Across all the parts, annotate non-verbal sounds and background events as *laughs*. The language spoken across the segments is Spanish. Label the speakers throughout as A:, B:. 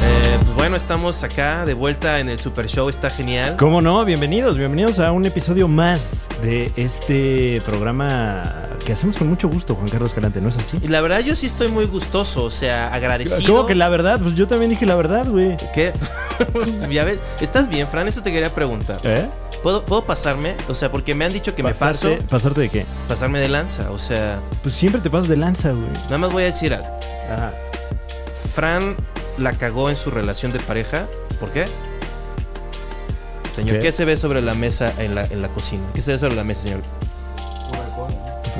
A: Eh, pues bueno, estamos acá de vuelta en el Super Show, está genial.
B: ¿Cómo no? Bienvenidos, bienvenidos a un episodio más de este programa que hacemos con mucho gusto, Juan Carlos Calante, ¿no es así?
A: Y la verdad yo sí estoy muy gustoso, o sea, agradecido.
B: ¿Cómo que la verdad? Pues yo también dije la verdad, güey.
A: ¿Qué? *laughs* ya ves, ¿estás bien, Fran? Eso te quería preguntar.
B: ¿Eh?
A: ¿Puedo, ¿Puedo pasarme? O sea, porque me han dicho que me
B: ¿Pasarte,
A: paso,
B: ¿Pasarte de qué?
A: pasarme de lanza, o sea,
B: Pues siempre te pasas de lanza, güey.
A: nada más voy a decir algo.
B: Ajá.
A: Fran la cagó en su relación de pareja, ¿por qué? Señor,
B: ¿Qué?
A: ¿qué, se ve sobre la mesa en la, en la cocina? ¿Qué se ve sobre la mesa, señor?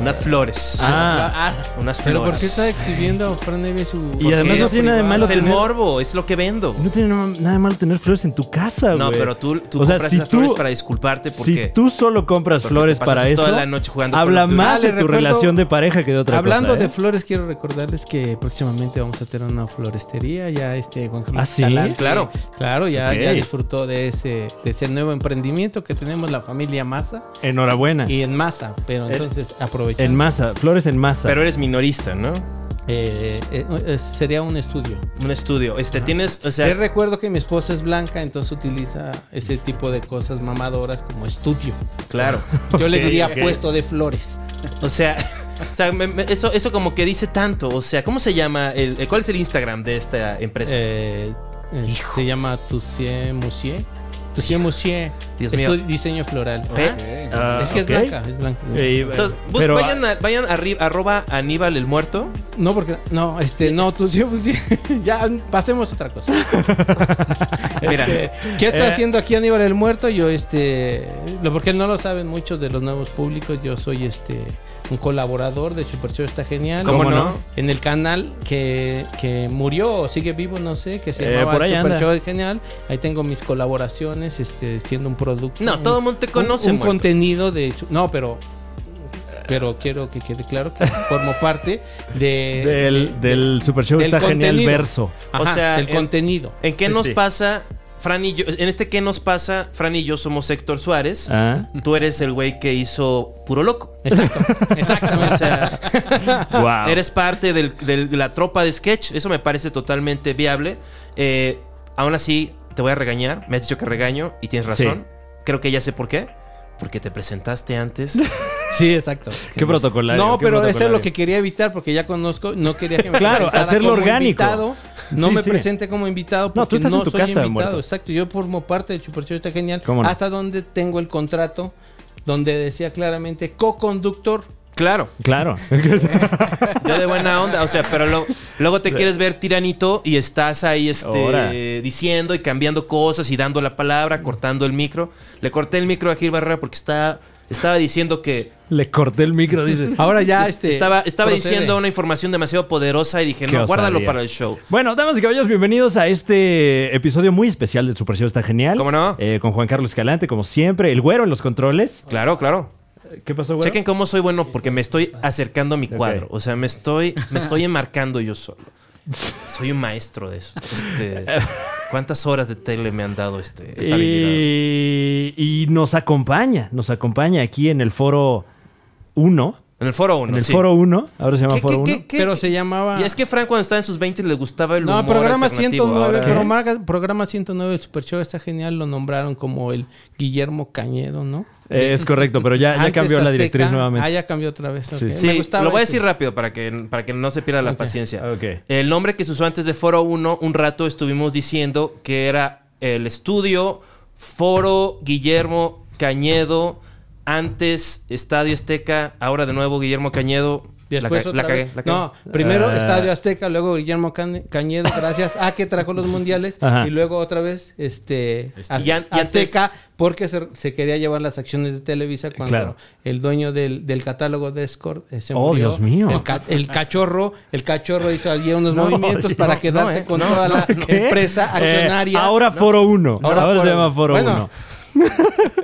A: Unas flores.
B: Ah,
A: Unas flores.
C: Ah, Pero ¿por qué está exhibiendo a Fran Evia su...
B: Y además
A: Porque
B: no
A: es-
B: tiene nada de malo
A: Es el
B: tener-
A: morbo, es lo que vendo.
B: no tiene nada nada de malo tener flores en tu casa, güey.
A: No, pero tú, tú
B: O sea,
A: compras
B: si
A: esas
B: tú-
A: flores para disculparte porque.
B: Si tú solo compras
A: porque
B: flores
A: te pasas
B: para eso,
A: toda la noche jugando con
B: habla
A: los dudes.
B: más
C: Ah,
B: de
C: les
B: tu
C: recuerdo-
B: relación de pareja que de otra
C: Hablando
B: cosa,
C: de
B: ¿eh?
C: flores, quiero recordarles que próximamente vamos a tener una florestería. Ya este Juan Carlos
B: ¿Ah, sí?
C: Escalante,
A: Claro.
C: Claro, ya, ya
B: Ok.
C: disfrutó de ese, de ese nuevo emprendimiento que tenemos la familia Massa
B: Enhorabuena.
C: y en Massa. Pero
B: Ah. Eh,
C: entonces aprovechando.
B: En masa, flores en masa.
A: Pero eres minorista, ¿no?
C: eh, eh, eh, sería un estudio.
A: Un estudio. Este, tienes. O
C: Les
A: sea,
C: recuerdo que mi esposa es blanca, entonces utiliza ese tipo de cosas mamadoras como estudio.
A: claro.
C: Yo le
B: Ok,
C: diría
B: ok.
C: puesto de flores.
A: O sea. *laughs* O sea, me- me- eso, eso como que dice tanto. O sea, ¿cómo se llama? El, el- ¿Cuál es el Instagram de esta empresa?
C: Eh, eh, se llama Tussier Moussier. Tussier Moussier.
A: Dios
C: Estu-
A: mío. ¿Eh?
C: diseño floral.
A: Ve.
B: Ah,
C: es que
B: ok.
C: es blanca, es blanca.
B: Eh,
A: Entonces, bus-
B: pero-
A: vayan, a- vayan arri- arroba Aníbal el Muerto.
C: No, porque no, este, no, Tussier Moussier. *laughs* ya pasemos a
A: *laughs*
C: otra cosa.
A: Mira,
B: *laughs*
C: ¿Qué está
B: Eh.
C: haciendo aquí Aníbal el Muerto? Yo, este, lo porque no lo saben muchos de los nuevos públicos, yo soy este un colaborador de Super Show está genial.
A: ¿cómo,
B: ¿cómo
A: no?
B: no?
C: en el canal que, que murió o sigue vivo, no sé, que se
B: Eh,
C: llamaba
B: por ahí
C: Super
B: anda.
C: Show Genial. Ahí tengo mis colaboraciones, este, siendo un producto.
A: No,
C: un-
A: todo el mundo te conoce.
C: Un, un
A: muerto.
C: contenido de... chu- No, pero... Pero quiero que quede claro que formo parte
A: *laughs*
C: de...
A: eh,
B: Del,
C: de-
B: del Super Show
C: del
B: está genial
C: contenido.
B: verso.
C: ajá,
A: o sea,
C: del
A: en-
C: contenido.
A: ¿En qué
B: Sí,
A: nos
B: sí.
A: pasa, Fran y yo? En este ¿qué nos pasa? Fran y yo somos Héctor Suárez. *laughs*
B: Ah,
A: Tú eres el güey que hizo Puro Loco.
C: Exacto,
A: *laughs* O
C: exactamente.
A: sea,
B: wow.
A: eres parte del- del- de la tropa de sketch. Eso me parece totalmente viable. Eh, aún así, te voy a regañar. Me has dicho que regaño y tienes
B: Sí.
A: razón. Creo que ya sé por qué. Porque te presentaste antes.
B: *laughs*
C: sí, exacto.
B: Qué protocolario.
C: No,
B: qué
C: pero eso es lo
B: protocolario.
C: que quería evitar porque ya conozco, no quería
B: *laughs*
C: que me
B: Claro,
C: presentara
B: hacerlo
C: como
B: orgánico.
C: invitado, no
B: Sí,
C: me
B: sí.
C: presente como invitado porque no,
B: No, tú estás en tu
C: soy
B: casa,
C: invitado,
B: muerto.
C: exacto, yo formo parte de Super Show está genial,
B: ¿Cómo no?
C: hasta donde tengo el contrato donde decía claramente co-conductor.
A: Claro,
B: Claro. *laughs*
A: yo de buena onda. O sea, pero lo- luego te quieres ver tiranito y estás ahí este,
B: Ahora.
A: diciendo y cambiando cosas y dando la palabra, cortando el micro. Le corté el micro a Gil Barrera porque estaba, estaba diciendo que
B: Le corté el micro,
A: *laughs*
B: dice.
C: Ahora ya
A: Es-
C: este
A: estaba estaba
C: procede.
A: diciendo una información demasiado poderosa y dije,
B: Qué
A: no, guárdalo
B: osadía.
A: para el show.
B: Bueno, damas y caballeros, bienvenidos a este episodio muy especial del Super Show está genial.
A: ¿Cómo no?
B: Eh, con Juan Carlos Escalante, como siempre. El güero en los controles.
A: Claro, claro.
B: ¿Qué pasó, güero?
A: Chequen cómo soy bueno porque me estoy acercando a mi
B: Ok.
A: cuadro. O sea, me estoy, me estoy enmarcando yo solo. Soy un maestro de eso. Este, ¿Cuántas horas de tele me han dado este, esta habilidad?
B: y, Eh, y nos acompaña, nos acompaña aquí en el foro 1.
A: En el foro 1.
B: En el foro 1. Ahora se llama
A: ¿Qué,
B: foro
A: qué,
B: 1.
A: qué, qué?
C: pero se llamaba
A: Y es que Frank cuando estaba en sus 20 le gustaba el
C: No,
A: humor
C: programa
A: alternativo.
C: 109,
A: Ahora-
C: programa, programa 109 del Super Show está genial, lo nombraron como el Guillermo Cañedo, ¿no?
B: Eh, es correcto, pero ya, ya
C: Antes
B: cambió la
C: Azteca.
B: directriz
C: Ah,
B: nuevamente.
C: ya cambió otra vez. ok.
B: Sí, sí.
C: Me
A: Sí,
C: gustaba
A: lo voy a
C: ese.
A: decir rápido para que, para que no se pierda la
C: Ok.
A: paciencia.
B: Ah,
A: *laughs*
B: Ok.
A: El nombre que se usó antes de Foro 1, un rato estuvimos diciendo que era el estudio Foro Guillermo Cañedo, antes Estadio Azteca, ahora de nuevo Guillermo Cañedo.
C: Después
A: la, ca-
C: otra
A: la cagué,
C: vez.
A: la cagué.
C: No, primero
B: Ah.
C: Estadio Azteca, luego Guillermo Can- Cañedo, gracias a que trajo los mundiales.
B: Ajá.
C: Y luego otra vez este, Az-
A: Y an- y antes-
C: Azteca, porque se, se quería llevar las acciones de Televisa cuando
B: Claro.
C: el dueño del, del catálogo de Escort eh, se
B: Oh,
C: murió.
B: Dios mío.
C: El, ca- el cachorro, el cachorro hizo allí
B: *laughs*
C: unos
B: No,
C: movimientos
B: no,
C: para
B: no,
C: quedarse
A: eh,
C: con
A: no,
C: toda la
B: ¿Qué?
C: empresa
B: Eh,
C: accionaria.
B: ahora Foro 1. Ahora,
C: Ahora
B: se
C: Foro
B: llama Foro 1.
C: Bueno,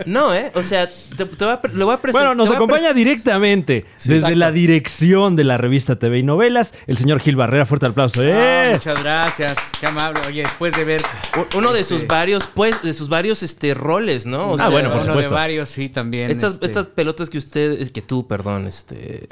A: No, ¿eh? O sea, te, te voy a pre- lo voy a presentar.
B: Bueno, nos acompaña directamente desde
C: exacto.
B: la dirección de la revista TV y Novelas, el señor Gil Barrera. Fuerte aplauso.
D: Ah,
B: ¡Eh!
D: muchas gracias, qué amable. Oye, después de ver.
A: Uno de
D: este,
A: sus varios, pues, de sus varios este, roles, ¿no? O
D: uno-
A: sea,
B: bueno, por
D: pues, eh, uno
B: supuesto.
D: de varios, sí, también.
A: Estas,
D: este,
A: estas pelotas que usted, es que tú, perdón,
D: *laughs*
A: este.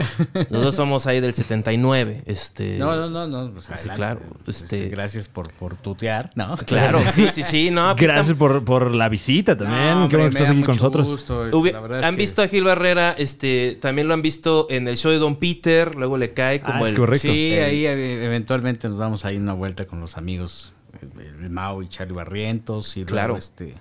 A: Nosotros somos ahí del 79. Este.
D: No, no, no, no. pues,
A: Sí,
D: adelante.
A: claro, este-
D: gracias por, por tutear, ¿no?
A: Claro, sí, sí, sí. No, pues,
B: Gracias por, por la visita también.
D: No,
B: Qué
D: hombre,
B: bueno
D: me
B: que estás
D: da
B: aquí con
D: mucho
B: nosotros.
D: gusto, este,
A: Hubie-
D: la verdad es
A: han
D: que-
A: visto a Gil Barrera, este, también lo han visto en el show de Don Peter, luego le cae como
B: Ah, es
A: el...
B: correcto.
D: Sí,
A: El-
D: ahí eh, eventualmente nos damos ahí una vuelta con los amigos, eh, el, el Mau y Charlie Barrientos, y
A: Claro.
D: luego este,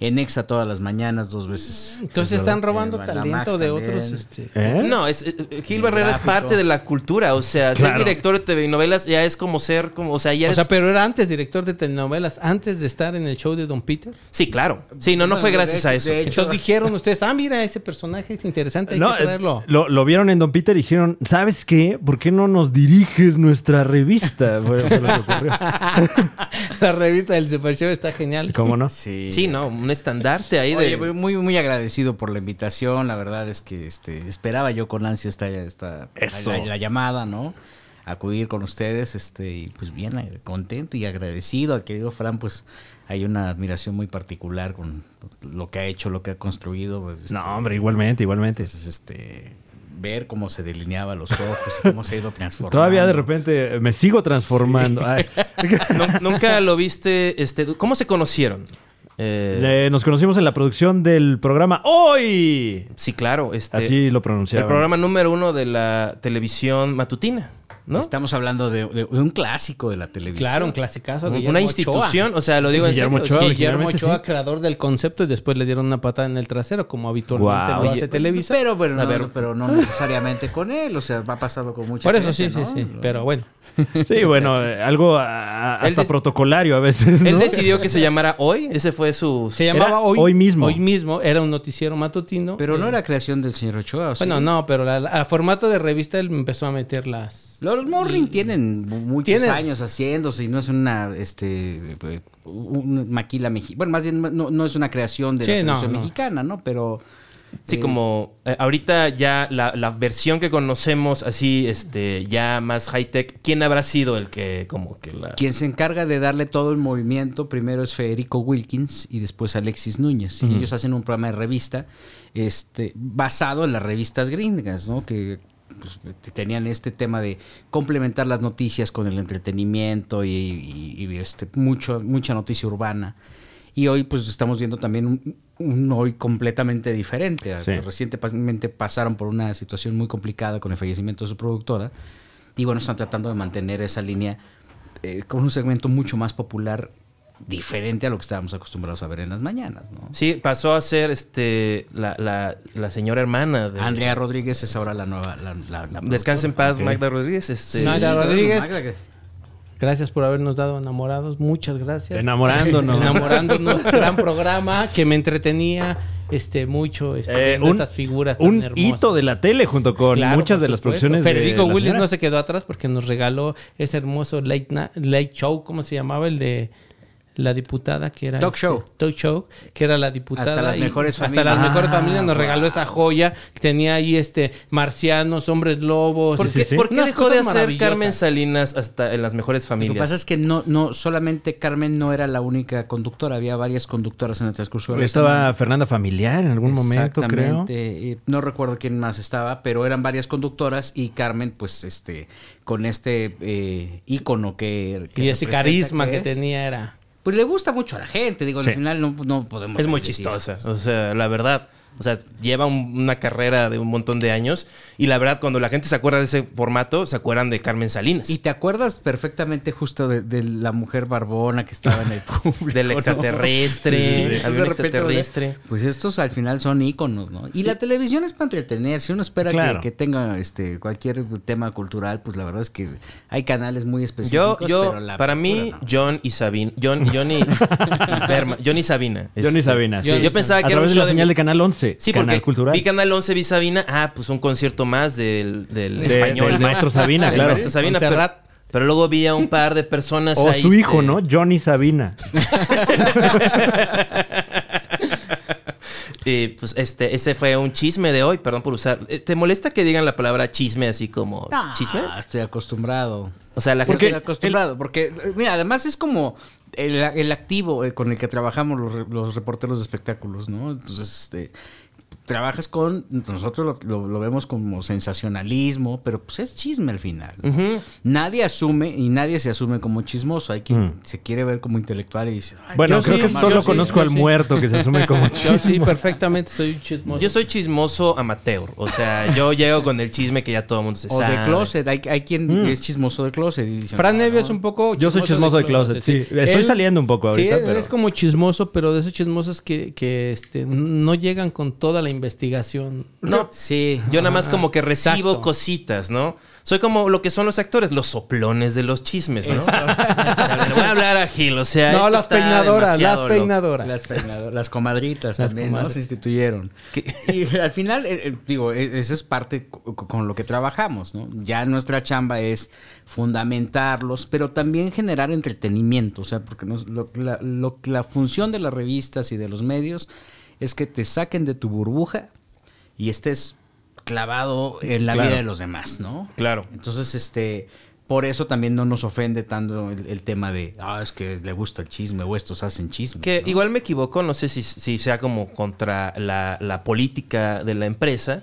D: en Exa todas las mañanas, dos veces.
C: Entonces
D: Es verdad.
C: están robando
D: Eh, Banda
C: talento
D: Max
C: de
D: también.
C: otros. Este,
B: ¿Eh?
A: No, es, eh, Gil
D: El
A: Barrera es
D: gráfico.
A: parte de la cultura, o sea,
B: Claro.
A: ser director de TV novelas ya es como ser, como, o sea, ya
C: o
A: eres...
C: sea, pero era antes director de telenovelas, antes de estar en el show de Don Peter.
A: Sí, claro. Sí, no, no fue
D: Bueno, de
A: gracias a
D: hecho-
A: eso.
D: de hecho-
C: Entonces dijeron ustedes, ah, mira, ese personaje es interesante, hay
B: No,
C: que
B: eh,
C: traerlo.
B: lo, lo vieron en Don Peter y dijeron, ¿sabes qué? ¿Por qué no nos diriges nuestra revista? *laughs* Fue- fue lo que
C: *laughs*
B: ocurrió.
C: La revista del Super Show está genial.
B: ¿Cómo no?
D: Sí.
A: Sí, no, un estandarte ahí
D: Oye,
A: de...
D: voy muy, muy agradecido por la invitación. La verdad es que este, esperaba yo con ansia esta, esta
B: Eso.
D: La, la llamada, ¿no? Acudir con ustedes, este, y pues bien eh, contento y agradecido al querido Fran, pues hay una admiración muy particular con lo que ha hecho, lo que ha construido. pues, este,
B: No, hombre, igualmente, igualmente.
D: Entonces, este, ver cómo se delineaba los ojos y cómo se ha ido
B: *laughs*
D: transformando.
B: Todavía de repente me sigo transformando.
C: *laughs*
B: Ay.
A: *laughs* Nun- Nunca lo viste, este... ¿Cómo se conocieron? Eh,
B: Le- nos conocimos en la producción del programa Hoy.
A: sí, claro, este...
B: Así lo
A: el
B: pronunciaba.
A: programa número uno de la televisión matutina, ¿no?
D: Estamos hablando de, de- de un clásico de la televisión.
C: Claro, un clasicazo.
A: Un-
C: Guillermo
A: Una
C: Ochoa.
A: institución, o sea, lo digo en
B: Guillermo
A: serio,
B: Ochoa,
A: sí.
C: Guillermo
B: originalmente,
C: Ochoa,
B: sí.
C: creador del concepto, y después le dieron una patada en el trasero, como habitualmente
B: Guau.
C: lo
A: Oye,
C: hace Televisa.
D: Pero, pero,
A: A
D: no,
A: ver.
D: pero no necesariamente con él, o sea, ha pasado con mucha
C: Por eso sí,
D: gente,
C: sí,
D: ¿no?
C: sí. Pero bueno.
B: Sí, bueno, eh, algo a- a-
A: Él
B: hasta
A: dec-
B: protocolario a veces. ¿no?
A: Él decidió que se llamara hoy, ese fue su...
C: Se llamaba
B: Era
C: hoy,
B: Hoy Mismo.
C: Hoy mismo, era un noticiero matutino.
D: Pero no
C: Eh,
D: era creación del señor Ochoa. ¿o sí?
C: Bueno, no, pero la- la- a formato de revista él empezó a meter las.
D: Los Morrin tienen mu- muchos
C: Tienen-
D: años haciéndose y no es una este eh, un maquila mexicana. Bueno, más bien no, no es una creación de
C: Sí, no,
D: la televisión
C: no.
D: mexicana, ¿no? Pero
A: Sí,
D: eh,
A: como eh, ahorita ya la, la versión que conocemos así, este, ya más high-tech, ¿quién habrá sido el que como que la...
D: quien se encarga de darle todo el movimiento primero es Federico Wilkins y después Alexis Núñez. Y ellos hacen un programa de revista este, basado en las revistas gringas, ¿no? Que pues, te- tenían este tema de complementar las noticias con el entretenimiento y, y- y, este, mucho, mucha noticia urbana. Y hoy pues estamos viendo también un, un hoy completamente diferente.
B: Sí.
D: Recientemente pasaron por una situación muy complicada con el fallecimiento de su productora. Y bueno, están tratando de mantener esa línea eh, con un segmento mucho más popular, diferente a lo que estábamos acostumbrados a ver en las mañanas, ¿no?
A: Sí, pasó a ser este la, la, la señora hermana de...
D: Andrea Rodríguez es ahora la nueva. La, la- la
A: Descansa en
D: productora.
A: paz, Magda Rodríguez. Este,
C: Sí. Magda
D: Magda
C: Rodríguez.
D: Rodríguez.
C: Gracias por habernos dado enamorados. Muchas gracias.
B: Enamorándonos. *laughs*
C: Enamorándonos. gran programa que me entretenía este mucho este,
B: Eh,
C: viendo
B: un
C: estas figuras tan
B: un
C: hermosas. Pues
B: hito de la tele junto con
C: Claro,
B: muchas
C: por
B: de las
C: supuesto.
B: producciones. de
C: Federico
B: la
C: Willis
B: señora.
C: no se quedó atrás porque nos regaló ese hermoso late, na- late show, ¿cómo se llamaba? El de la diputada que era este,
D: Talk show.
C: talk show que era la diputada
D: Hasta las
C: y-
D: mejores
C: hasta las
D: familias.
C: mejores
D: Ah,
C: familias nos
D: wow.
C: regaló esa joya que tenía ahí este marcianos hombres lobos este,
A: ¿Por
B: Sí,
A: qué,
B: sí, sí.
A: por qué
C: Unas
A: dejó de
C: cosas
A: hacer Carmen
C: maravillosas.
A: Salinas hasta en las mejores
D: Lo que pasa
A: familias?
D: es que no, no, solamente Carmen no era la única conductora, había varias conductoras en el transcurso de la semana.
B: Estaba Fernanda Familiar en algún momento, creo.
D: Exactamente. Y No recuerdo quién más estaba, pero eran varias conductoras y Carmen, pues, este, con este eh, ícono que, que
C: y ese
D: representa,
C: carisma que,
D: es,
A: *laughs*
C: tenía era
D: Pues le gusta mucho a la gente, digo,
B: Sí.
D: al final no, no podemos...
A: Es muy
D: decir-
A: chistosa, o sea, la verdad. O sea, lleva un- una carrera de un montón de años y la verdad, cuando la gente se acuerda de ese formato, se acuerdan de Carmen Salinas.
D: Y te acuerdas perfectamente justo de, de la mujer barbona que estaba
A: *laughs*
D: en el público.
A: Del
D: ¿no?
A: extraterrestre,
D: Sí, sí, sí.
A: había
D: Entonces,
A: un
D: de repente,
A: extraterrestre.
D: Pues estos al final son íconos, ¿no? Y la televisión es para entretener. Si uno espera que-
B: Claro.
D: que, tenga este cualquier tema cultural, pues la verdad es que hay canales muy
A: Yo,
D: específicos.
A: yo,
D: pero la
A: para
D: cultura
A: mí,
D: no.
A: John y Sabina.
D: *laughs*
A: John, John y, y Berma- John y Sabina.
B: Johnny
A: Este,
B: Sabina, sí.
A: Yo, yo pensaba
B: a
A: que era un
B: través de
A: show
B: la señal de Canal 11,
A: Sí,
B: Canal
A: porque
B: Cultural.
A: vi Canal 11, vi Sabina. Ah, pues un concierto más del, del
B: De-
A: español.
B: del
A: de-
B: maestro Sabina,
A: del
B: claro.
A: maestro Sabina, pero,
C: Montserrat.
A: pero luego vi a un par de personas
B: O
A: ahí,
B: su hijo,
A: este,
B: ¿no? Johnny Sabina.
A: Y pues este, ese fue un chisme de hoy, perdón por usar. Eh, ¿Te molesta que digan la palabra chisme así como
D: Ah,
A: chisme?
D: Estoy acostumbrado.
A: O sea, la
D: Porque
A: gente.
D: estoy acostumbrado. Porque, eh, mira, además es como el, el activo eh, con el que trabajamos los, re- los reporteros de espectáculos, ¿no? Entonces, este. Trabajas con. Nosotros lo, lo- lo vemos como sensacionalismo, pero pues es chisme al final. ¿no?
A: Ujú.
D: Nadie asume y nadie se asume como chismoso. Hay quien se quiere ver como intelectual y dice. "Ay,
B: Bueno,
C: Yo
B: creo
C: sí,
B: que
C: yo
B: solo
C: sí,
B: conozco
C: yo
B: al
C: sí.
B: muerto que se asume como
C: Yo sí,
B: chismoso.
C: perfectamente soy un chismoso.
A: Yo soy chismoso amateur. O sea,
C: *laughs*
A: yo llego con el chisme que ya todo el mundo se
D: O
A: sabe.
D: de closet, hay, hay quien es chismoso de closet. Y dice,
C: Fran
D: "No,
C: Nevia
D: no".
C: es un poco.
B: Yo soy chismoso de closet, sí. Estoy saliendo un poco ahorita,
C: Sí, él
B: pero-
C: es como chismoso, pero de esos chismosos que, que este, no llegan con toda la investigación.
A: No,
D: Sí.
A: Yo nada más como que recibo
C: Ah, exacto.
A: cositas, ¿no? Soy como lo que son los actores, los soplones de los chismes, ¿no? O sea, Le voy *laughs* a hablar a Gil, o sea.
C: no,
A: "Ah, esto
C: las
A: está
C: peinadoras, las
A: demasiado loco.
C: peinadoras.
D: Las, peinado- las comadritas
C: Las
D: también, ¿no?
C: comadres.
D: Se instituyeron.
A: ¿Qué?
D: Y al final, eh, eh, digo, eh, eso es parte co- co- con lo que trabajamos, ¿no? Ya nuestra chamba es fundamentarlos, pero también generar entretenimiento, o sea, porque nos- lo- la, lo- la función de las revistas y de los medios es que te saquen de tu burbuja y estés clavado en la
B: Claro.
D: vida de los demás, ¿no?
A: Claro.
D: Entonces, este, por eso también no nos ofende tanto el, el tema de, ah, es que le gusta el chisme o estos hacen chisme.
A: Que
D: ¿no?
A: igual me equivoco, no sé si, si sea como contra la, la política de la empresa,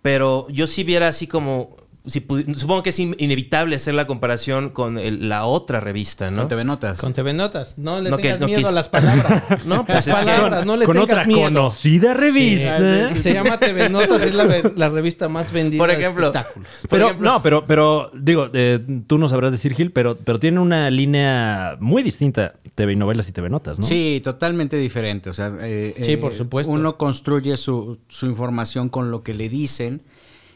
A: pero yo si viera así como... si pudi- supongo que es in- inevitable hacer la comparación con el- la otra revista, ¿no?
D: No te notas.
C: Con TV Notas. No le
A: No
C: tengas
A: quis- no
C: miedo a
A: quis.
C: las palabras.
A: *laughs* No, pues
C: las
A: es que-
C: palabras, ah, no le
B: Con
C: tengas
B: otra
C: miedo.
B: conocida revista.
C: Sí, se llama TV Notas, es la, ve- la revista más vendida
A: Por ejemplo.
C: de espectáculos.
B: Pero, no, pero, pero, digo, eh, tú no sabrás decir, Gil, pero, pero tiene una línea muy distinta TV y novelas y TV notas, ¿no?
D: Sí, totalmente diferente. O sea, eh,
C: Sí,
D: eh,
C: por supuesto.
D: Uno construye su, su información con lo que le dicen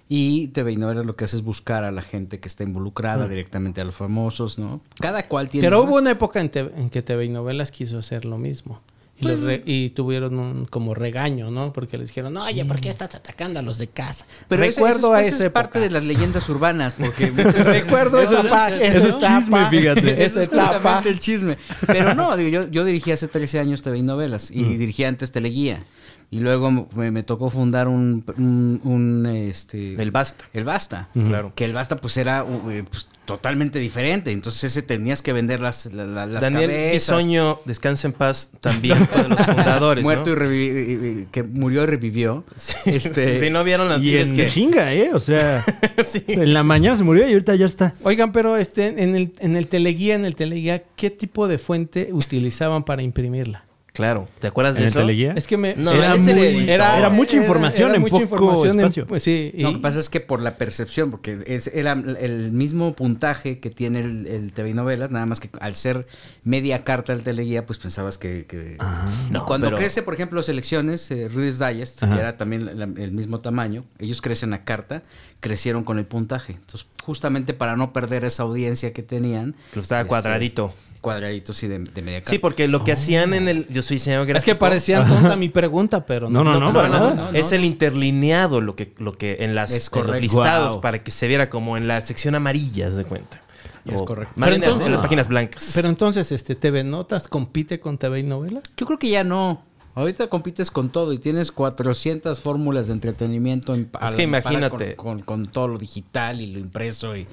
D: y TV y novelas lo que hace es buscar a la gente que está involucrada directamente a los famosos, ¿no? Cada cual
C: Mm.
D: tiene.
C: Pero hubo una época en, te- en que TV y Novelas quiso hacer lo mismo. Y, los re- y tuvieron un como regaño, ¿no? Porque les dijeron, oye, ¿por qué estás atacando a los de casa?
D: Pero ese-
C: Recuerdo
D: ese-
C: a
D: ese
C: esa
D: es parte
C: época.
D: de las leyendas urbanas,
C: *laughs*
D: porque muchas veces-
C: Recuerdo esa pa- esa
B: Eso es chisme,
C: etapa.
B: fíjate.
C: *laughs*
D: Ese
C: Esa
D: es
C: etapa.
D: justamente el chisme. Pero no, digo, yo, yo dirigí hace 13 años TV y novelas y
C: Mm.
D: dirigí antes Teleguía. Y luego me, me tocó fundar un, un, un, este,
A: El Basta.
D: el Basta.
A: Claro.
D: Que el Basta pues era uh, eh, pues, totalmente diferente. Entonces ese tenías que vender las, la- la- las
A: Daniel
D: cabezas.
A: Bisoño, descansa en paz, también fue de los fundadores,
D: muerto
A: ¿no?
D: y revivi- y- y- que murió y revivió.
A: *laughs*
D: Este,
A: Si no vieron la
B: Y
A: es
B: en
A: que...
B: chinga, ¿eh? O sea,
A: Sí.
B: en la mañana se murió y ahorita ya está.
C: Oigan, pero este, en el, en el teleguía, en el teleguía, ¿qué tipo de fuente utilizaban para imprimirla?
A: Claro, ¿te acuerdas
B: ¿En
A: de
B: el
A: eso?
B: teleguía?
C: Es que me...
A: No,
B: era,
A: ese
B: muy-
A: le-
B: era,
A: era
B: mucha información
C: era
B: en
C: mucha
B: poco
C: información en-
B: espacio.
C: pues sí. y-
D: No, lo que pasa es que por la percepción, porque es, era el mismo puntaje que tiene el, el TV y novelas, nada más que al ser media carta del teleguía, pues pensabas que... que- y
A: Ah, no,
D: cuando
A: pero-
D: crece, por ejemplo, selecciones, eh, Reader's Digest,
B: Ajá.
D: que era también la- la- el mismo tamaño, ellos crecen a carta, crecieron con el puntaje. Entonces, justamente para no perder esa audiencia que tenían...
A: Que estaba
D: este,
A: cuadradito.
D: Cuadraditos y de, de media carta.
A: Sí, porque lo que hacían en el... Yo soy diseñador
C: es
A: gráfico.
C: que parecía tonta mi pregunta, pero
B: No, no, no, para
A: No,
B: nada.
D: no, no.
A: es el interlineado lo que, lo que en, las,
D: Es
A: en los
D: correcto.
A: listados
D: Wow.
A: para que se viera como en la sección amarilla, haz de cuenta.
D: Es
A: O-
D: correcto.
A: más bien
C: Pero
A: en las- en las
C: entonces-
A: páginas blancas.
C: Pero entonces, este, ¿TV Notas compite con TV y novelas?
D: Yo creo que ya no. Ahorita compites con todo y tienes 400 fórmulas de entretenimiento. En, pa-
A: Es que
D: en para
A: imagínate.
D: Con, con- con todo lo digital y lo impreso y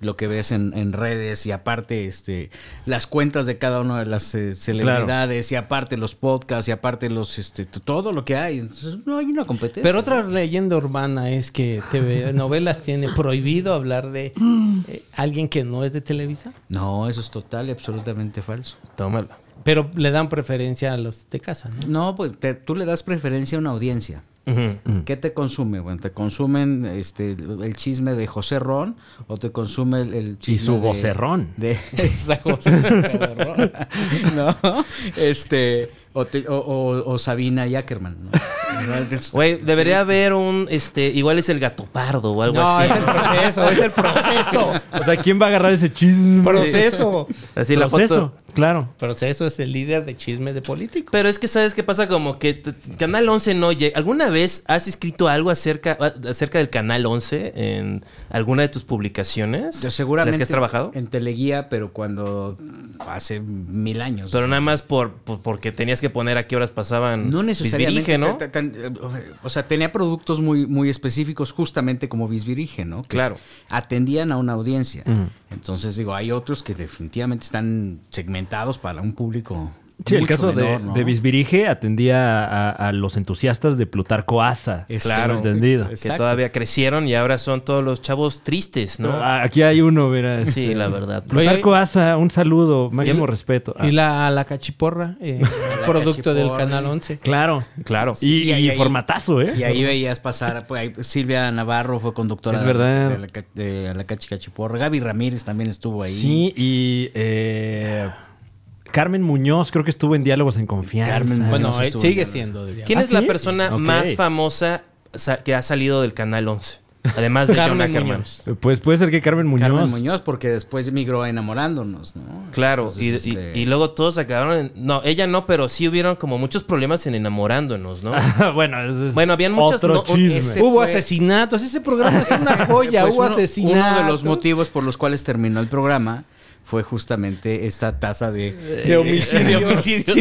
D: lo que ves en, en redes y aparte este las cuentas de cada una de las eh, celebridades y aparte los podcasts y aparte los este t- todo lo que hay. Entonces no hay una competencia.
C: Pero otra leyenda urbana es que *laughs* TV novelas tiene prohibido hablar de eh, alguien que no es de Televisa,
D: No, eso es total y absolutamente falso.
A: Tómalo.
C: pero le dan preferencia a los de casa, ¿no?
D: No, pues te- tú le das preferencia a una audiencia.
A: Ujú.
D: ¿Qué te consume? Bueno, te consumen este el chisme de José Ron o te consume el, el
B: Y
D: chisme
B: su
D: de- *laughs*
B: vocerrón.
D: de esa cosa es súper horror, ¿no? Este o, te- o- o- o Sabina y Ackerman, ¿no?
A: Güey, debería haber un... este Igual es el gato pardo o algo así. ¿no?
C: proceso, es el *laughs* proceso.
B: O sea, ¿quién va a agarrar ese chisme?
C: proceso.
A: Así la
B: Proceso,
A: foto...
B: claro.
C: Proceso es el líder de chismes de político.
A: Pero es que sabes qué pasa como que t- Canal 11 no llega. ¿Alguna vez has escrito algo acerca, a- acerca del Canal 11 en alguna de tus publicaciones?
D: Yo seguramente
A: ¿Las que has trabajado?
D: en Teleguía, pero cuando hace mil años.
A: Pero nada más por, por- porque tenías que poner a qué horas pasaban.
D: no necesariamente.
A: Mm. Bisbirige, ¿no?
D: Te- te- ten- eh, o sea, tenía productos muy, muy específicos, justamente como Bisbirige, ¿no? Que
A: Claro.
D: es- Atendían a una audiencia. Entonces, digo, hay otros que definitivamente están segmentados para un público.
B: Sí, el
D: mucho
B: caso
D: menor,
B: de,
D: ¿no?
B: de Bisbirige atendía a, a los entusiastas de Plutarco Asa.
D: Exacto.
B: Entendido.
D: Es-
A: Que
D: Exacto.
A: todavía crecieron y ahora son todos los chavos tristes, ¿no?
B: Ah, Aquí hay uno,
A: *laughs*
B: mira.
A: sí, la verdad.
C: Oye,
B: Plutarco Asa, un saludo, máximo respeto. Ah,
C: Y la, la cachiporra, *laughs* eh, producto del
D: cachiporra.
C: Canal 11.
B: Ah, Claro.
A: Claro.
B: Y,
D: y ahí-
B: y
D: ahí-
B: formatazo, ¿eh?
D: Y ahí veías pasar, pues, ahí Silvia Navarro fue conductora
B: Es
D: de la-
B: verdad.
D: de la, ca- de la Cachi Cachiporra. Gaby Ramírez también estuvo ahí.
B: Sí, y eh, Carmen Muñoz creo que estuvo en Diálogos en Confianza.
D: Carmen Muñoz.
C: Bueno,
D: no,
C: eh,
D: estuvo
C: sigue
D: en
C: siendo. de-
A: ¿Quién
B: ¿Ah,
A: es la
B: sí?
A: persona
B: Ok.
A: más famosa sa- que ha salido del Canal 11?
D: *laughs*
A: Además de John
C: Carmen
A: Ackerman.
C: Muñoz.
B: Pues puede ser que Carmen Muñoz.
D: Carmen Muñoz, porque después migró a enamorándonos, ¿no?
A: Claro,
D: Entonces,
A: y, y-
D: este,
A: y luego todos acabaron en- No, ella no, pero sí hubieron como muchos problemas en enamorándonos, ¿no?
B: *laughs* Ah. bueno, ese es
A: Bueno, habían muchas,
B: Otro
A: no, un-
B: chisme.
D: ese-
C: Hubo
D: fue-
C: asesinatos. Ese programa *laughs* es
D: *laughs*
C: una joya.
D: pues,
C: Hubo
D: uno-
C: asesinatos.
D: Uno de los motivos por los cuales terminó el programa fue justamente esta tasa de...
C: de homicidios,
D: de homicidios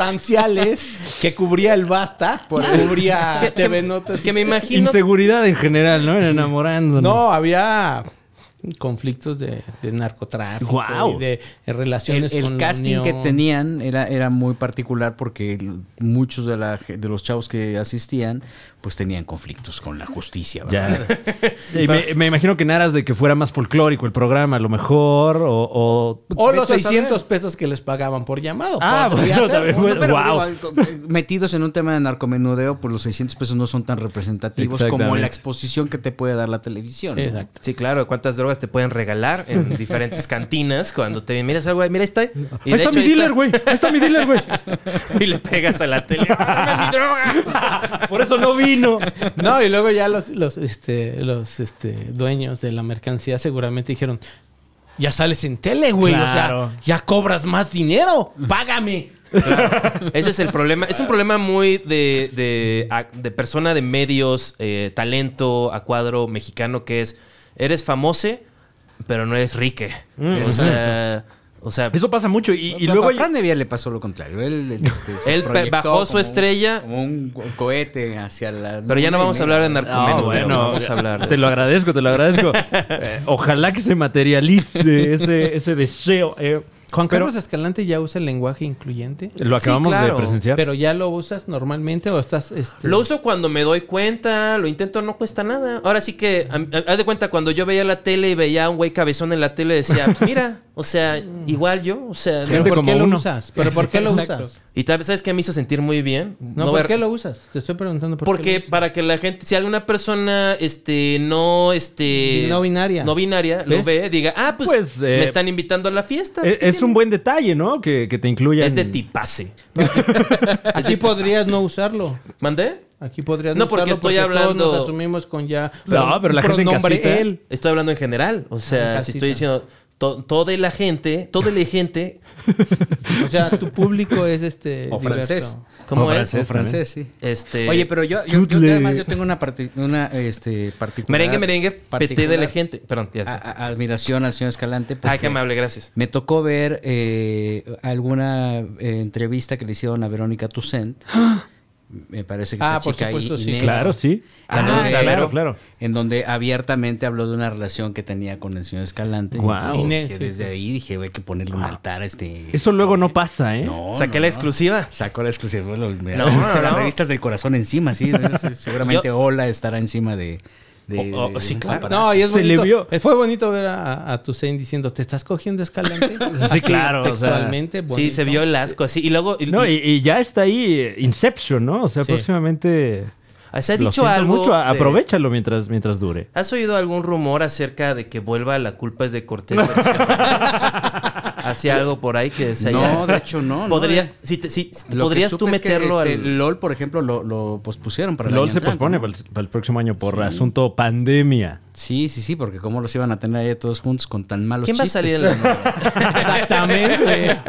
C: circunstanciales que cubría el Basta, cubría TV Notas.
A: que me imagino.
B: Inseguridad en general, ¿no? En enamorándonos.
C: No, había conflictos de, de narcotráfico
B: Guau.
C: y de
D: El,
C: relaciones
D: el
C: con la
D: casting que
C: Unión.
D: tenían era, era muy particular porque el- muchos de, la, ge- de los chavos que asistían pues tenían conflictos con la justicia. *laughs* ¿verdad?
B: Ya. *laughs* Y me, me imagino que en aras de que fuera más folclórico el programa, a lo mejor, o... o-
C: O los
D: Vete a saber.
C: 600 pesos que les pagaban por llamado.
B: Ah,
C: podría
B: bueno,
C: ser.
B: también.
D: No, pero
B: Wow.
D: digo, al- *laughs* metidos en un tema de narcomenudeo, pues los 600 pesos no son tan representativos como
B: Exactamente.
D: la exposición que te puede dar la televisión. ¿no?
C: Exacto.
A: Sí, claro, cuántas drogas te pueden regalar en diferentes cantinas cuando te miras algo, mira, ahí está.
B: Ahí está mi
A: ahí
B: dealer, güey. Ahí está mi dealer, *laughs* güey.
A: Y le *laughs* pegas a la tele. ¡Dame
B: *laughs*
A: mi droga!
B: Por eso no vino.
C: No, y luego ya los, los, este, los este, dueños de la mercancía seguramente dijeron, ya sales en tele, güey, o
B: Claro.
C: sea, ya cobras más dinero, págame.
A: Ese es el problema. Es un problema muy de, de, a- de persona de medios, eh, talento a cuadro mexicano que es, eres famoso, pero no eres rique. o, sea, o sea,
B: Eso pasa mucho. Y, y
D: A-
B: luego...
D: a Fran Evia le pasó lo
A: *laughs*
D: contrario. Él, este, se
A: Él
D: proyectó
A: bajó su
D: como un-
A: estrella.
D: como un co- cohete hacia la.
A: pero ya no vamos a hablar de narcomenudeo.
B: No, bueno,
A: vamos a hablar de-
B: Te lo agradezco, te lo agradezco. Eh, ojalá que se materialice ese, ese deseo. eh.
C: Juan
B: Pero-
C: Carlos Escalante ya usa el lenguaje incluyente,
B: Lo
A: Sí,
B: acabamos
A: claro,
B: de presenciar.
C: pero ya lo usas normalmente o estás... Este,
A: Lo uso cuando me doy cuenta, lo intento, no cuesta nada. Ahora sí que, a- a- haz de cuenta, cuando yo veía la tele y veía a un güey cabezón en la tele, decía, pues mira, o
C: *laughs*
A: sea, igual yo, o sea,
C: ¿Pero
B: Gente
C: por
B: como
C: qué
B: uno.
C: lo usas? ¿Pero por qué lo
D: Exacto.
C: usas?
A: y tal vez, ¿sabes qué me hizo sentir muy bien?
C: No,
A: No
C: ¿por
A: ver-
C: qué lo usas? Te estoy preguntando por
A: Porque
C: qué lo usas.
A: para que la gente, si alguna persona este no este
C: No binaria.
A: no binaria lo
C: ¿Ves?
A: ve, diga, "Ah, pues,
B: Pues, eh,
A: me están invitando a la fiesta."
B: Es,
A: pues, ¿qué
B: es un
A: tiene?
B: buen detalle, ¿no? Que, que te incluya. *laughs*
A: es de tipase. *laughs*
C: Aquí podrías no usarlo.
A: ¿Mandé?
C: Aquí podrías
A: No, porque
C: usarlo
A: estoy
C: Todos
A: hablando-
C: nos asumimos con ya...
B: No, pero la gente en
C: pronombre
B: casita-
C: él.
A: Estoy hablando en general, o
C: Ah,
A: sea,
C: en
A: si
C: casita.
A: estoy diciendo to- toda la gente, toda la gente,
C: O sea, tu público es este.
D: O francés.
A: ¿cómo
B: O
A: es?
B: francés.
D: francés, sí.
A: Este
D: Oye, pero yo, yo, yo
B: Tutle.
D: además yo tengo una, parti- una este, particular.
A: merengue merengue PT de la
D: particular Ah,
A: gente. Perdón, ya está.
D: a- a- admiración al señor Escalante.
A: Ay,
D: porque
A: qué amable, gracias.
D: Me tocó ver eh, alguna eh, entrevista que le hicieron a
C: *gasps*
D: Verónica Tucent. Me parece que
C: Ah,
D: esta
C: por
D: chica
C: supuesto, sí.
D: Inés,
B: Claro, sí.
D: Saludos
A: a
B: claro,
A: Vero.
B: claro.
D: En donde abiertamente habló de una relación que tenía con el señor Escalante.
B: Guau.
D: Entonces,
C: Inés,
D: dije,
C: sí,
D: desde
C: sí.
D: ahí dije, güey, hay que ponerle un altar a este.
B: Eso luego no pasa, ¿eh?
D: No,
A: Saqué
D: no,
A: la
D: no.
A: exclusiva.
D: Sacó la exclusiva. Bueno, me-
A: No, no,
D: *laughs* Las
A: no.
D: revistas del corazón encima, sí.
A: *laughs*
D: sí, Seguramente
A: Yo-
D: Ola estará encima de. de-
A: O- o-
D: de-
A: sí,
D: de-
A: claro.
C: No, y es
B: Se
C: bonito.
B: le vio.
C: Eh, Fue bonito ver a, a Toussaint diciendo, ¿te estás cogiendo escalante?
B: *laughs* Sí, claro, o sea.
C: Textualmente.
A: Sí,
C: bonito.
A: se vio el asco así y luego y-
B: No, y, y ya está ahí eh, Inception, ¿no? O sea,
C: Sí.
B: próximamente.
A: se ha
B: Lo
A: dicho
B: siento
A: algo
B: mucho, a-
A: de-
B: Aprovechalo mientras, mientras dure.
A: ¿Has oído algún rumor acerca de que vuelva la culpa es de Cortés? *laughs* Hacía algo por ahí que se haya-
D: No, de hecho, no. no.
A: Podría, si te- si-
D: Lo que
A: podrías tú
D: supe es que,
A: meterlo
D: este,
A: al.
D: LOL, por ejemplo, lo, lo pospusieron para el
B: LOL
D: año
B: se
D: entrante,
B: pospone
D: ¿no?
B: para el, para el próximo año por asunto pandemia.
D: Sí, sí, sí, porque cómo los iban a tener ahí todos juntos con tan malos
A: ¿Quién va a
D: chistes?
A: salir en
D: *laughs*
A: la novela? *laughs*
C: Exactamente.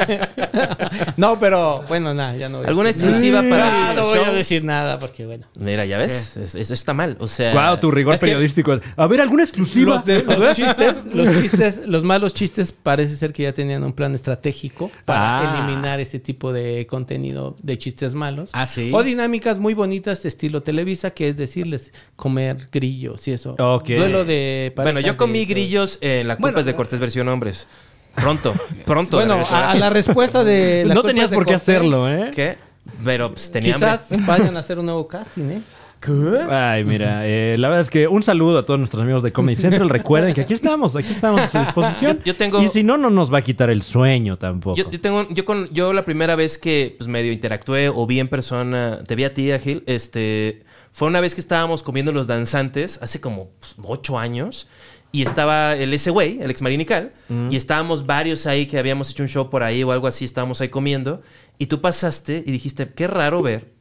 C: no, pero bueno, nada, ya no voy a
A: ¿Alguna
C: decir nada.
A: exclusiva para.?
C: Ah,
A: el
C: no voy a
A: show?
C: decir nada porque, bueno.
A: Mira, ya ves, es- eso está mal. O sea.
B: Guau, tu rigor
C: es que-
B: periodístico. A ver, ¿alguna exclusiva? *laughs*
C: Los, de- los chistes, los chistes, los malos chistes parece ser que ya tenían tengan un plan estratégico para
D: Ah.
C: eliminar este tipo de contenido de chistes malos.
D: Ah, sí.
C: O dinámicas muy bonitas de estilo Televisa, que es decirles comer grillos y eso.
B: Ok.
C: Duelo de
A: Bueno,
C: parejas
A: yo comí
C: de-
A: grillos en La culpa
D: Bueno,
A: es de Cortés versión hombres.
C: *laughs*
A: Pronto, pronto.
C: eh. Bueno,
A: regresará.
C: a, a la
B: *laughs*
C: respuesta de... la
B: no
C: culpa
B: tenías
C: de
B: por qué
C: Cortés,
B: hacerlo, ¿eh?
A: ¿Qué? Pero pues, tenía
C: Quizás
A: hambre.
C: vayan a hacer un nuevo casting, ¿eh?
B: Ay, mira, eh, la verdad es que un saludo a todos nuestros amigos de Comedy Central. Recuerden que aquí estamos, aquí estamos a su disposición.
A: Yo- yo tengo-
B: Y si no, no nos va a quitar el sueño tampoco.
A: Yo, yo tengo, yo con, yo la primera vez que pues, medio interactué o vi en persona, te vi a ti, a Gil, este, fue una vez que estábamos comiendo los danzantes hace como pues, ocho años y estaba el ese güey, el ex marinical, y estábamos varios ahí que habíamos hecho un show por ahí o algo así, estábamos ahí comiendo y tú pasaste y dijiste, qué raro ver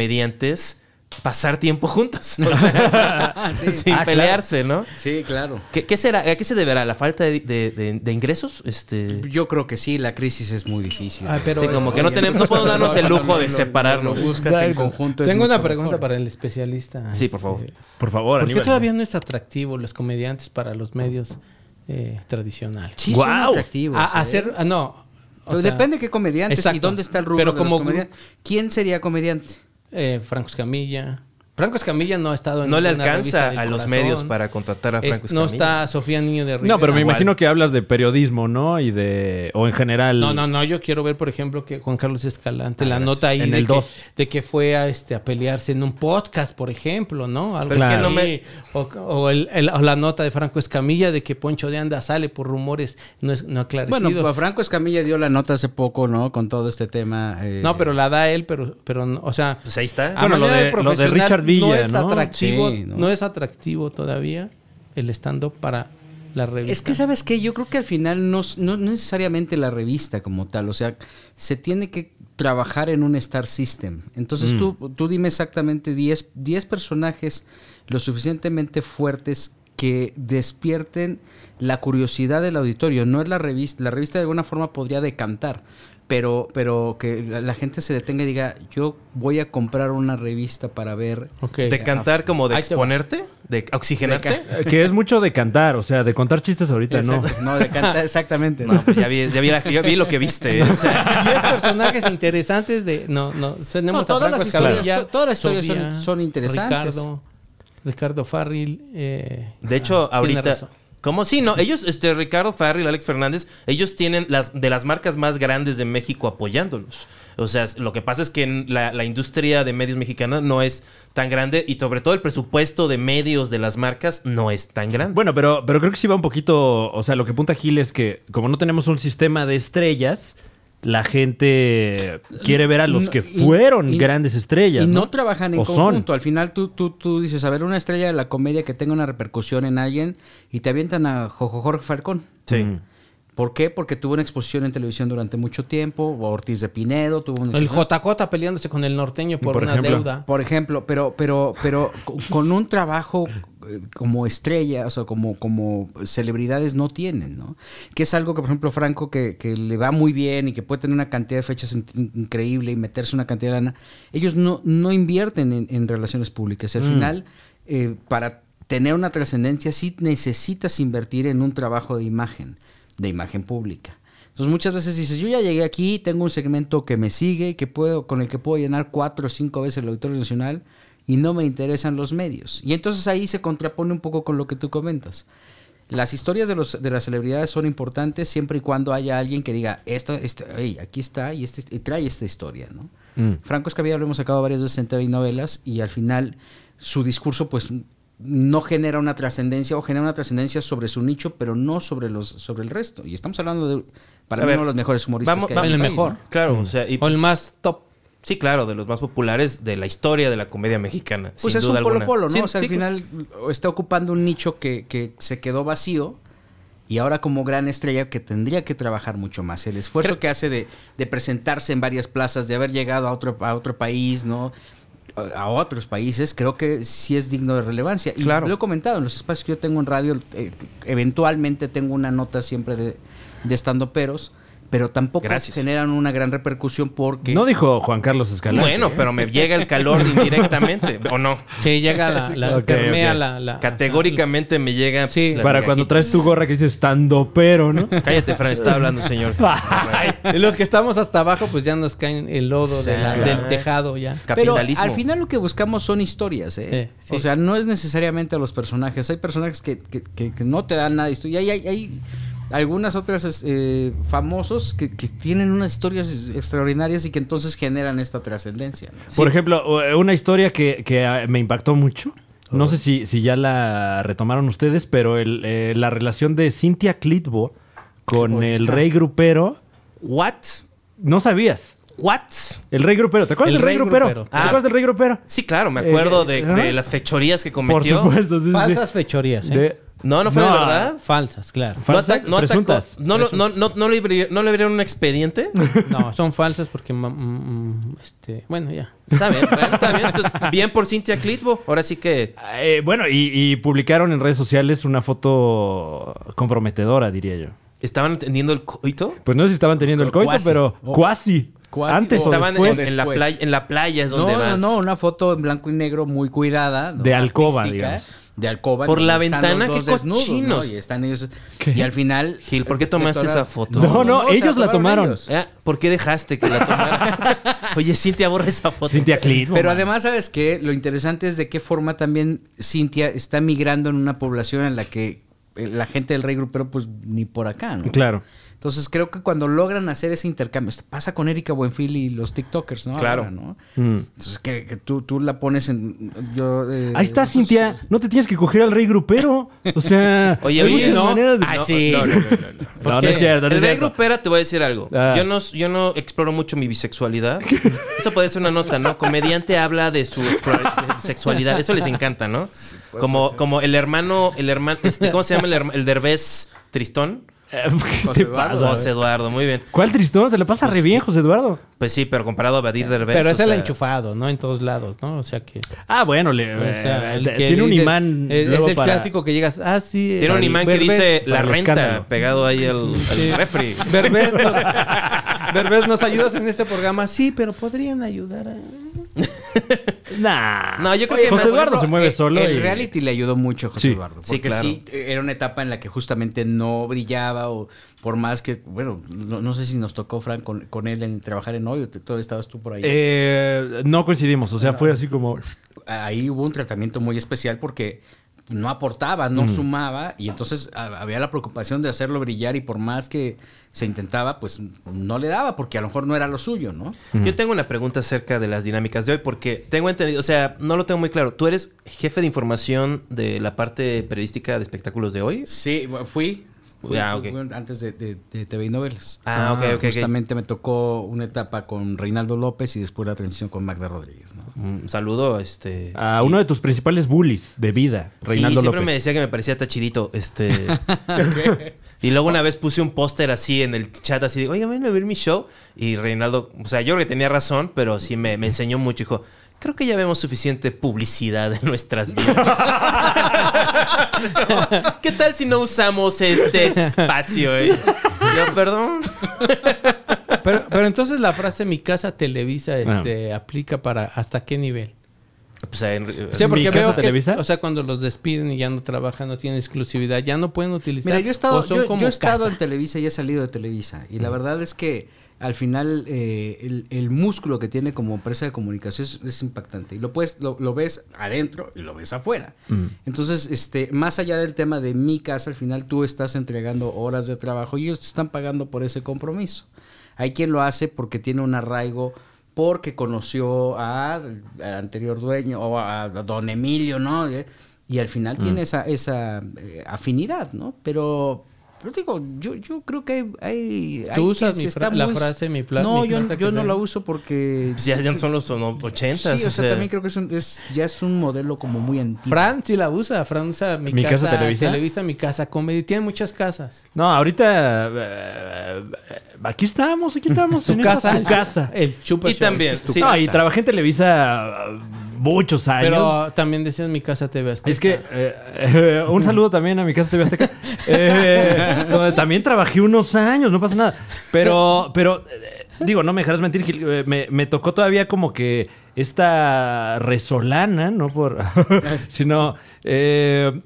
A: comediantes pasar tiempo juntos, *laughs*
B: *laughs*
A: o sea, sin
B: Ah, claro.
A: pelearse, ¿no?
D: Sí, claro.
A: ¿Qué, qué será? ¿A qué se deberá? ¿La falta de, de- de- de ingresos? Este...
D: Yo creo que sí, la crisis es muy difícil.
C: Ah, pero
A: Sí,
C: es-
A: como que no tenemos, no *laughs* podemos darnos el lujo de separarnos.
D: Lo buscas en
B: Exacto.
D: conjunto. es
C: Tengo
D: mucho
C: una pregunta
D: mejor.
C: para el especialista. Este,
A: Sí, por favor.
B: Por favor,
C: ¿Por qué
B: Aníbal.
C: todavía no es atractivo los comediantes para los medios eh, tradicionales?
D: Sí, son
B: Guau.
D: atractivos,
C: A,
D: ¿eh?
C: hacer, ah, no. o
D: Pero
C: sea,
D: depende de qué comediantes y
C: exacto.
D: dónde está el rubro
C: Pero
D: de
C: como
D: los comediantes. ¿Quién sería comediante?
C: eh, Franco Escamilla. Franco Escamilla no ha estado en
A: No le
C: ninguna
A: alcanza
C: revista del
A: a los
C: corazón.
A: medios para contratar a
C: Es-
A: Franco
C: No
A: Escamilla.
C: está Sofía Niño de Rivera.
B: No, pero me
A: Igual.
B: imagino que hablas de periodismo, ¿no? Y de... O en general...
C: No, no, no, yo quiero ver, por ejemplo, que Juan Carlos
A: Ah,
C: Escalante, la nota ahí
B: en
C: de,
B: el
C: que,
B: dos.
C: de que fue a, este, a pelearse en un podcast, por ejemplo, ¿no? Algo
A: Pero es que
C: así.
A: no me-
C: O, o el- el- o la nota de Franco Escamilla de que Poncho de Anda sale por rumores no, es, no aclarecidos.
D: Bueno, pues, Franco Escamilla dio la nota hace poco, ¿no? Con todo este tema. eh,
C: no, pero la da él, pero, pero no, o sea,
A: Pues ahí está.
B: Ah, Bueno, lo
C: manera
B: de- lo de
C: profesional,
B: Richard Villa,
C: no es
B: ¿no?
C: atractivo,
D: Sí,
C: ¿no?
D: ¿no?
C: es atractivo todavía el stand-up para la revista.
D: Es que, ¿sabes qué? Yo creo que al final no, no necesariamente la revista como tal. O sea, se tiene que trabajar en un star system.
A: Mm.
D: Entonces tú, tú dime exactamente 10 10 personajes lo suficientemente fuertes que despierten la curiosidad del auditorio. No es la revista. La revista de alguna forma podría decantar. Pero, pero que la, la gente se detenga y diga, yo voy a comprar una revista para ver...
C: Ok.
A: De cantar como de
D: Ahí te va.
A: exponerte, de oxigenarte.
B: Eh, Que es mucho de cantar, o sea, de contar chistes ahorita, ¿no?
D: Exacto. No, decantar, exactamente.
A: *laughs* No, pues ya vi, ya vi, la- ya vi lo que *laughs* viste. o sea.
C: *laughs* 10 personajes interesantes de. No, no. Tenemos
D: No, todas
C: a Franco
D: las historias-
C: Escamilla,
D: to- todas las historias son-
C: Sofía,
D: son interesantes.
C: Ricardo, Ricardo Farril. eh,
A: de hecho,
C: ah, tiene
A: ahorita...
C: razón.
A: ¿Cómo? Sí, no. Ellos, este, Ricardo Farril, Alex Fernández, ellos tienen las de las marcas más grandes de México apoyándolos. O sea, lo que pasa es que en la, la industria de medios mexicana no es tan grande y sobre todo el presupuesto de medios de las marcas no es tan grande.
B: Bueno, pero, pero creo que sí va un poquito. O sea, lo que apunta Gil es que, como no tenemos un sistema de estrellas, la gente quiere ver a los
D: No,
B: que
D: y-
B: fueron
D: y-
B: grandes estrellas.
D: Y no, trabajan en
B: O son.
D: conjunto. Al final tú, tú, tú dices, a ver, una estrella de la comedia que tenga una repercusión en alguien y te avientan a Jojo Jorge Falcón.
A: sí.
B: Mm.
D: ¿Por qué? Porque tuvo una exposición en televisión durante mucho tiempo. O Ortiz de Pinedo tuvo una
C: El
D: exposición.
C: JJ peleándose con el norteño por,
B: Por
C: una
B: ejemplo.
C: deuda.
D: Por ejemplo, pero, pero, pero co- con un trabajo eh, como estrella, o sea, como, como celebridades no tienen, ¿no? Que es algo que, por ejemplo, Franco, que, que le va muy bien y que puede tener una cantidad de fechas in- in- increíble y meterse una cantidad de lana, ellos no, no invierten en, en relaciones públicas. Al final, eh, para tener una trascendencia, sí necesitas invertir en un trabajo de imagen, de imagen pública. Entonces muchas veces dices, yo ya llegué aquí, tengo un segmento que me sigue y que puedo, con el que puedo llenar cuatro o cinco veces el Auditorio Nacional y no me interesan los medios. Y entonces ahí se contrapone un poco con lo que tú comentas. Las historias de, los, de las celebridades son importantes siempre y cuando haya alguien que diga, esta, esta, ey, aquí está y, este, y trae esta historia, ¿no?
B: Mm.
D: Franco Escamilla lo hemos sacado varias veces en TV y novelas y al final su discurso pues no genera una trascendencia o genera una trascendencia sobre su nicho, pero no sobre los sobre el resto. Y estamos hablando de para
A: A
D: mí
A: ver,
D: uno de los mejores humoristas
A: Vamos,
D: que
A: vamos-
D: hay. en
C: el
D: país,
C: mejor.
D: ¿no?
A: Claro, o sea, y-
C: O el más top.
A: Sí, claro, de los más populares de la historia de la comedia mexicana.
D: Pues
A: sin
D: es
A: duda
D: un polo
A: alguna.
D: polo, ¿no?
A: Sí,
D: o sea,
A: sí,
D: al final está ocupando un nicho que, que se quedó vacío y ahora como gran estrella que tendría que trabajar mucho más. El esfuerzo
A: Creo-
D: que hace de, de presentarse en varias plazas, de haber llegado a otro, a otro país, ¿no? A- A otros países, creo que sí es digno de relevancia. Y
A: Claro.
D: lo he comentado, en los espacios que yo tengo en radio, eh, eventualmente tengo una nota siempre de, de estando peros. pero tampoco
A: Gracias.
D: generan una gran repercusión porque...
B: No dijo Juan Carlos Escalante.
A: Bueno, pero me llega el
D: *laughs*
A: calor indirectamente, ¿o no?
C: Sí, llega la, la
B: *laughs* Ok,
C: permea
B: ok.
C: la,
D: Ah.
C: la-
A: Categóricamente me llega. pues,
C: Sí.
A: la
B: Para cuando
A: migajita.
B: traes tu gorra que dices estando pero,
D: *laughs*
B: ¿no?
A: Cállate, Fran, está
B: *laughs*
A: hablando, señor.
C: Y los que estamos hasta abajo, pues ya nos caen el lodo de la-
A: Exacto.
C: del tejado ya.
D: Pero
A: Capitalismo.
D: al final lo que buscamos son historias, ¿eh?
C: Sí, sí.
D: O sea, no es necesariamente a los personajes. Hay personajes que, que- que- que no te dan nada de historia. Y hay, hay- hay algunas otras es- eh, famosos que, que tienen unas historias extraordinarias y que entonces generan esta trascendencia. ¿no?
B: Por ejemplo, eh, una historia que, que, ah, me impactó mucho. No sé si, si ya la retomaron ustedes, pero el, eh, la relación de Cynthia Clitbo con
D: Futbolista.
B: el rey grupero,
A: ¿What?
B: no sabías.
A: ¿What?
B: El rey grupero, ¿te acuerdas
C: El
B: del rey
C: rey
B: grupero?
C: grupero.
B: ¿Te
A: Ah.
B: acuerdas del rey grupero?
A: Sí, claro, me acuerdo
B: Eh,
A: de,
B: ajá.
A: de las fechorías que
B: Por
A: cometió.
B: supuesto. sí, sí, sí.
C: Falsas fechorías, ¿eh?
B: De-
A: No, no fue de verdad.
C: Falsas, claro.
A: No,
B: falsas,
A: ata- no atacó.
B: presuntas.
A: No, lo- no, no, no le abri- no le abrieron un expediente.
B: *laughs*
C: No, son falsas porque... ma- mm, mm, este, bueno, ya.
A: Está bien, bueno, está bien. Entonces, bien por Cintia Clitbo. Ahora sí que.
B: Eh, bueno, y, y publicaron en redes sociales una foto comprometedora, diría yo.
A: ¿Estaban entendiendo el coito?
B: Pues no sé si estaban teniendo el coito,
D: Cuasi.
B: pero
D: O-
B: cuasi.
D: Cuasi
B: Antes
D: o-
B: o
A: Estaban en,
B: después.
A: en la
D: Después.
A: playa, en la playa es
D: No,
A: donde
D: no,
A: vas.
D: no, una foto en blanco y negro muy cuidada. ¿no?
B: De alcoba,
D: Artística,
B: digamos.
D: De alcoba.
A: Por la
D: donde están los
A: ventana,
D: dos
A: qué
D: desnudos, ¿no?
A: cochinos.
D: Y están ellos...
B: ¿Qué?
D: Y al final... eh,
A: Gil, ¿por qué tomaste esa foto?
B: No, no, ellos la tomaron.
D: ellos.
A: Ah, ¿Por qué dejaste que la
D: *laughs*
A: tomara? Oye, Cintia, borra esa foto.
B: Cintia Clitbo.
D: Pero
B: man.
D: además, ¿sabes qué? Lo interesante es de qué forma también Cintia está migrando en una población en la que eh, la gente del Rey Grupero, pues ni por acá, ¿no?
B: Claro.
D: Entonces creo que cuando logran hacer ese intercambio, esto pasa con Erika Buenfil y los TikTokers, ¿no?
A: Claro.
D: ¿no?
B: Mm.
D: Entonces que, que tú, tú la pones en... yo, eh,
B: Ahí está,
D: no sé
B: Cintia. No te tienes que coger al rey grupero. O *laughs* sea,
A: Oye,
B: hay
A: oye,
B: muchas
A: no.
B: maneras de-
C: Ay,
B: No,
C: sí.
A: No, no, no, no, no.
B: no,
C: ¿qué?
B: no es cierto, no
A: El
B: es
A: rey
B: cierto.
A: grupera, te voy a decir algo.
B: Ah.
A: Yo, no, yo no exploro mucho
B: *laughs*
A: mi bisexualidad. Eso puede ser una nota, ¿no? Comediante habla de su explora- sexualidad. Eso les encanta, ¿no? Como, como el hermano, el hermano, este, ¿cómo se llama el, herma- el derbez Tristón?
B: Eh, ¿Qué *laughs*
D: José
B: te
D: Eduardo.
B: pasa?
A: José Eduardo, muy bien.
B: ¿Cuál tristón? Se le pasa re bien, José Eduardo.
A: Pues sí, pero comparado a Badir Derbez.
C: Pero
A: o
C: es el
A: sea,
C: enchufado, ¿no? En todos lados, ¿no? O sea que...
B: Ah, bueno, le-
C: o sea,
B: eh,
C: el
B: te-
C: que
B: tiene un
C: dice-
B: imán.
C: Es, es
B: luego
C: el
B: para-
C: clásico que llegas... Ah, sí.
A: Tiene un
C: el
A: imán que
C: Berbés-
A: dice
B: para
A: la
B: el
A: renta
B: escándalo.
A: pegado ahí al, al
C: Sí.
A: refri.
C: Berbés nos, Berbés, ¿nos ayudas en este programa? Sí, pero podrían ayudar a...
B: Nah.
A: No, yo creo que
B: José
A: más-
B: Eduardo se mueve
D: Eh,
B: solo.
D: El
B: y-
D: reality le ayudó mucho a José
B: Sí.
D: Eduardo.
A: Sí,
D: Porque sí,
A: claro.
D: era una etapa en la que justamente no brillaba o por más que, bueno, no, no sé si nos tocó, Frank, con, con él en trabajar en hoy o te- todavía estabas tú por ahí.
B: Eh, no coincidimos, o sea, fue así como.
D: Ahí hubo un tratamiento muy especial porque no aportaba, no sumaba y entonces ha- había la preocupación de hacerlo brillar y por más que se intentaba, pues no le daba porque a lo mejor no era lo suyo, ¿no?
A: Yo tengo una pregunta acerca de las dinámicas de hoy porque tengo entendido, o sea, no lo tengo muy claro. ¿Tú eres jefe de información de la parte periodística de espectáculos de hoy?
D: Sí, bueno, fui. fui-
A: Ah, ok.
D: fui antes de, de- de TV y novelas.
A: Ah, ok, ok, ok.
D: Justamente me tocó una etapa con Reinaldo López y después la transición con Magda Rodríguez. ¿no?
A: Un saludo, este.
B: A uno de tus principales bullies de vida,
A: Sí,
B: Reinaldo
A: siempre
B: López.
A: me decía que me parecía tachidito, este.
D: *laughs*
A: y luego una vez puse un póster así en el chat, así de, oye, ven a ver mi show. Y Reinaldo, o sea, yo creo que tenía razón, pero sí me, me enseñó mucho. Dijo, creo que ya vemos suficiente publicidad en nuestras vidas. *laughs* ¿Qué tal si no usamos este espacio? eh? Yo, perdón.
C: Pero, pero entonces la frase mi casa televisa
B: Ah.
C: este, aplica para hasta qué nivel.
A: O sea, Pues en-
C: O sea,
B: ¿Mi
C: porque
B: casa
C: veo que-
B: televisa?
C: o sea, cuando los despiden y ya no trabajan, no tienen exclusividad, ya no pueden utilizar.
D: Mira, yo he estado,
C: o son
D: yo- yo
C: como
D: he estado
C: casa. Mm.
D: en Televisa y he salido de Televisa. Y la verdad es que al final eh, el, el músculo que tiene como empresa de comunicación es, es impactante. Y lo, puedes, lo, lo ves adentro y lo ves afuera.
B: Mm.
D: Entonces, este, más allá del tema de mi casa, al final tú estás entregando horas de trabajo y ellos te están pagando por ese compromiso. Hay quien lo hace porque tiene un arraigo porque conoció a- al anterior dueño o a, a don Emilio, ¿no? Y- Y al final
C: Mm.
D: tiene esa, esa eh, afinidad, ¿no? Pero, pero digo, yo, yo creo que hay... hay-
C: ¿Tú
D: hay quien
C: usas
D: se
C: mi
D: está
C: fra- la
D: muy-
C: frase, mi pla-
D: No,
C: mi
D: yo,
C: frase que
D: yo no
C: se-
D: la uso porque...
A: pues ya, ya son los ochentas.
D: Sí, o sea, también creo que es un- es- ya es un modelo como muy antiguo.
C: Fran sí la usa, Fran usa mi,
B: ¿Mi casa
C: casa,
B: televisa?
C: televisa? mi casa comedy, tiene muchas casas.
B: No, ahorita. eh, aquí
C: *laughs*
B: estamos, aquí estamos.
C: Su
B: señor,
C: *laughs* casa,
B: su casa. Este
C: el chupa
A: Y también,
B: No, y
A: casa.
B: trabajé en Televisa ah, muchos años.
C: Pero también decías mi casa TV Azteca.
B: Es que eh, eh, *laughs* un saludo también a mi casa TV Azteca, eh, *laughs* donde también trabajé unos años, no pasa nada. Pero, pero eh, digo, no me dejarás mentir, Gil, eh, me, me tocó todavía como que esta resolana, no por, *laughs* sino, eh,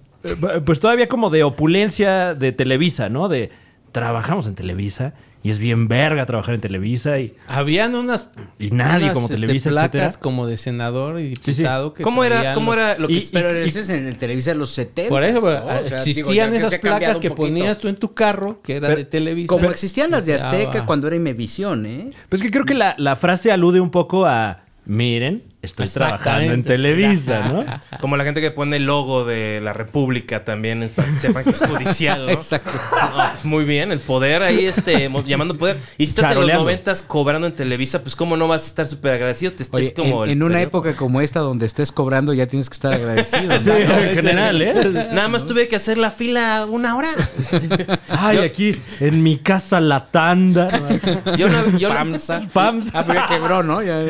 B: pues todavía como de opulencia de Televisa, ¿no? De trabajamos en Televisa y es bien verga trabajar en Televisa y
C: Habían unas.
B: Y nadie como
C: este,
B: Televisa,
C: placas
B: etcétera.
C: como de senador y
B: sí.
C: diputado. que
A: ¿Cómo era,
C: traían
A: ¿Cómo
C: los-
A: era lo que
B: Y-
A: sí-
D: Pero eso es en el Televisa de los 70.
C: Por eso,
D: ¿no?
C: pero,
D: Pues, O sea,
C: eh,
D: digo, ya
C: existían
D: que se
C: esas
D: ha cambiado
C: placas
D: un
C: que
D: poquito.
C: ponías tú en tu carro, que era
B: Pero-
C: de Televisa.
D: Como existían las de
C: Ya
D: Azteca
C: va.
D: cuando era Imevisión, ¿eh?
B: Pues que creo que la, la frase alude un poco a, miren, estoy trabajando en
C: Exactamente,
B: Televisa, ¿no?
D: Ah.
A: Como la gente que pone el logo de la República también, para que sepan que es judicial, ¿no?
D: Exacto.
A: Ah, pues, muy bien, el poder ahí, este, mo- llamando poder. Y si estás en los
B: Charoleando.
A: noventas cobrando en Televisa, pues cómo no vas a estar súper agradecido. Te estás
D: Oye,
A: como
D: en,
A: el
D: en una
A: periodo.
D: época como esta donde estés cobrando ya tienes que estar agradecido. *laughs* ¿no?
B: Sí, en general, ¿eh?
A: Nada más tuve que hacer la fila una hora.
B: Ay, aquí, en mi casa la tanda.
A: Yo una- yo-
D: FAMSA.
B: FAMSA.
D: Ah, pero ya quebró, ¿no? Ya-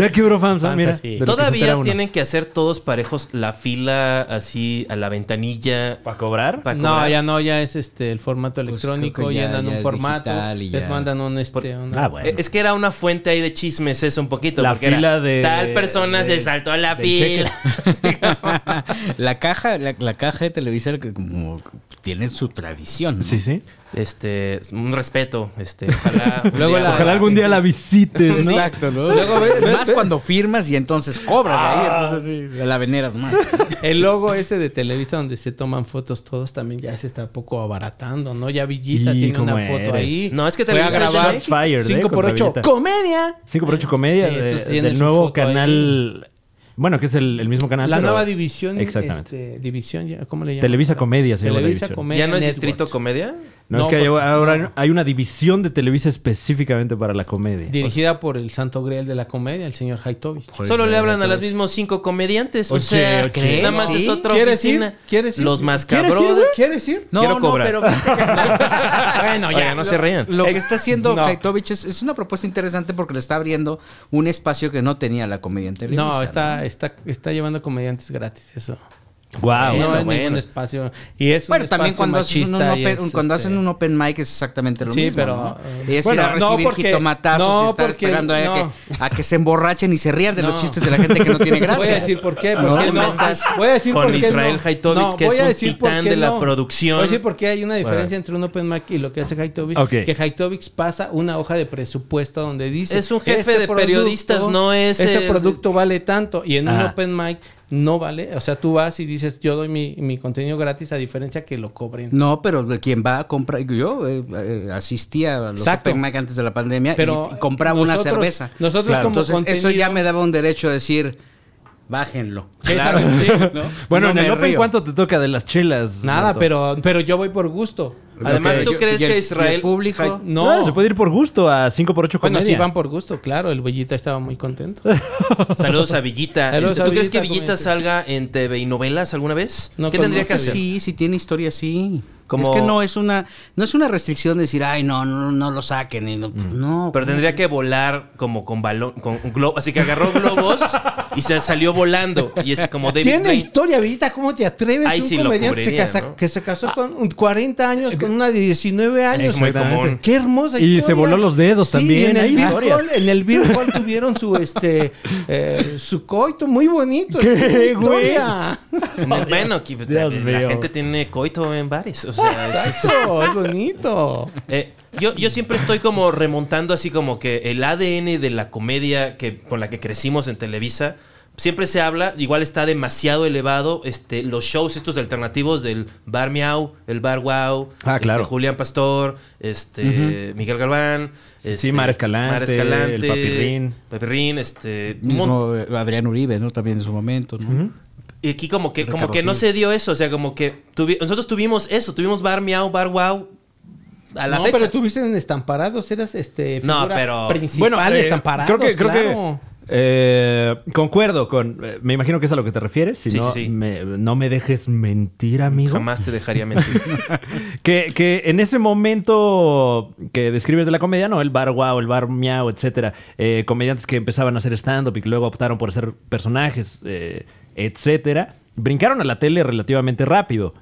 B: Ya quebró FAMSA,
C: Famsa,
B: mira. de
C: sí.
B: lo que se entera
A: Todavía
B: uno.
A: tienen que hacer todos parejos la fila así a la ventanilla.
B: ¿Para cobrar?
A: para
C: No,
A: cobrar.
C: ya no, ya es este el formato
D: Pues
C: electrónico,
D: creo que ya-
C: llenan
D: ya
C: un
D: es
C: formato,
D: digital y
C: les
D: ya.
C: mandan un este una-
B: Ah,
A: *laughs*
B: bueno.
A: Eh, Es que era una fuente ahí de chismes eso un poquito.
B: La
A: porque era,
B: fila de-
A: Tal persona
B: de-
A: se saltó a la
B: del
A: fila.
D: la caja, la, la caja de Televisa que como tiene su tradición. ¿no?
B: Sí, sí.
A: Este, un respeto, este,
C: *laughs*
A: ojalá. un
C: Luego
A: día-
C: la-
B: Ojalá algún
C: Ah, sí,
B: día
C: sí.
B: la visites, ¿no?
D: Exacto, ¿no? Ah. más cuando firmas y entonces cobras de ahí, entonces sí, la veneras más.
B: pues.
C: El logo ese de Televisa donde se toman fotos todos también ya se está un poco abaratando, ¿no? Ya Villita
B: Y
C: tiene una
B: cómo
C: foto
B: eres.
C: ahí.
A: No, es que
C: Fue
A: Televisa
C: a
A: es de
C: grabar
A: Shots
B: fired, ¿eh?
C: 5 por
B: contra
C: 8
B: Villita.
C: comedia.
B: 5 por 8 comedia
C: Sí,
B: de-
C: entonces tiene
B: del
C: su
B: nuevo
C: foto ahí.
B: canal. Bueno, que es el, el mismo canal.
C: La
B: pero-
C: nueva división,
B: Exactamente.
C: este, división, ya, ¿cómo le llaman?
B: Televisa Comedia se llama la
C: Televisa
B: división.
C: Comedia
A: ¿Ya no es
C: Network.
A: Distrito Comedia?
B: No,
C: este, No,
B: es que hay-
C: porque-
B: ahora hay una división de Televisa específicamente para la comedia.
C: dirigida por el santo grial de la comedia, el señor Haitovich.
A: Solo le hablan a los mismos cinco comediantes. O
B: Oye,
A: sea,
B: oye.
A: ¿crees? nada más
C: ¿Sí?
A: es otra
C: ¿Quieres ir?
A: oficina.
C: ¿Quieres ir?
A: Los más
C: ¿Quieres ir,
A: cabrones.
C: güey? ¿Quieres ir?
D: No,
A: Quiero cobrar.
D: no, pero fíjate
A: *laughs*
D: que-
A: Bueno, ya. Oigan, no se rían.
D: Lo que está haciendo
C: No.
D: Haitovich es, es una propuesta interesante porque le está abriendo un espacio que no tenía la comedia en Televisa.
C: No, está, está, está llevando comediantes gratis, eso.
B: Wow.
A: Ah, bueno,
C: no es
A: bueno.
C: ningún espacio. Y es un
D: Bueno, también
C: espacio
D: cuando, haces un
C: machista y
D: open,
C: es,
D: cuando
C: este,
D: hacen un open mic es exactamente lo
C: Sí,
D: mismo.
C: pero,
D: ¿no?
C: eh,
D: Es
C: bueno,
D: ir a recibir
C: no, porque-
D: jitomatazos
C: no,
D: y estar
C: porque-
D: esperando a,
C: no.
D: que, a que se emborrachen y se rían de
C: No.
D: los chistes de la gente que no tiene
C: *laughs*
D: gracia.
C: Voy a decir por qué,
A: No
C: por qué no.
A: metas
C: Voy a decir
A: con
C: por qué
A: Israel
C: no.
A: Haitovich, que
C: voy
A: es
C: a
A: un
C: decir por
A: titán
C: qué
A: de la producción.
C: Voy a decir por qué hay una diferencia
A: Bueno.
C: entre un open mic y lo que hace Haitovich.
B: Ok.
C: Que Haitovich pasa una hoja de presupuesto donde dice...
A: Es un jefe de periodistas, no es
C: Este
A: el-
C: producto vale tanto. Y en un
B: Ah.
C: open mic no vale. O sea, tú vas y dices, yo doy mi, mi contenido gratis a diferencia que lo cobren.
D: No, pero de quien va a comprar, yo eh, eh, asistía a los
C: Exacto.
D: open mic antes de la pandemia y-
C: Pero
D: y, compraba una
C: nosotros-
D: cerveza.
C: nosotros
D: Claro.
C: como
D: entonces eso
C: contenido-
D: ya me daba un derecho a decir, bájenlo.
A: *laughs*
C: Claro.
D: ¿no?
B: Bueno,
D: No
B: en
D: me
B: el Open,
D: río.
B: ¿cuánto te toca de las chelas?
C: Nada,
B: Roberto?
C: pero, pero yo voy por gusto.
A: Además,
D: Ok.
A: ¿tú
D: Yo-
A: crees
D: y el-
A: que
D: y el
A: Israel
D: público-
A: Hait-
C: No.
B: Claro, Ah, se puede ir por gusto a 5x8
C: Bueno,
B: comedia.
C: sí van por gusto, claro. El Bellita estaba muy contento.
A: Saludos a Villita.
C: Saludos
A: Este,
C: a
A: ¿Tú crees que
C: Villita,
A: Villita
C: comediante.
A: salga en TV y novelas alguna vez?
C: No
A: ¿Qué tendría
C: conozco.
A: que hacer?
D: Sí, sí tiene historia, sí.
A: Como-
D: Es que no es una, no es una restricción de decir, ay, no, no, no lo saquen. y no, no.
A: Pero tendría que volar como con balón, con un globo. Así que agarró globos y se salió volando. Y es como David
C: Tiene
A: Blaine.
C: historia, Villita. ¿Cómo te atreves?
A: Ahí
C: un
A: sí lo
C: comediante que se
A: cubriría,
C: casa-
A: ¿no?
C: que se casó con un 40 años, con una de 19 años.
A: Es muy
B: Exactamente.
A: común.
C: Qué hermosa
B: Eh, Y se voló los dedos también,
C: En
B: hay
C: el, beer
B: historias.
C: hall, en el beer hall tuvieron
B: *laughs*
C: su este eh, su coito muy bonito.
B: ¿Qué,
C: es una
B: güey?
C: historia.
B: *laughs*
A: En el- bueno, aquí, pues,
B: Dios
A: la
B: mío.
A: gente tiene coito en bares. O sea, es-
C: Exacto, es bonito.
A: Eh, yo, yo siempre estoy como remontando así como que el ADN de la comedia que, con la que crecimos en Televisa. Siempre se habla, igual está demasiado elevado, este, los shows estos alternativos del Bar Miau, el Bar Wow,
B: Ah,
A: este,
B: claro.
A: Julián Pastor, este, Miguel Galván,
B: Sí,
A: este,
B: Mar Escalante, el Papirrín.
A: Papirrín, este, un montón.
D: Mismo, eh, Adrián Uribe, ¿no? También en su momento, ¿no?
A: Y aquí como que, como
D: Ricardo
A: que no
D: Gil.
A: se dio eso, o sea, como que tuvi- nosotros tuvimos eso, tuvimos Bar Miau, Bar Wow a la
C: no,
A: fecha.
C: pero tuviste en estamparados, eras este
A: No,
C: figura
A: pero-
C: principal
B: Bueno,
C: de
B: eh,
C: estamparados,
B: creo que, creo
C: claro.
B: que Eh, concuerdo con. eh, me imagino que es a lo que te refieres. Si
A: Sí,
B: no,
A: sí, sí.
B: me- no me dejes mentir, amigo.
A: Jamás
B: *laughs*
A: te dejaría mentir.
B: Que, que en ese momento que describes de la comedia, ¿no? El bar wow, el bar miau, etcétera. eh, comediantes que empezaban a hacer stand-up y que luego optaron por hacer personajes, eh, etcétera. Brincaron a la tele relativamente rápido.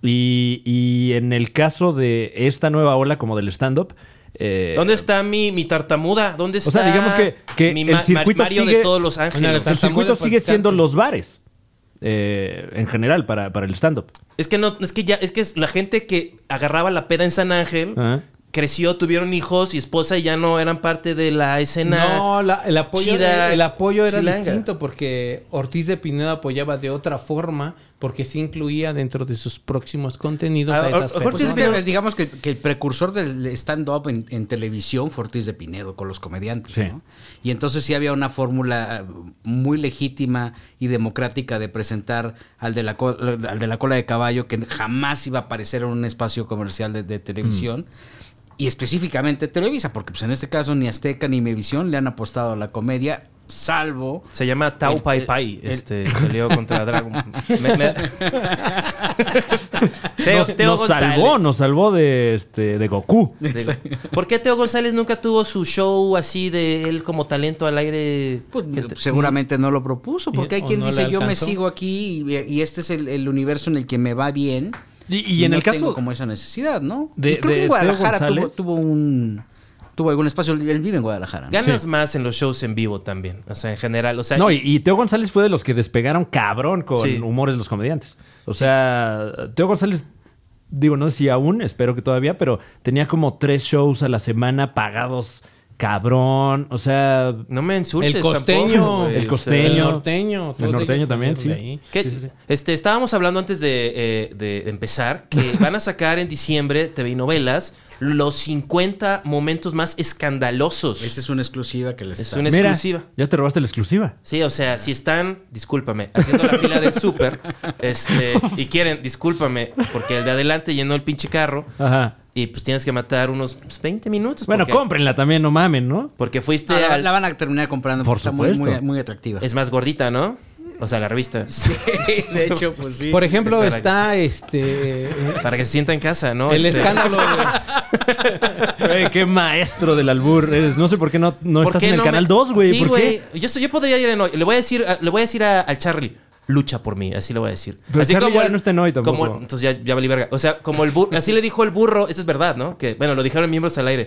B: Y, y en el caso de esta nueva ola como del stand-up... eh,
A: ¿Dónde está mi, mi tartamuda? ¿Dónde
B: O
A: está
B: sea, digamos que- que
A: mi
B: el circuito
A: Mario
B: sigue-
A: de todos los ángeles?
C: Una
B: El circuito
C: Tartamudo por
B: sigue siendo
C: descanso.
B: los bares. eh, en general, para, para el stand-up.
A: Es que no, es que ya, es que es la gente que agarraba la peda en San Ángel
C: Ah.
B: Ajá.
A: creció, tuvieron hijos y esposa y ya no eran parte de la escena.
C: No, la- el apoyo,
A: chida
C: era, el apoyo era
A: chilanga.
C: distinto porque Ortiz de Pinedo apoyaba de otra forma porque se incluía dentro de sus próximos contenidos
A: Ah,
C: a esas
A: Or- Ortiz
D: Pues es
C: personas.
D: que, digamos que, que el precursor del stand-up en, en televisión fue Ortiz de Pinedo con los comediantes.
B: Sí.
D: ¿no? Y entonces sí había una fórmula eh, muy legítima y democrática de presentar al de la, co- al de la cola de caballo que jamás iba a aparecer en un espacio comercial de, de televisión. Y específicamente Televisa, porque pues, en este caso ni Azteca ni Mevisión le han apostado a la comedia, salvo
A: Se llama Tau
D: El-
A: Pai
D: el-
A: Pai.
D: el-
A: Este,
B: *laughs*
A: peleó contra Dragon. Me- me- Teo,
B: nos,
A: Teo
B: nos
A: González.
B: salvó, nos salvó de, este, de Goku. *laughs*
A: Digo, ¿Por qué Teo González nunca tuvo su show así de él como talento al aire?
D: Pues,
A: Que te-
D: seguramente no lo propuso, porque hay
C: o
D: quien
C: no le
D: dice yo me
C: alcanzó".
D: sigo aquí y, y este es el, el universo en el que me va bien.
B: Y- y en
D: no
B: el caso-
D: tengo como esa necesidad, ¿no?
B: de-
D: y
B: de
D: creo que en
B: Teo
D: Guadalajara tuvo,
B: González.
D: tuvo un tuvo algún espacio, él vive en Guadalajara. ¿no?
A: Ganas más en los shows en vivo también. O sea, en general. O sea,
B: No, y, y Teo González fue de los que despegaron cabrón con
A: Sí.
B: humores de los comediantes. O sea, Teo González, digo, no sé si aún, espero que todavía, pero tenía como tres shows a la semana pagados cabrón. O sea,
A: no me insultes.
C: el costeño,
A: tampoco, güey.
B: el
A: O sea,
B: costeño.
C: el norteño, todos
B: El norteño
C: ellos
B: también,
C: salieron
B: sí.
C: de ahí.
A: ¿Qué? Este, estábamos hablando antes de, eh, de- de
B: *laughs*
A: empezar que van a sacar en diciembre TV y novelas los 50 momentos más escandalosos.
D: Esa es una exclusiva que les Ah,
A: Es
D: está-
A: una
B: mira,
A: exclusiva.
B: ya te robaste la exclusiva.
A: Sí, o sea, si están, discúlpame, haciendo la fila
B: *laughs*
A: del súper, este, y quieren, discúlpame, porque el de adelante llenó el pinche carro
B: Ajá.
A: y pues tienes que matar unos pues, 20 minutos.
B: Bueno,
A: porque,
B: cómprenla también, no mamen, ¿no?
A: Porque fuiste
D: Ah, la,
A: al-
D: la van a terminar comprando
B: Por
D: porque está muy, muy,
B: supuesto.
D: muy atractiva.
A: Es más gordita, ¿no? O sea, la revista.
D: Sí, *laughs* de hecho, pues sí.
C: Por ejemplo,
A: estar
C: está este
A: Para que se sienta en casa, ¿no?
C: el
A: Este,
C: escándalo
B: *laughs*
C: de-
B: Güey, qué maestro del albur eres. No sé por qué no, no
A: ¿Por
B: estás
A: qué
B: en el
A: no
B: canal
A: me-
B: 2, güey.
A: Sí,
B: ¿Por qué?
A: güey. Yo, soy- yo podría ir en hoy. Le voy a decir, a- le voy a decir a- al Charlie. Lucha por mí, así le voy a decir.
B: Pero
A: así
B: Charlie ya no está en hoy tampoco.
A: como- entonces ya, ya valí verga. O sea, como
B: *laughs*
A: el burro, así le dijo el burro, eso es verdad, ¿no? Que, bueno, lo dijeron en miembros al aire.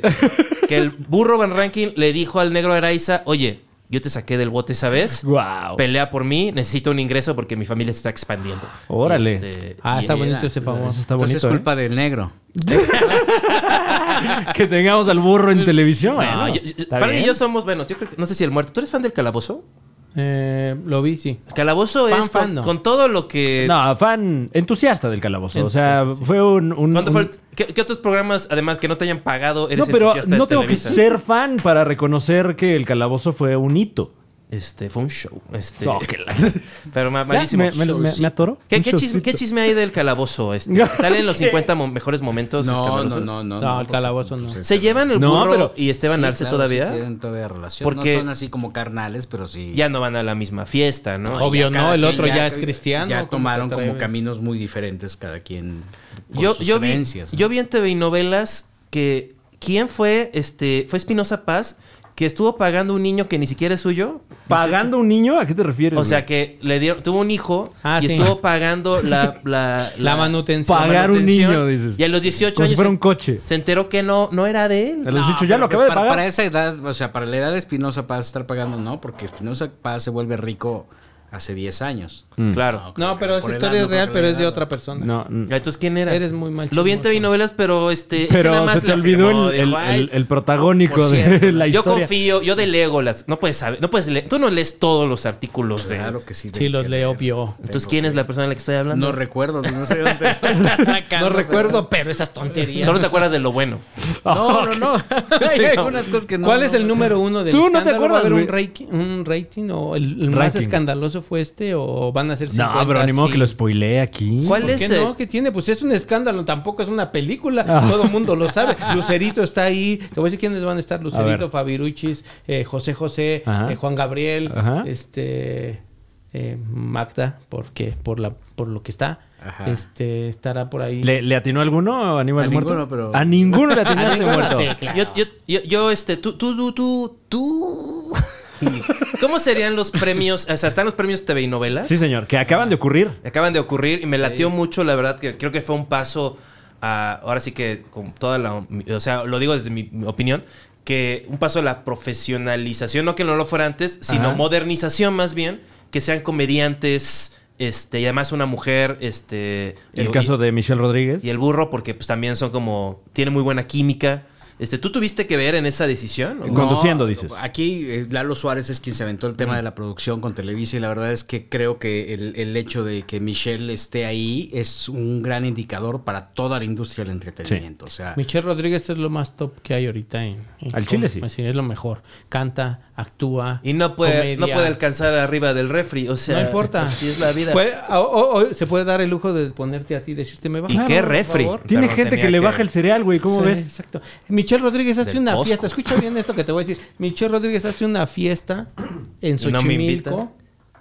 A: Que el burro Van Rankin le dijo al negro Araiza, oye, yo te saqué del bote esa vez.
B: Wow.
A: Oh. Pelea por mí, necesito un ingreso porque mi familia se está expandiendo.
B: Órale.
A: Este,
C: Ah,
A: y-
C: está bonito ese favor.
B: Eso está
D: Entonces
B: bonito.
D: es culpa del negro.
B: ¿eh? *laughs* Que tengamos al burro en televisión.
A: Pues, No,
B: bueno,
A: yo- yo-
B: está
A: Fran y
B: bien.
A: yo somos, bueno, yo creo que, no sé si el muerto. ¿Tú eres fan del calabozo?
C: Eh, lo vi, sí.
A: Calabozo
C: Fan,
A: es
C: fan,
A: con,
C: no.
A: con todo lo que
B: No, fan entusiasta del calabozo. O sea, fue un. un-
A: ¿Cuánto
B: un-
A: fue el- qué, qué otros programas, además, que no te hayan pagado, eres
B: No, pero
A: entusiasta de
B: no tengo que
A: Televisa?
B: ser fan para reconocer que el calabozo fue un hito.
A: Este, fue un show. Este, *laughs*
B: Zócala.
A: pero ma-
B: Ya,
A: malísimo.
B: me, me- me- me atoró.
A: ¿Qué,
B: Un
A: qué, chisme,
B: showcito.
A: qué chisme hay del calabozo? Este? ¿Salen los 50 mo- mejores momentos
D: No, no,
A: escandalosos?
D: no, no. pues,
C: No, el calabozo no.
A: ¿Se llevan el
B: No,
A: burro
B: pero-
A: y Esteban
D: Sí,
A: Arce
D: claro,
A: todavía?
D: sí tienen todavía relación.
A: Porque-
D: No son así como carnales, pero sí.
A: Ya no van a la misma fiesta, ¿no?
C: No, Obvio
D: ya cada
C: no, el
D: quien
C: otro ya es cristiano,
D: Ya
C: ¿cómo te
D: tomaron como
C: atreves?
D: caminos muy diferentes cada quien. por
A: yo,
D: sus
A: yo, vi,
D: creencias, ¿no?
A: yo vi en TV y novelas que... ¿Quién fue? Este, ¿Fue Espinosa Paz? Que estuvo pagando un niño que ni siquiera es suyo.
B: ¿Pagando un niño? ¿A qué te refieres?
A: O sea
B: güey?
A: que le dieron, tuvo un hijo
C: Ah,
A: y
C: sí.
A: estuvo pagando la,
B: *laughs*
A: la,
C: La manutención.
B: Pagar un
A: manutención.
B: niño, dices.
A: Y a los 18
B: Como si
A: años
B: fuera un
A: se-
B: coche.
A: se enteró que no, no era de
B: A
A: él.
B: los
D: No,
B: 18 ya lo acabé
D: pero pues
B: de
D: para,
B: pagar.
D: para esa edad, o sea, para la edad de Espinosa Paz estar pagando, no, porque Espinosa Paz se vuelve rico hace 10 años.
A: Mm.
D: Ah,
A: Claro.
C: No, pero
D: Por
C: esa
D: el
C: historia
D: ano,
C: es real,
D: por el
C: pero es de
D: ano.
C: otra persona.
B: Mm. No, n-
A: Entonces, ¿quién era?
C: Eres muy mal
A: Lo vi en
C: chismoso.
A: TV novelas, pero este. ese nada
B: Pero
A: más
B: se te
A: le
B: olvidó
A: afirmó,
B: el, el,
A: dijo, "Ay,
B: el- el protagónico
D: por cierto,
B: de *laughs* la
A: Yo
B: historia.
A: confío, yo delego las. No puedes saber, no puedes leer. Tú no lees todos los artículos de.
D: Claro que sí.
C: Sí, los leo, vio.
A: Entonces, ¿quién es la persona de la que estoy hablando? *laughs*
D: No recuerdo, no sé dónde estás
C: No
D: sacando.
C: recuerdo, pero esas tonterías.
A: Solo te acuerdas de lo bueno.
D: No, no, no. *laughs* Hay algunas cosas que no.
C: ¿Cuál
D: no
C: es el
D: recuerdo.
C: número uno del
B: Tú no te
C: escándalo? ¿Va a
B: acuerdas,
C: haber un
B: güey.
C: rating, un rating o el, el más
B: Ranking.
C: escandaloso eso fue este o van a ser 50?
B: No, pero ni modo
C: sí?
B: que lo spoileé aquí.
A: ¿Cuál
C: ¿Por
A: es
C: qué
A: el-
C: no? ¿Qué tiene? Pues es un escándalo, tampoco es una película.
B: Ah.
C: Todo el mundo lo
B: *laughs*
C: sabe. Lucerito está ahí. Te voy a decir quiénes van a estar.
B: A ver.
C: Lucerito, Fabiruchis, eh, José José,
B: Ajá.
C: eh, Juan Gabriel,
B: Ajá.
C: este eh, Magda, porque por la por lo que está.
D: Ajá.
C: Este estará por ahí.
B: ¿Le, le atinó alguno, Aníbal
D: A
B: muerto?
D: ninguno, pero-
B: A ninguno
A: *laughs*
B: le atinó
C: Ah,
B: al de
C: ninguno,
B: muerto.
C: sí, claro.
A: Yo, yo, yo, yo, este, tú, tú, tú, tú, tú. *laughs* ¿Cómo serían los premios? O sea, están los premios TV y novelas.
B: Sí, señor, que acaban
A: Ah.
B: de ocurrir.
A: Acaban de ocurrir y me latió mucho, la verdad, que creo que fue un paso a- ahora sí que con toda la, o sea, lo digo desde mi, mi opinión, que un paso a la profesionalización, no que no lo fuera antes, sino
B: Ajá.
A: modernización más bien, que sean comediantes, este, y además una mujer, este...
B: El
A: y-
B: caso de Michelle Rodríguez.
A: y el burro, porque pues también son como. Tiene muy buena química. Este, ¿tú tuviste que ver en esa decisión?
D: Eh,
A: o-
B: Con- Conduciendo, dices.
D: Aquí eh, Lalo Suárez es quien se aventó el tema de la producción con Televisa y la verdad es que creo que el, el hecho de que Michelle esté ahí es un gran indicador para toda la industria del entretenimiento. O sea,
C: Michelle Rodríguez es lo más top que hay ahorita en, en
B: Al chile,
C: com-
B: sí.
C: es lo mejor. Canta, actúa.
A: Y no puede, no
C: comedia.
A: puede alcanzar arriba del refri. O sea,
C: no importa.
A: Así es la
B: Pues,
A: vida.
C: Puede- o- o- o se puede dar el lujo de ponerte a ti y decirte, me baja.
A: ¿Y qué refri?
B: Tiene
A: Perdón,
B: gente
A: tenía
B: que le
A: que-
B: baja el cereal, güey. ¿Cómo
C: Sí,
B: ves?
C: Exacto. Michelle Rodríguez hace
A: Del
C: una
A: Costco.
C: fiesta. Escucha bien esto que te voy a decir. Michelle Rodríguez hace una fiesta en
A: Y no me
C: Xochimilco
A: invitan.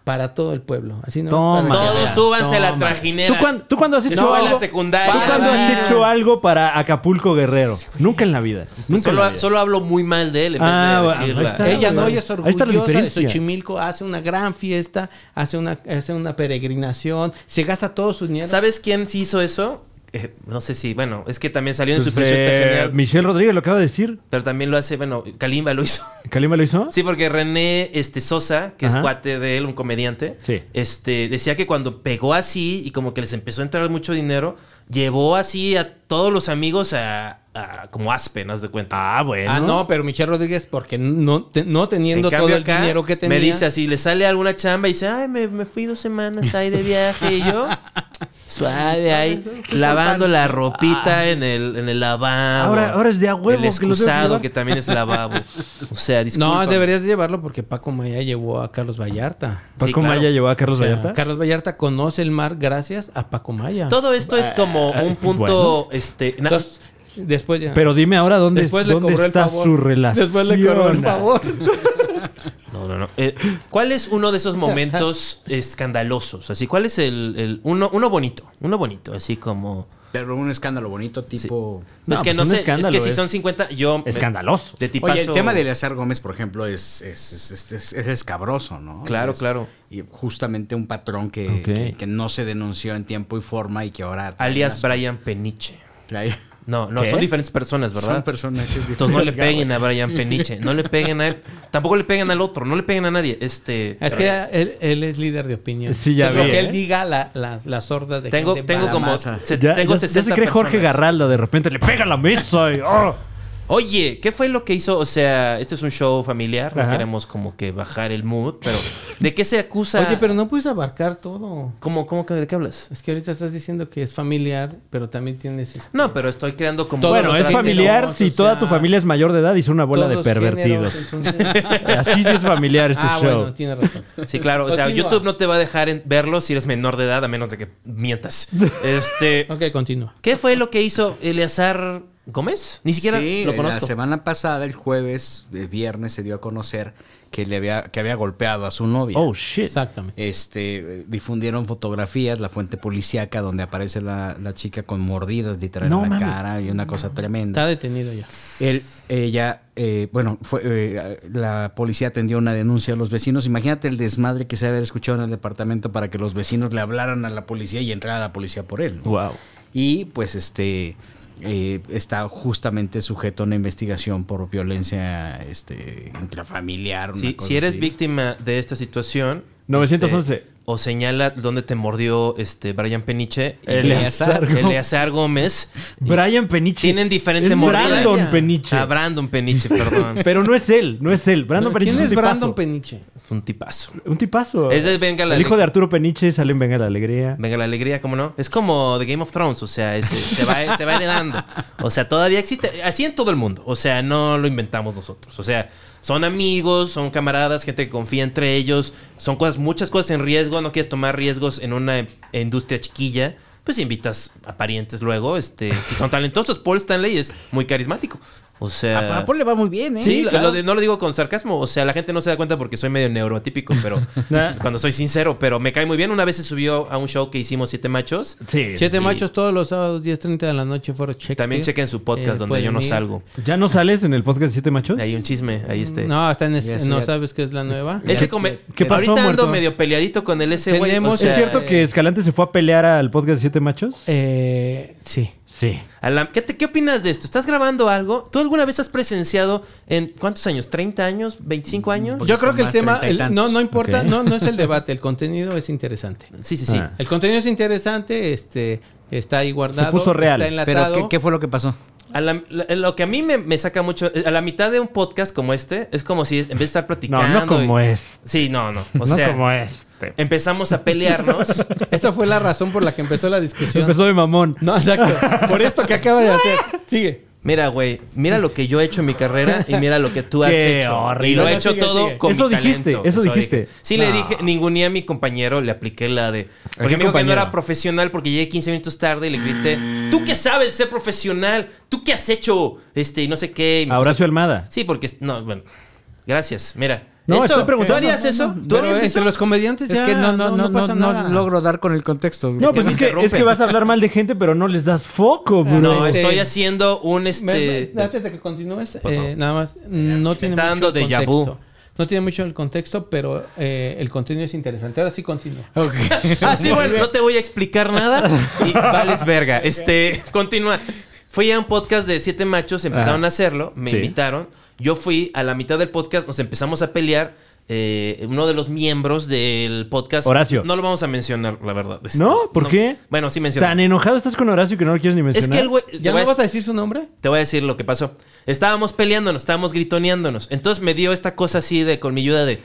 C: para todo el pueblo. Así no.
B: Toma.
C: para que
A: pues, Todos
C: veas.
A: súbanse a la
C: Toma.
A: trajinera.
B: ¿Tú, cuán- tú cuando has
A: Yo
B: hecho
A: estaba en
B: algo?
A: la secundaria.
B: ¿Tú cuando has
A: Ah.
B: hecho algo para Acapulco Guerrero? Nunca en la vida. Nunca en la
A: Pues Solo,
B: vida.
A: solo hablo muy mal de él en
B: Ah,
A: vez
B: bueno,
A: de
B: ahí
A: decirla.
B: está.
A: Ella-
C: Ella no,
B: güey.
C: ella es
B: Ahí está la
C: orgullosa de
B: diferencia.
C: Xochimilco, hace una gran fiesta, hace una, hace una peregrinación, se gasta todo su dinero.
A: ¿Sabes quién sí hizo eso? Eh, no sé si, bueno, es que también salió en su
B: Pues,
A: precio está
B: eh,
A: genial.
B: Michelle Rodríguez lo acaba de decir.
A: Pero también lo hace, bueno, Kalimba lo hizo.
B: ¿Calima lo hizo?
A: Sí, porque René este, Sosa, que
B: Ajá.
A: es cuate de él, un comediante,
B: Sí.
A: este, decía que cuando pegó así y como que les empezó a entrar mucho dinero, llevó así a todos los amigos a, a- como Aspen, haz de cuenta.
B: Ah, bueno.
C: Ah, no, pero Michelle Rodríguez, porque no, te- no
A: En
C: teniendo
A: cambio,
C: todo el
A: acá
C: dinero que tenía.
A: me dice así, le sale alguna chamba y dice, ay, me, me fui dos semanas ahí de viaje y
C: *laughs*
A: yo, suave ahí, lavando la ropita en el, en el lavabo.
B: Ah. Ahora- ahora es de a huevo
A: El
B: que los debes
A: excusado
B: llevar.
A: que, también
B: *laughs*
A: es lavabo. O sea, disculpa.
C: No, deberías de llevarlo porque Paco Maya llevó a Carlos Vallarta.
B: ¿Paco
A: Sí, claro.
B: Maya llevó a Carlos
C: O sea,
B: Vallarta?
C: Carlos Vallarta conoce el mar gracias a Paco Maya.
B: Ah.
A: Todo esto es como un punto, este... na-
C: Entonces, después ya.
B: Pero dime ahora dónde,
C: después le
B: dónde
C: cobró el
B: está
C: favor.
B: su relación.
C: Después le cobró el
B: *laughs*
C: favor.
A: No, no, no. Eh, ¿Cuál es uno de esos momentos escandalosos? Así, ¿cuál es el, el- uno, uno bonito? Uno bonito, así como.
D: pero un escándalo bonito tipo...
B: No,
A: es que
B: pues
A: no
B: un
A: sé. Es
B: escándalo
A: que si
B: es-
A: son 50, yo. me-
B: Escandaloso.
A: De tipazo.
D: Oye, el tema de Eleazar Gómez, por ejemplo, es, es, es- es- es- es escabroso, ¿no?
A: Claro,
D: Es-
A: claro.
D: Y justamente un patrón que,
B: Ok.
D: que- que no se denunció en tiempo y forma y que ahora...
A: Alias Brian Peniche.
D: Brian.
A: No, no,
B: ¿Qué?
A: son diferentes personas, ¿verdad?
D: *laughs* Son personajes
B: *laughs*
A: Entonces no le
D: diferentes.
A: peguen a Brian Peniche. No le peguen a él. Tampoco le peguen al otro. No le peguen a nadie. Este.
C: Es que él, él es líder de opinión.
B: Sí, ya
C: Es Lo
B: vi,
C: que
B: ¿eh?
C: él diga, la- las- las hordas de
A: Tengo,
C: gente
A: tengo
C: va-
A: como.
D: masa.
A: se-
B: Ya,
A: tengo
B: ya- ya
A: 60
B: se cree Jorge
A: personas.
B: Garralda de repente. Le pega a la mesa y... ¡ah!
A: Oye, ¿qué fue lo que hizo? O sea, este es un show familiar. No
B: Ajá.
A: queremos como que bajar el mood, pero. ¿De qué se acusa?
C: Oye, pero no puedes abarcar todo.
A: ¿Cómo, cómo, que- ¿De qué hablas?
C: Es que ahorita estás diciendo que es familiar, pero también tienes este-
A: No, pero estoy creando como...
C: Todo
B: Bueno,
C: Todos
B: es
C: los
B: familiar
C: géneros,
B: si
C: o
B: toda
C: sea,
B: tu familia es mayor de edad y son una bola
C: todos
B: de
C: los
B: pervertidos.
C: géneros, entonces-
B: *laughs* Así sí es familiar este
C: ah,
B: show.
C: bueno, tienes razón.
A: Sí, claro. O sea,
C: Continúa.
A: YouTube no te va a dejar en- verlo si eres menor de edad, a menos de que
C: *laughs*
A: mientas. Este...
C: *laughs* Ok, continúa.
A: ¿Qué fue lo que hizo Eleazar Gómez? Ni siquiera
D: Sí,
A: lo
D: La
A: conozco.
D: semana pasada, el jueves, el viernes, se dio a conocer que le había, que había golpeado a su novia.
B: Oh, shit.
C: Exactamente.
D: este eh, difundieron fotografías, la fuente policíaca donde aparece la, la chica con mordidas literal
B: No
D: en la
B: mames.
D: cara y una cosa
C: Está
D: tremenda.
C: detenido ya.
D: Él, ella, eh, bueno, fue, eh, la policía atendió una denuncia a los vecinos. Imagínate el desmadre que se había escuchado en el departamento para que los vecinos le hablaran a la policía y entrara la policía por él. ¿no?
A: Este,
B: Wow.
D: Y pues este eh, está justamente sujeto a una investigación por violencia este, intrafamiliar. una
A: Sí,
D: cosa
A: si eres
D: así.
A: víctima de esta situación...
B: 911.
A: este, o señala dónde te mordió este Brian Peniche. y
B: Eleazar Gómez.
A: Eleazar Gómez.
B: Brian Peniche.
A: Tienen diferente
B: es
A: mordida.
B: Brandon Peniche.
A: Ah,
B: *laughs*
A: Brandon Peniche, perdón.
B: Pero no es él, Ah, no es él. Brandon Peniche
C: ¿Quién
B: un
C: es
B: tipazo.
C: Brandon Peniche?
A: Es un tipazo.
B: Un tipazo.
A: Es de Venga la
B: El hijo
A: Alegría.
B: de Arturo Peniche sale en Venga la Alegría.
A: Venga, la alegría, ¿cómo no? Es como The Game of Thrones, o sea, es- eh, se, va, se va heredando. O sea, todavía existe. Así en todo el mundo. O sea, no lo inventamos nosotros. O sea, son amigos, son camaradas, gente que confía entre ellos. Son cosas, muchas cosas en riesgo. No quieres tomar riesgos en una industria chiquilla. Pues invitas a parientes luego. Este, si son talentosos, Paul Stanley es muy carismático. O sea.
D: A Paul le va muy bien, ¿eh?
A: Sí, lo- lo de- no lo digo con sarcasmo, o sea, la gente no se da cuenta porque soy medio neurotípico, pero
B: *laughs* Nah.
A: cuando soy sincero, pero me cae muy bien. Una vez se subió a un show que hicimos Siete Machos.
B: Sí.
C: Siete
A: y-
C: machos todos los sábados, 10.30 de la noche, foro Shakespeare.
A: También chequen su podcast
C: Eh,
A: donde
C: pueden
A: yo no
C: ir. Mm,
A: salgo.
B: ¿Ya no sales en el podcast de Siete Machos?
A: Hay un chisme,
B: Mm,
A: ahí este.
C: No, está en es-
D: Ya, eso
C: no
D: ya-
C: sabes qué es la nueva.
A: Ese come,
B: ¿Qué pasó,
A: ahorita ando
B: muerto?
A: medio peleadito con el ese güey.
C: Tenemos-
A: o
B: ¿Es
A: sea,
B: cierto que Escalante se fue a pelear al podcast de Siete Machos?
C: Eh, sí.
B: Sí.
A: a la- ¿qué, te- ¿Qué opinas de esto? ¿Estás grabando algo? ¿Tú alguna vez has presenciado en cuántos años? ¿30 años?
B: Mm,
A: ¿25 años?
D: Porque
C: Yo creo que el
D: más
C: tema,
D: treinta y
C: el- no,
D: tantos.
C: no importa,
B: Ok.
C: no, no es el debate, el contenido es interesante.
A: Sí, sí, sí.
B: Ah.
C: El contenido es interesante, este, está ahí guardado.
B: puso real,
C: Está
D: Pero,
C: enlatado.
D: ¿qué, qué fue lo que pasó?
A: A la- la- lo que a mí me, me saca mucho, eh, a la mitad de un podcast como este, es como si en vez de estar platicando.
B: No, no como
A: y-
B: es.
A: Sí, no, no. O
B: *laughs* no
A: sea,
B: como este.
A: empezamos a
B: *laughs*
A: pelearnos.
C: Esa fue la razón por la que empezó la discusión.
B: Empezó de mamón.
C: No, exacto. Por esto que acaba de hacer. Sigue.
A: Mira, güey, mira lo que yo he hecho en mi carrera y mira lo que tú has
B: Qué
A: hecho.
B: horrible.
A: Y lo he
C: Bueno,
A: hecho
C: sigue,
A: todo
C: sigue.
A: con
B: Eso
A: mi
B: dijiste,
A: talento.
B: eso
A: dije.
B: dijiste.
A: Sí, le dije, ninguneé a mi compañero, le apliqué la de. Porque me dijo que no
B: compañero?
A: era profesional porque llegué 15 minutos tarde y le grité, ¿tú qué sabes ser profesional? ¿Tú qué has hecho? Este, y no sé qué. y me
B: A Horacio Almada.
A: Sí, porque es- no, bueno. Gracias. Mira.
B: No,
A: eso,
B: estoy preguntando.
A: ¿Tú harías eso? ¿Tú
C: Pero
A: harías
C: entre
A: eso?
C: los comediantes
D: es
C: ya,
D: que no, no, no, no,
C: pasa
D: no
C: nada.
D: logro dar con el contexto.
B: No, pues
A: me
B: es que, es
A: interrumpen. Ah,
B: que vas a hablar mal de gente, pero no les das foco, bro.
A: No,
C: este-
A: estoy haciendo un este.
C: Me- me- antes de que continúes,
A: Por
C: eh,
A: favor.
C: nada más, no tiene
A: está
C: mucho
A: dando déjà vu.
C: contexto. No tiene mucho el contexto, pero eh, el contenido es interesante. Ahora sí continúa.
D: *laughs* Ok.
B: *laughs*
A: Ah, sí, bueno, no te voy a explicar nada. Y vales verga. Este, continúa. Fui a un podcast de siete machos, empezaron
B: Ajá.
A: a hacerlo, me
B: Sí.
A: invitaron. Yo fui a la mitad del podcast, nos empezamos a pelear. eh, uno de los miembros del podcast.
B: Horacio.
A: No lo vamos a mencionar, la verdad. este,
B: ¿No? ¿Por qué?
A: Bueno, sí mencionar.
B: Tan enojado estás con Horacio que no lo quieres ni
A: este, Es
B: mencionar.
A: que el güey. te
C: ¿Ya
A: voy
C: no
A: a-
C: vas a decir su nombre?
A: Te voy a decir lo que pasó. Estábamos peleándonos, estábamos gritoneándonos. Entonces me dio esta cosa así de con mi ayuda de.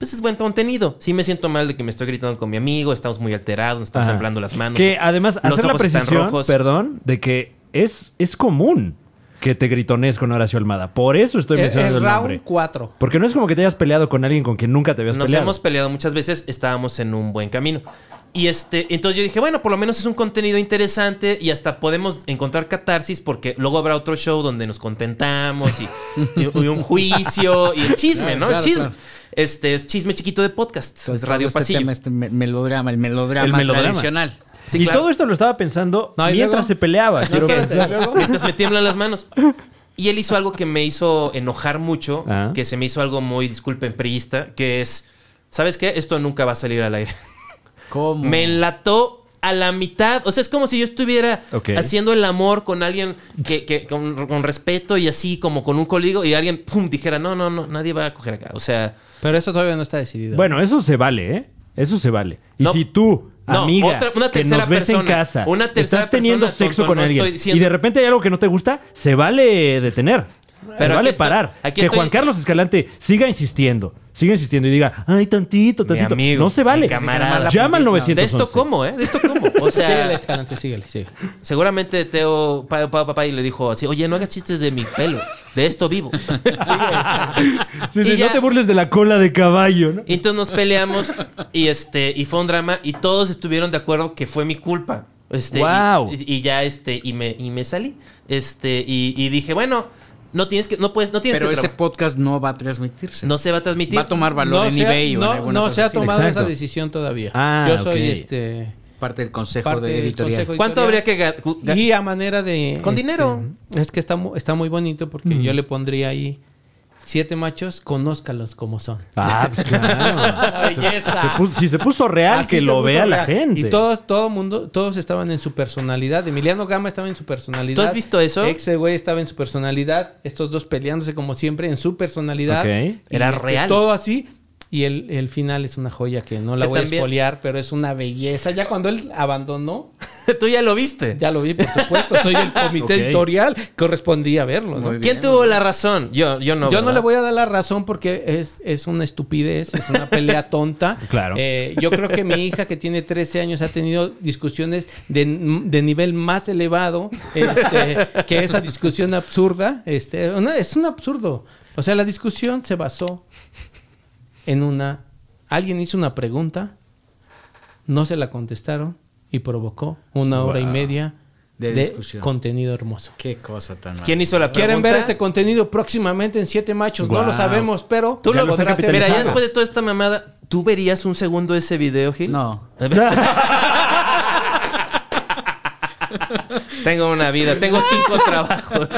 A: Pues es buen contenido. Sí me siento mal de que me estoy gritando con mi amigo, estamos muy alterados, nos están
B: Ajá.
A: temblando las manos.
B: Que además,
A: Los
B: hacer la
A: ojos están
B: precisión,
A: rojos.
B: perdón, de que es, es común que te gritones con Horacio Almada. Por eso
A: Eh,
B: estoy
C: Es, es
B: mencionando el
C: round
B: nombre.
C: 4.
B: Porque no es como que te hayas peleado con alguien con quien nunca te habías
A: Nos
B: peleado.
A: hemos peleado muchas veces, estábamos en un buen camino. Y este, entonces yo dije, bueno, por lo menos es un contenido interesante y hasta podemos encontrar catarsis porque luego habrá otro show donde nos contentamos y, y- y un juicio y el chisme,
D: Claro,
A: ¿no?
D: claro,
A: el chisme.
D: claro.
A: Este es chisme chiquito de podcast,
D: Sobre
A: es
D: todo
A: radio
D: este
A: pasillo.
D: tema, este me- melodrama, el melodrama,
B: El melodrama.
D: tradicional.
A: Sí,
B: y
A: claro.
B: todo esto lo estaba pensando
C: No, y
B: mientras
C: luego-
B: se peleaba. quiero
C: espérate,
B: pensar.
C: luego-
A: *laughs* Mientras me tiemblan las manos. Y él hizo algo que me hizo enojar mucho,
B: Ah.
A: que se me hizo algo muy, disculpen, priista, que es, ¿sabes qué? Esto nunca va a salir al aire.
D: ¿Cómo?
A: Me
B: Mm.
A: enlató a la mitad. O sea, es como si yo estuviera
B: Ok.
A: haciendo el amor con alguien que, que- con, con respeto y así, como con un código, y alguien, pum, dijera, no, no, no, nadie va a coger acá. O sea,
C: Pero eso todavía no está decidido.
B: Bueno, eso se vale, ¿eh? Eso se vale. Y
A: No.
B: si tú,
A: No,
B: amiga,
A: otra- una
B: que
A: tercera
B: nos ves en
A: persona,
B: casa,
A: una tercera
B: estás teniendo
A: persona,
B: sexo
A: tonto,
B: con
A: no
B: alguien
A: estoy diciendo-
B: y de repente hay algo que no te gusta, se vale detener.
A: Pero
B: se
A: aquí
B: vale
A: estoy-
B: parar.
A: aquí
B: que
A: estoy-
B: Juan Carlos Escalante siga insistiendo, siga insistiendo y diga, ay, tantito,
A: Mi
B: tantito.
A: amigo,
B: no se vale.
A: mi camarada.
B: Llama al 900.
A: de esto como, ¿eh? De esto como.
B: *laughs*
A: O
C: síguele,
A: sea,
C: Escalante, síguele, síguele.
A: seguramente Teo, pa- pa- papá, y le dijo así, oye, no hagas chistes de mi pelo, de esto vivo.
B: Sí, sí,
A: Y
B: No
A: ya-
B: te burles de la cola de caballo, ¿no?
A: Y entonces nos peleamos y este y fue un drama y todos estuvieron de acuerdo que fue mi culpa. Este, y-
B: Guau.
A: y, y ya este y me y me salí. Este y, y dije, bueno, no tienes que no puedes no tienes
D: Pero
A: que
D: ese
A: traba-
D: podcast no va a transmitirse.
A: no se va a transmitir.
D: va a tomar valor
C: no
D: en
C: se ha,
D: eBay o en
C: no,
D: alguna
C: no
D: cosa
C: se ha
D: así.
C: tomado
B: Exacto.
C: esa decisión todavía.
B: Ah,
C: Yo soy
B: ok.
C: este
D: Parte del consejo
C: parte
D: de
C: del
D: editorial.
C: consejo
A: ¿Cuánto habría
C: editorial.
A: que ga- gu- ga-
C: Y a manera de...
A: Con
C: este,
A: dinero.
C: Es que está, mu- está muy bonito porque
B: Mm.
C: yo le pondría ahí... Siete machos, conózcalos como son.
B: Ah, pues claro.
A: *laughs*
C: ¡Una belleza!
B: Se puso- si se puso real,
C: Así
B: Ah, que
C: se
B: lo
C: puso
B: vea la
C: real.
B: gente.
C: Y todos, todo mundo, todos estaban en su personalidad. Emiliano Gama estaba en su personalidad.
A: ¿Tú has visto eso?
C: Exe güey estaba en su personalidad. Estos dos peleándose como siempre en su personalidad.
B: Ok.
C: Y,
A: Era
C: este,
A: real.
C: Todo así. Y el, el final es una joya que no la
A: Que
C: voy
A: también-
C: a espolear, pero es una belleza. Ya cuando él abandonó,
A: *laughs* Tú ya lo viste.
C: ya lo vi, por supuesto. Soy el comité
B: Ok.
C: editorial, correspondía verlo. ¿no?
D: Muy
A: ¿Quién
D: bien.
A: tuvo la razón? Yo, yo no.
C: Yo no
A: ¿verdad?
C: le voy a dar la razón porque es, es una estupidez, es una pelea tonta.
B: Claro.
C: Eh, yo creo que mi hija, que tiene 13 años, ha tenido discusiones de, de nivel más elevado este, que esa discusión absurda. Este, una- es un absurdo. O sea, la discusión se basó en una. Alguien hizo una pregunta, no se la contestaron y provocó una hora y
B: Wow.
C: media
D: De
C: de,
D: discusión.
C: contenido hermoso.
D: Qué cosa tan mala.
A: ¿Quién hizo la pregunta?
C: Quieren ver este contenido próximamente en Siete Machos. No lo
B: Guau.
C: sabemos, pero
A: Tú
C: ya
A: lo
C: lo podrás ver.
A: Mira, ya
C: Mira,
A: después de toda esta mamada, ¿tú verías un segundo ese video, Gil?
D: No.
A: *laughs* Tengo una vida, tengo cinco trabajos.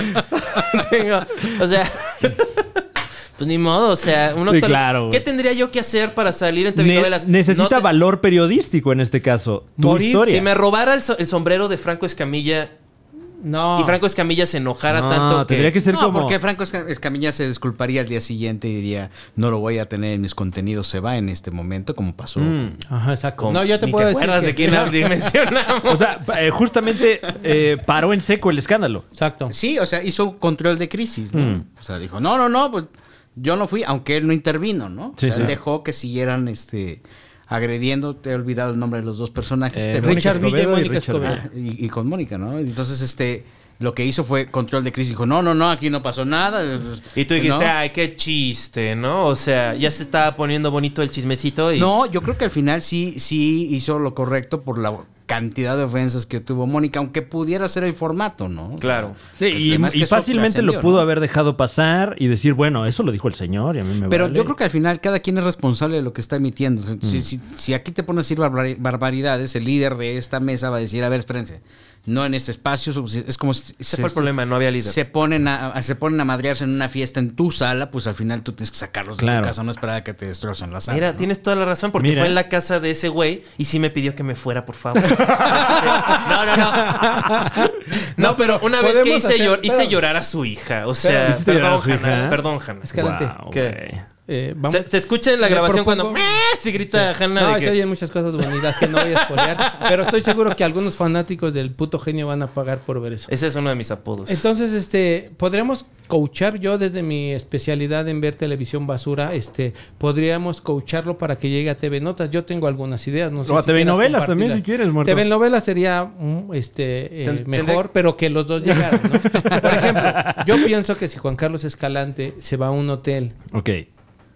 A: *laughs* tengo, o sea, pues ni modo, o sea, uno
B: Sí,
A: está-
B: claro, güey.
A: ¿Qué tendría yo que hacer para salir en
B: Ne-
A: telenovelas?
B: necesita
A: No te-
B: valor periodístico en este caso. Tu
C: Morir
B: historia.
A: Si me robara el, so- el sombrero de Franco Escamilla
C: No.
A: y Franco Escamilla se enojara
B: No,
A: tanto que
B: tendría que ser
D: no,
B: como.
D: porque Franco Esca- Escamilla se disculparía al día siguiente y diría, no lo voy a tener en mis contenidos, se va en este momento, como pasó.
B: Mm.
C: Ajá, exacto.
A: Con-
C: No, yo te
A: ni
C: puedo
A: te
C: decir.
A: acuerdas
C: que
A: de
B: *laughs*
A: quién
C: sí.
A: mencionamos.
B: O sea, pa- eh, justamente eh, paró en seco el escándalo.
C: Exacto.
D: Sí, o sea, hizo un control de crisis, ¿no?
B: Mm.
D: O sea, dijo, no, no, no, pues yo no fui, aunque él no intervino, ¿no?
B: Sí,
D: o sea, él
B: sí.
D: dejó que siguieran este agrediendo, te he olvidado el nombre de los dos personajes,
B: Eh,
D: pero- ah,
B: Mónica
C: Este, Richard Villa y
B: Escobedo y
C: Mónica
B: Richard
C: Escobedo.
B: Villa.
D: y, y con Mónica, ¿no? Entonces, este, lo que hizo fue control de crisis, dijo, no, no, no, aquí no pasó nada.
A: Y tú dijiste,
D: ¿no?
A: ay, qué chiste, ¿no? O sea, ya se estaba poniendo bonito el chismecito y...
D: No, yo creo que al final sí, sí hizo lo correcto por la cantidad de ofensas que tuvo Mónica, aunque pudiera ser el formato, ¿no?
A: Claro.
B: Sí,
D: El
B: y,
D: tema es que
B: y
D: eso
B: fácilmente
D: trascendió,
B: lo pudo
D: ¿no?
B: haber dejado pasar y decir, bueno, eso lo dijo el señor y a mí me
D: Pero
B: vale.
D: yo creo que al final cada quien es responsable de lo que está emitiendo. O sea,
B: Mm.
D: si, si- si aquí te pones a decir barbari- barbaridades, el líder de esta mesa va a decir, a ver, espérense, no en este espacio, so- si- es como si...
A: Ese
D: se-
A: fue el problema, no había líder.
D: Se ponen, a, a- se ponen a madrearse en una fiesta en tu sala, pues al final tú tienes que sacarlos de
B: Claro.
D: tu casa, no esperar a que te destrozan la sala.
A: Mira,
D: ¿no?
A: tienes toda la razón, porque
B: Mira.
A: fue en la casa de ese güey y sí me pidió que me fuera, por favor. *laughs* Este, no, no, no. No, pero una vez que
C: podemos
A: hice,
C: hacer-
A: llor- hice
C: pero-
A: llorar a su hija. O sea,
B: ¿Hiciste llorar
A: perdón,
B: a su hija?
A: Hannah. Perdón, Hannah.
C: Es que- Escalante.
B: Guau,
A: ¿Qué?
B: güey.
C: Eh, vamos.
A: Se, se escucha en la
C: Le
A: grabación
C: propongo-
A: cuando "Ah", se grita Hannah
C: No,
A: de
C: se
A: que...
C: oyen muchas cosas bonitas que no voy a spoilear. pero estoy seguro que algunos fanáticos del puto genio van a pagar por ver eso.
A: Ese es uno de mis apodos.
C: Entonces, este, podremos coachar yo desde mi especialidad en ver televisión basura, este, podríamos coacharlo para que llegue a TV Notas. Yo tengo algunas ideas, no sé
B: O a
C: si
B: TV
C: quieras
B: Novelas también,
C: compartirlas.
B: si quieres, muerto.
C: TV Novelas sería mm, este eh,
A: Ten-
C: mejor,
A: tendré-
C: pero que los dos llegaran,
B: *laughs*
C: ¿no? Por ejemplo, yo pienso que si Juan Carlos Escalante se va a un hotel,
B: Ok.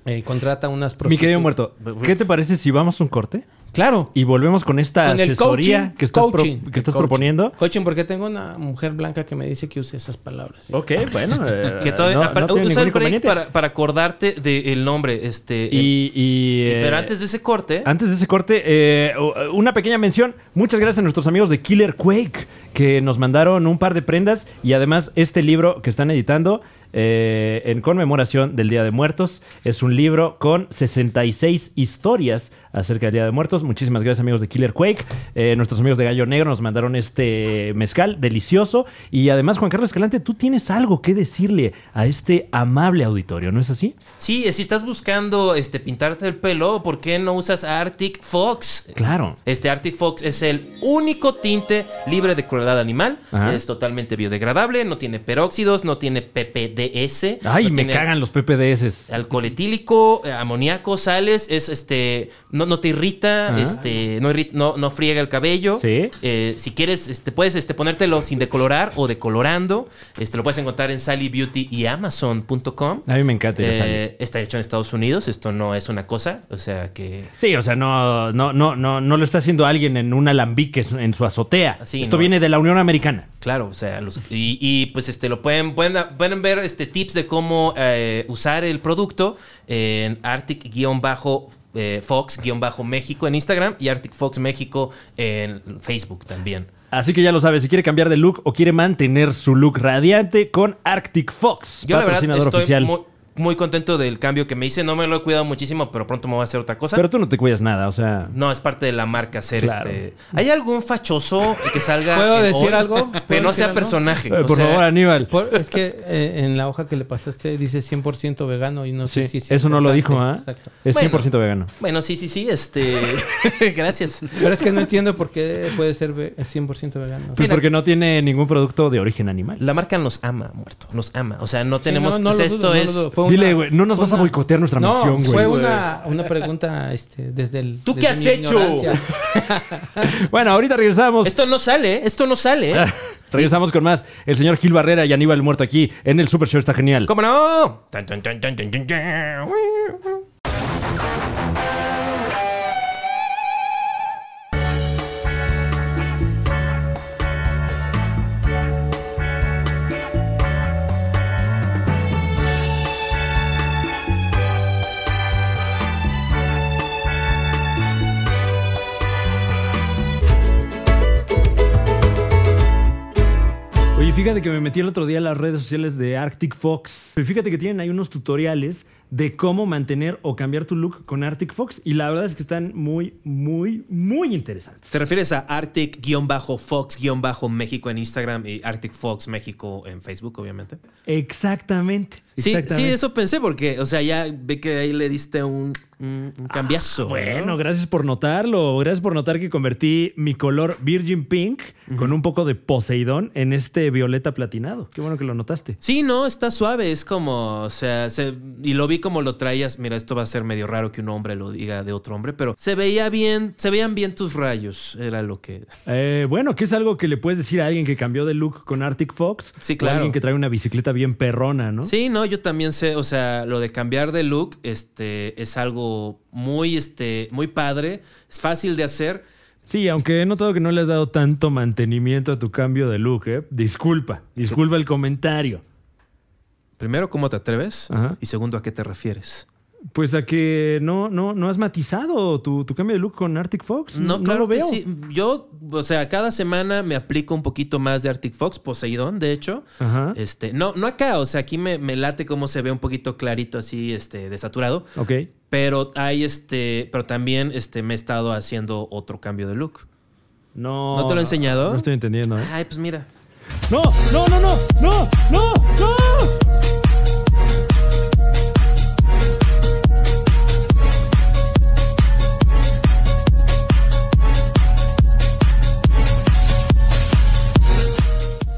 C: eh, contrata unas
B: Mi querido
C: prostitutas-
B: muerto, ¿qué te parece si vamos a un corte
C: Claro.
B: y volvemos con esta
C: Con el
B: asesoría
C: coaching,
B: que estás, pro-
C: coaching,
B: que estás
D: coaching.
B: proponiendo?
C: Coaching, porque tengo una mujer blanca que me dice que use esas palabras.
B: Ok, bueno. eh,
A: que todavía...
B: no-
A: ah, para-
B: no tiene
A: usa
B: ningún
A: el break
B: inconveniente.
A: para, para acordarte del nombre. Este, eh,
B: Y, y, eh,
A: pero antes de ese corte...
B: Antes de ese corte, eh, o- una pequeña mención. Muchas gracias a nuestros amigos de Killer Quake que nos mandaron un par de prendas y además este libro que están editando eh, en conmemoración del Día de Muertos. Es un libro con 66 historias acerca del Día de Muertos. Muchísimas gracias amigos de Killer Quake. Eh, nuestros amigos de Gallo Negro nos mandaron este mezcal delicioso. Y además, Juan Carlos Escalante, tú tienes algo que decirle a este amable auditorio, ¿no es así?
A: Sí, eh, si estás buscando este, pintarte el pelo, ¿por qué no usas Arctic Fox?
B: Claro.
A: Este Arctic Fox es el único tinte libre de crueldad animal.
B: Ajá.
A: Es totalmente biodegradable, no tiene peróxidos, no tiene PPDS.
B: Ay,
A: no
B: me
A: tiene
B: cagan los PPDS.
A: Alcohol etílico, eh, amoníaco, sales, es este, no, no te irrita,
B: Ah.
A: este, no, irri- no, no friega el cabello.
B: Sí.
A: Eh, si quieres, este, puedes este, ponértelo sin decolorar o decolorando. Este, lo puedes encontrar en Sally Beauty y Amazon.com.
B: A mí me encanta. ir a salir.
A: Eh, está hecho en Estados Unidos, esto no es una cosa, o sea que...
B: Sí, o sea, no, no, no, no, no lo está haciendo alguien en un alambique en su- en su azotea.
A: Sí,
B: Esto
A: no.
B: viene de la Unión Americana.
A: Claro, o sea, los- y, y, pues este lo pueden, pueden, pueden ver este tips de cómo eh, usar el producto en Arctic-Fox-México en Instagram y Arctic Fox México en Facebook también.
B: Así que ya lo sabes, si quiere cambiar de look o quiere mantener su look radiante con Arctic Fox,
A: Yo la verdad
B: patrocinador
A: estoy
B: oficial.
A: muy, muy contento del cambio que me hice. No me lo he cuidado muchísimo, pero pronto me voy a hacer otra cosa.
B: Pero tú no te cuidas nada, o sea.
A: No, es parte de la marca ser
B: Claro.
A: este. ¿Hay algún fachoso que salga?
C: ¿Puedo
A: en
C: decir
A: hoy?
C: algo?
A: Que
C: ¿Puedo
A: no
C: decir
A: sea
C: algo?
A: personaje.
B: Eh,
A: o
B: por
A: sea,
B: favor, Aníbal.
C: Por- es que eh, en la hoja que le pasaste dice 100% vegano y no
B: Sí,
C: sé si es
B: eso no lo dijo, ¿ah?
C: importante. Exacto.
B: Es
A: Bueno.
B: 100% vegano.
A: Bueno, sí, sí, sí. Este. *laughs* Gracias.
C: Pero es que no entiendo por qué puede ser ve- 100% vegano.
B: Pues
A: Mira.
B: porque no tiene ningún producto de origen animal.
A: La marca nos ama, muerto. Nos ama. O sea, no
C: Sí,
A: tenemos.
C: no, no
A: o sea,
C: lo
A: esto
C: dudo, no lo
A: es.
C: dudo. Fue
B: Dile,
C: una-
B: güey, no nos vas a
C: una-
B: boicotear nuestra
C: No,
B: mención, güey.
C: fue una, una pregunta este, desde el.
A: ¿Tú qué
C: desde
A: has
C: mi
A: hecho?
C: ignorancia.
B: Bueno, ahorita regresamos.
A: Esto no sale, ¿eh? esto no sale. ¿eh?
C: Ah.
B: regresamos con más. El señor Gil Barrera y Aníbal Muerto aquí en el Super Show está genial.
A: *laughs* ¿Cómo no? Tan, tan, tan, tan, tan, tan, tan.
B: Oye, fíjate que me metí el otro día a las redes sociales de Arctic Fox. Y fíjate que tienen ahí unos tutoriales de cómo mantener o cambiar tu look con Arctic Fox. Y la verdad es que están muy, muy, muy interesantes.
A: ¿Te refieres a Arctic-Fox-México en Instagram y Arctic Fox México en Facebook, obviamente?
B: Exactamente.
A: Sí, sí,
B: exactamente.
A: eso pensé porque, o sea, ya ve que ahí le diste un, un-
C: Ah,
A: un cambiazo.
B: Bueno,
A: ¿no?
B: gracias por notarlo. Gracias por notar que convertí mi color Virgin Pink con un poco de Poseidón en este violeta platinado. Qué bueno que lo notaste.
A: Sí, no, está suave, es como, o sea, se- y lo vi como lo traías, mira, esto va a ser medio raro que un hombre lo diga de otro hombre, pero se veía bien, se veían bien tus rayos, era lo que...
B: Eh, bueno, que es algo que le puedes decir a alguien que cambió de look con Arctic Fox. O
A: Sí,
B: a
A: claro.
B: alguien que trae una bicicleta bien perrona, ¿no?
A: Sí, no, yo también sé, o sea, lo de cambiar de look, este, es algo muy, este, muy padre, es fácil de hacer.
B: Sí, aunque he notado que no le has dado tanto mantenimiento a tu cambio de look, ¿eh? Disculpa, disculpa el comentario.
A: Primero, ¿cómo te atreves?
B: Ajá.
A: Y segundo, ¿a qué te refieres?
B: Pues a que no, no, no has matizado tu, tu cambio de look con Arctic Fox.
A: No, claro
B: lo
A: que
B: veo.
A: sí. Yo, o sea, cada semana me aplico un poquito más de Arctic Fox, Poseidón, de hecho.
B: Ajá.
A: Este, no, no acá, o sea, aquí me, me late cómo se ve un poquito clarito así, este, desaturado.
B: Ok.
A: Pero hay este, pero también este, me he estado haciendo otro cambio de look.
B: No.
A: ¿No te lo he enseñado?
B: No estoy entendiendo, ¿eh?
A: Ay, pues mira.
B: ¡No! ¡No, no, no! ¡No! ¡No! ¡No!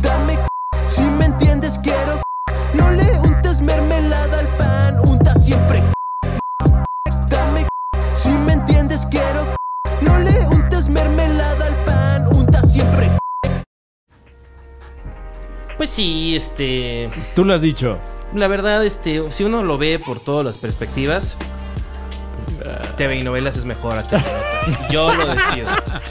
E: Dame si me entiendes quiero No le untes mermelada al pan, unta siempre Dame si me entiendes quiero No le untes mermelada al pan, unta siempre
A: Pues sí, este.
B: Tú lo has dicho.
A: La verdad, este, si uno lo ve por todas las perspectivas, TV y novelas es mejor a TV
B: *laughs*
A: Notas. Yo lo decido.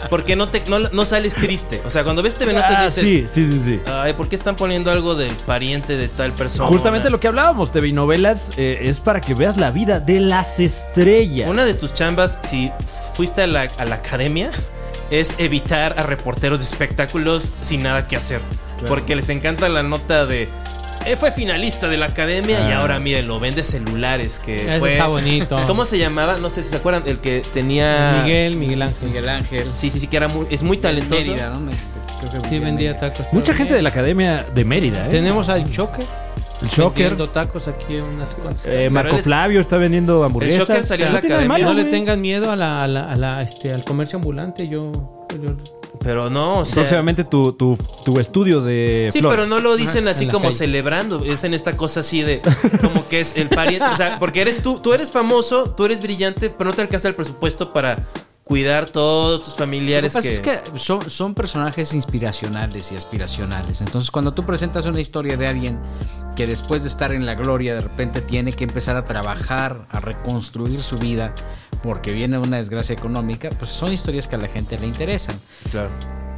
A: Porque no, te, no, no sales triste. O sea, cuando ves TV Notas
B: Ah,
A: dices,
B: sí, sí, sí, sí.
A: ay, ¿por qué están poniendo algo del pariente de tal persona?
B: Justamente lo que hablábamos, TV y novelas, eh, es para que veas la vida de las estrellas.
A: Una de tus chambas, si fuiste a la, a la academia, es evitar a reporteros de espectáculos sin nada que hacer. Porque les encanta la nota de. "Eh, fue finalista de la academia y
B: Ah.
A: ahora mírenlo, vende celulares
D: Eh,
A: que
C: Eso
A: fue-
C: está bonito.
A: ¿Cómo se llamaba? No sé si se acuerdan. El que tenía.
C: Ah. Miguel, Miguel Ángel.
D: Miguel Ángel.
A: Sí, sí, sí, que era muy, es muy talentoso.
D: Mérida, ¿no? Me- creo que
C: Sí,
D: vivía en
C: vendía
D: Mérida.
C: tacos.
B: Mucha
C: Pero
B: gente
C: bien.
B: de la Academia de Mérida, ¿eh?
C: Tenemos al Choker.
B: El Shocker.
C: Vendiendo tacos aquí en unas cosas.
B: Eh,
A: Pero
B: Marco
A: él es-
B: Flavio está vendiendo hamburguesas.
A: Shocker salió
B: O sea,
A: en la
B: tiene nada de
A: academia.
C: no
B: malo,
C: le
B: güey.
C: tengan miedo a la, a la, a la, este, al comercio ambulante. Yo. yo-
A: Pero no, o sea.
B: Próximamente tu, tu, tu estudio de
A: Sí,
B: flores.
A: pero no lo dicen
C: Ajá,
A: así
C: en la
A: como
C: calle.
A: celebrando. Es en esta cosa así de. Como que es el pariente. o sea, porque eres tú. Tú eres famoso, tú eres brillante, pero no te alcanza el presupuesto para cuidar todos tus
D: Lo que
A: familiares.
D: pasa
A: que-
D: es que son, son personajes inspiracionales y aspiracionales. Entonces, cuando tú presentas una historia de alguien que después de estar en la gloria de repente tiene que empezar a trabajar, a reconstruir su vida porque viene una desgracia económica, pues son historias que a la gente le interesan.
A: Claro.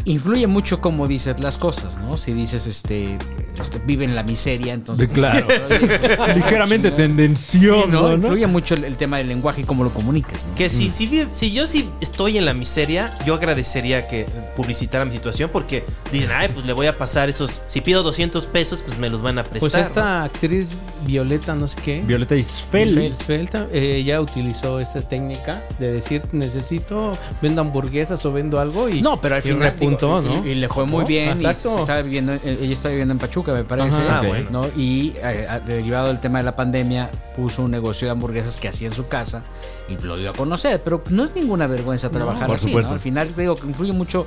D: influye mucho cómo dices las cosas, ¿no? Si dices, este, este vive en la miseria,
A: *laughs*
D: entonces...
B: Claro.
D: Oye, pues, ah,
B: Ligeramente
D: chingada.
B: tendencioso,
D: Sí, ¿no?
B: ¿no?
D: Influye mucho el, el tema del lenguaje y cómo lo comunicas, ¿no?
A: Que si, si, vi- si yo sí estoy en la miseria, yo agradecería que publicitaran mi situación porque dicen, ay, pues le voy a pasar esos. Si pido 200 pesos, pues me los van a prestar.
C: Pues
A: ¿no?
C: esta actriz Violeta, no sé qué.
B: Violeta Isfel. *laughs*
C: Svelte, eh, ella utilizó esta técnica de decir necesito vendo hamburguesas o vendo algo y
D: No, pero al
C: y
D: final
C: repuntó,
D: digo,
C: ¿no?
D: y, y le fue muy
C: ¿No?
D: bien. y
C: Exacto.
D: se estaba viviendo, eh, ella está viviendo en Pachuca, me parece.
A: Ajá, ah, bueno.
D: ¿no? Y eh, a- derivado del tema de la pandemia, puso un negocio de hamburguesas que hacía en su casa y lo dio a conocer. Pero no es ninguna vergüenza trabajar
B: por
D: así.
B: supuesto.
D: ¿no? Al final digo que influye mucho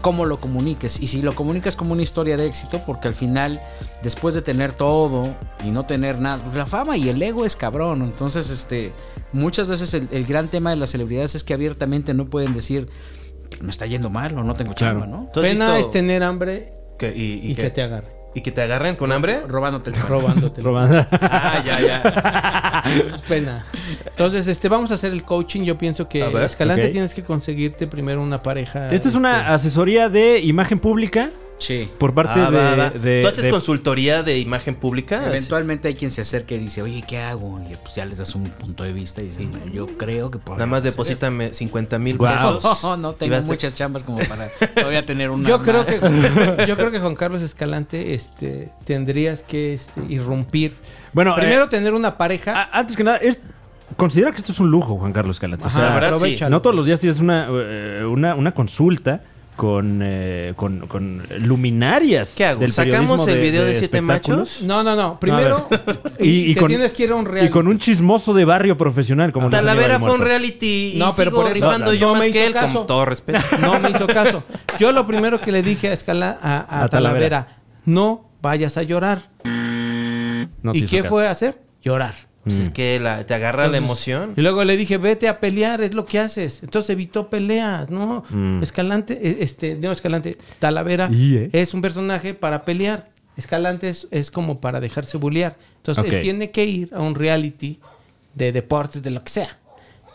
D: cómo lo comuniques. Y si lo comunicas como una historia de éxito, porque al final, después de tener todo y no tener nada, pues, la fama y el ego es cabrón. Entonces, este, muchas veces el, el gran tema de las celebridades es que abiertamente no pueden decir me está yendo mal o no tengo
B: Claro.
D: chamba, ¿no?
A: ¿Tú has
C: Pena este,
A: visto
C: es tener hambre
A: que- y, y
C: y, que,
A: que-
C: te agarre,
A: y que te agarren con hambre.
D: Robándote el
A: *laughs*
D: pan.
C: robándote.
B: Robando.
A: Ah, ya, *laughs* ya.
C: Es pena. Entonces, este vamos a hacer el coaching. Yo pienso que
A: A ver,
C: Escalante
B: ok.
C: tienes que conseguirte primero una pareja.
B: Esta es una
C: este,
B: asesoría de imagen pública
D: Sí.
B: por parte
A: Ah,
B: de,
A: va, va.
B: de-
A: ¿Tú haces
B: de-
A: consultoría de imagen pública?
D: Eventualmente hay quien se acerca y dice, oye, ¿qué hago? Y pues ya les das un punto de vista y dicen, "Bueno, yo creo que
A: Nada más
D: depositan
A: deposítame 50 mil
B: Guau.
C: *laughs*
A: pesos.
D: *laughs* No, no
A: Y
D: tengo
A: vas a-
D: muchas chambas como
A: *laughs*
D: para todavía tener una.
C: Yo creo,
D: más.
C: que, yo creo que Juan Carlos Escalante este, tendrías que este, irrumpir.
B: Bueno,
C: Primero
B: eh,
C: tener una
A: ah,
C: pareja.
B: a- antes que nada, es, considera que esto es un lujo, Juan Carlos Calante.
A: Ajá, la verdad, sí.
C: aprovechalo.
B: no todos los días tienes una, eh, una, una consulta con, eh, con, con luminarias.
A: ¿Qué hago?
B: del
A: ¿Sacamos
B: periodismo
A: el video de siete
B: espectáculos.
A: machos?
C: No, no, no. Primero y,
B: Y- y
C: te
B: con-
C: tienes que ir a un real.
B: Y con un chismoso de barrio profesional como Luis
A: Talavera
B: Aníbal
A: fue un
B: Muerto.
A: reality y
C: No, pero
A: sigo
C: por eso-
A: rifando
C: no,
A: yo
C: no me
A: más
C: hizo
A: que él,
C: caso.
A: con
B: *laughs*
A: todo respeto.
C: No me hizo caso. Yo lo primero que le dije a Escala, a, a
B: A Talavera.
C: Talavera, no vayas a llorar.
B: No te
C: ¿Y
B: hizo
C: qué
B: caso.
C: fue a hacer? Llorar.
A: Pues
B: Mm.
A: es que la- te agarra la emoción.
C: Y luego le dije, vete a pelear, es lo que haces. Entonces evitó peleas, ¿no?
B: Mm.
C: Escalante, eh, este, no, Escalante, Talavera
B: Y, eh.
C: es un personaje para pelear. Escalante es, es como para dejarse bullear. Entonces él
B: Ok.
C: tiene que ir a un reality de deportes, de lo que sea.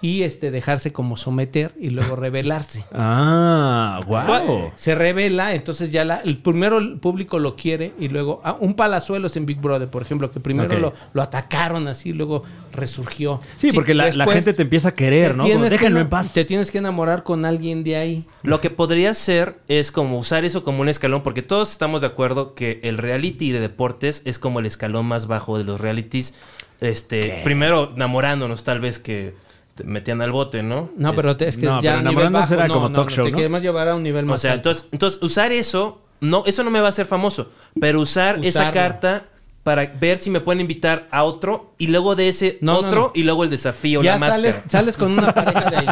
C: Y este, dejarse como someter y luego
B: *laughs*
C: rebelarse.
B: Ah, wow.
C: Se revela, entonces ya la- el primero el público lo quiere y luego ah, un palazuelos en Big Brother, por ejemplo, que primero
B: Ok.
C: lo, lo atacaron así, luego resurgió.
B: Sí, porque la, la
C: Después,
B: gente te empieza a querer, ¿no?
C: te
B: Como,
C: tienes que
B: Déjenlo
C: ena-
B: en paz.
C: Te tienes que enamorar con alguien de ahí.
A: Lo que podría hacer es como usar eso como un escalón, porque todos estamos de acuerdo que el reality de deportes es como el escalón más bajo de los realities. Este, primero enamorándonos, tal vez que te metían al bote, ¿no?
C: No,
A: Es-
C: pero te- es que
B: no,
C: ya
B: pero
C: a nivel
B: enamorándose
C: bajo,
B: era como talk show,
C: Te
B: ¿no?
C: queremos llevar a un nivel más
A: O sea,
C: alto.
A: entonces, entonces usar eso, no, eso no me va a hacer famoso, pero usar esa
C: Usarlo.
A: carta para ver si me pueden invitar a otro y luego de ese
C: No, no,
A: otro
C: no.
A: y luego el desafío,
C: ya
A: la
C: sales,
A: máscara.
C: *laughs* sales con una
B: *laughs*
C: pareja de ahí.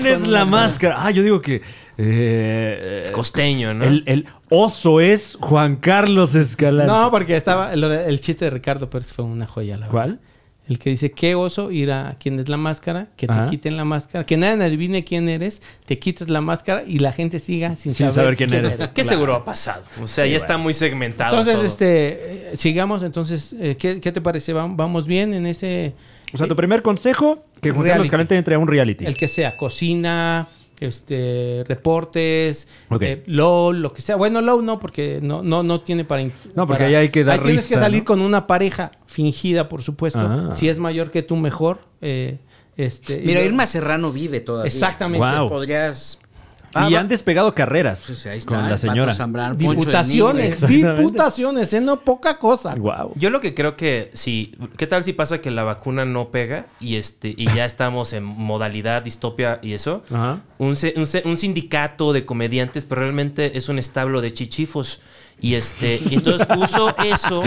B: ¿Quién
C: con
B: es
C: una
B: la
C: pareja.
B: máscara? Ah, yo digo que. eh,
A: Costeño, ¿no?
B: el, el oso es Juan Carlos Escalante.
C: No, porque estaba lo de- el chiste de Ricardo Pérez fue una joya, la verdad.
B: ¿Cuál?
C: El que dice, qué oso ir a quién es la máscara, que te
B: Ajá.
C: quiten la máscara, que nadie adivine quién eres, te quites la máscara y la gente siga sin,
B: Sin saber quién eres.
C: *laughs*
A: ¿Qué seguro ha pasado? O sea, ya está muy segmentado.
C: Entonces,
A: todo.
C: este, eh, sigamos, entonces, eh, ¿qué, qué te parece? ¿Vam- ¿Vamos bien en ese...?
B: O sea, tu primer consejo: que Juan Carlos
C: Reality.
B: Escalante entre a un reality.
C: El que sea, cocina, este, reportes,
B: Ok.
C: eh, LOL, lo que sea. Bueno, LOL no, porque no, no, no tiene para... in-
B: No, porque
C: para-
B: ahí hay que dar
C: tienes que
B: risa,
C: salir
B: ¿no?
C: con una pareja fingida, por supuesto.
B: Ah.
C: Si es mayor que tú, mejor. eh, este, y
D: *laughs* Mira,
C: luego-
D: Irma Serrano vive todavía.
C: Exactamente.
B: Guau. Wow.
D: Podrías.
B: y
D: Ah,
B: han despegado carreras
D: pues ahí está,
B: con la
D: el
B: señora.
D: Pato Zambrano, Poncho de Nigro.
C: Diputaciones,
B: Exactamente.
C: diputaciones, es no poca cosa.
B: Wow.
A: Yo lo que creo que si, ¿qué tal si pasa que la vacuna no pega y este y ya estamos en modalidad distopia y eso?
B: Ajá.
A: Un, se- un se- un sindicato de comediantes, pero realmente es un establo de chichifos y este y entonces
B: *laughs*
A: uso eso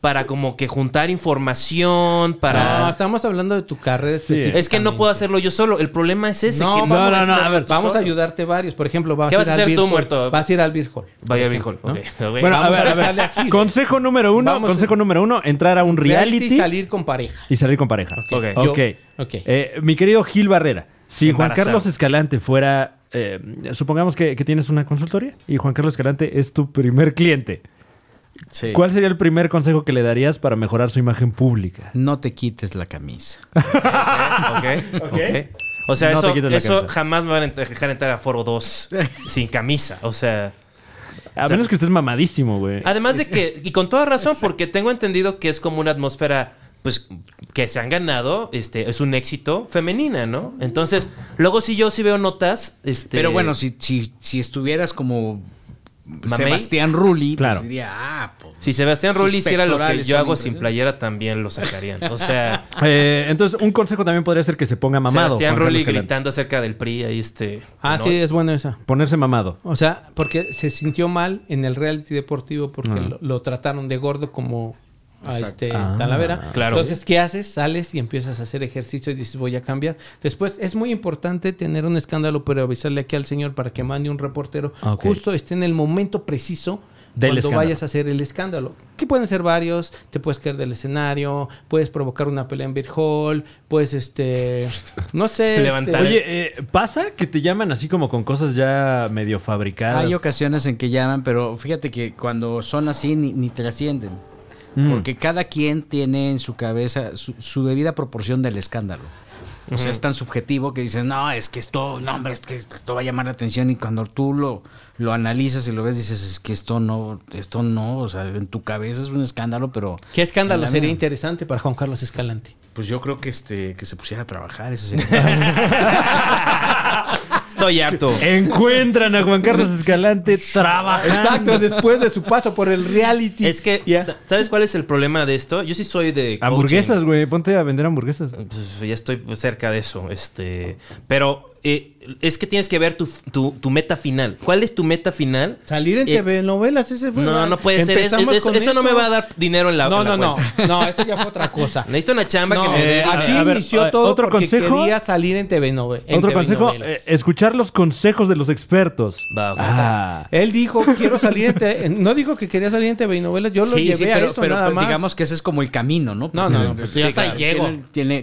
A: para como que juntar información
C: No,
A: para
C: estamos hablando de tu carrera. específica.
A: es que no puedo hacerlo yo solo. El problema es ese.
C: No,
A: que
C: vamos,
B: no,
A: a
B: no,
A: hacer-
B: a ver,
C: Vamos a ayudarte varios. Por ejemplo, vas
A: ¿Qué vas a
C: ir al
A: hacer tú,
C: Beer Hall.
A: muerto?
C: Vas a ir al Beer Hall.
A: Vaya viejo. ok, ok. *laughs*
B: Bueno,
C: Vamos
B: a ver,
C: a
B: a ver.
C: rezarle aquí.
B: Consejo número uno:
C: Vamos a-
B: consejo número uno: entrar a un reality,
C: y salir con pareja.
B: con pareja.
A: Ok.
B: Ok.
C: Yo- ok.
B: Eh, mi querido Gil Barrera, si
A: Embarazado.
B: Juan Carlos Escalante fuera. eh, supongamos que, que tienes una consultoría y Juan Carlos Escalante es tu primer cliente.
D: Sí.
B: ¿Cuál sería el primer consejo que le darías para mejorar su imagen pública?
D: No te quites la camisa.
B: *laughs*
A: Ok, ok, ok. O sea,
B: No te
A: eso,
B: quites la
A: eso
B: camisa.
A: jamás me van a ent- dejar entrar a
B: *laughs*
A: Foro 2 sin camisa. O sea,
B: A menos que estés mamadísimo, güey.
A: además de que, y con toda razón, porque tengo entendido que es como una atmósfera, pues, que se han ganado, este, es un éxito femenina, ¿no? Entonces, luego sí yo sí veo notas, este...
D: Pero bueno, si, si, si estuvieras como
A: Mamey.
D: Sebastián Rulli, pues
B: Claro.
D: diría, ah, pues,
A: Si Sebastián
D: Sus
A: Rulli hiciera lo que
D: pectorales
A: yo
D: son
A: hago sin
D: impresionantes.
A: playera, también lo sacarían. O sea,
B: Eh, entonces, un consejo también podría ser que se ponga mamado.
A: Sebastián
B: Juan Carlos
A: Rulli
B: Escalante.
A: gritando acerca del PRI, ahí este...
C: Ah,
A: no,
C: sí, es bueno esa.
B: Ponerse mamado.
C: O sea, porque se sintió mal en el reality deportivo porque lo, lo trataron de gordo como a este
B: Ah,
C: Talavera.
A: claro.
C: Entonces, ¿qué haces? Sales y empiezas a hacer ejercicio y dices, voy a cambiar. Después, es muy importante tener un escándalo, pero avisarle aquí al señor para que mande un reportero.
B: Ah, Ok.
C: Justo esté en el momento preciso
B: Del
C: cuando
B: escándalo.
C: vayas a hacer el escándalo. Que pueden ser varios, te puedes caer del escenario, puedes provocar una pelea en Beer Hall, puedes, este, no sé.
A: Levantar
C: este-
B: Oye, eh, ¿pasa que te llaman así como con cosas ya medio fabricadas?
D: Hay ocasiones en que llaman, pero fíjate que cuando son así ni, ni trascienden.
B: Mm.
D: Porque cada quien tiene en su cabeza su, su debida proporción del escándalo. O sea, es tan subjetivo que dices, no, es que esto, no, hombre, es que esto va a llamar la atención. Y cuando tú lo, lo analizas y lo ves, dices, es que esto no, esto no, o sea, en tu cabeza es un escándalo, pero
C: ¿Qué escándalo
D: La
C: sería
D: mía.
C: interesante para Juan Carlos Escalante?
D: pues yo creo que este, que se pusiera a trabajar,
C: *laughs*
D: eso sería.
A: Estoy harto.
B: *laughs* Encuentran a Juan Carlos Escalante trabajando.
C: Exacto, después de su paso por el reality.
A: Es que,
C: Ya.
A: sa- ¿sabes cuál es el problema de esto? Yo sí soy de... coaching.
B: Hamburguesas, güey. Ponte a vender hamburguesas.
A: Pues, ya estoy cerca de eso. Este, pero eh, es que tienes que ver tu, tu- tu meta final. ¿Cuál es tu meta final?
C: Salir en
A: Eh,
C: telenovelas, ese fue.
A: No, no puede ser. Es-
C: Empezamos
A: es-
C: con
A: eso no me
C: esto.
A: va a dar dinero en la
C: No,
A: en la
C: no, no.
A: cuenta.
C: No, eso ya fue otra
A: *laughs*
C: cosa.
A: Necesito una chamba que
C: No,
A: me dé...
C: eh, aquí
B: a ver,
C: inició
B: a ver,
C: todo
B: ¿otro
C: porque
B: consejo?
C: quería salir en TV nove- en
B: Otro consejo, eh,
C: telenovelas.
B: escuchar los consejos de los expertos.
A: Va, ok.
B: Ah.
C: Él dijo, quiero salir en te- No dijo que quería salir en TV novelas. Yo lo
D: Sí,
C: llevé
D: sí,
C: a
D: pero,
C: eso
D: pero-
C: nada
A: pues,
D: pero
C: más. *laughs*
D: digamos que ese es como el camino, ¿no?
C: No, no, no, pues
D: ya
C: sí,
D: está,
C: claro, llego.
D: tiene-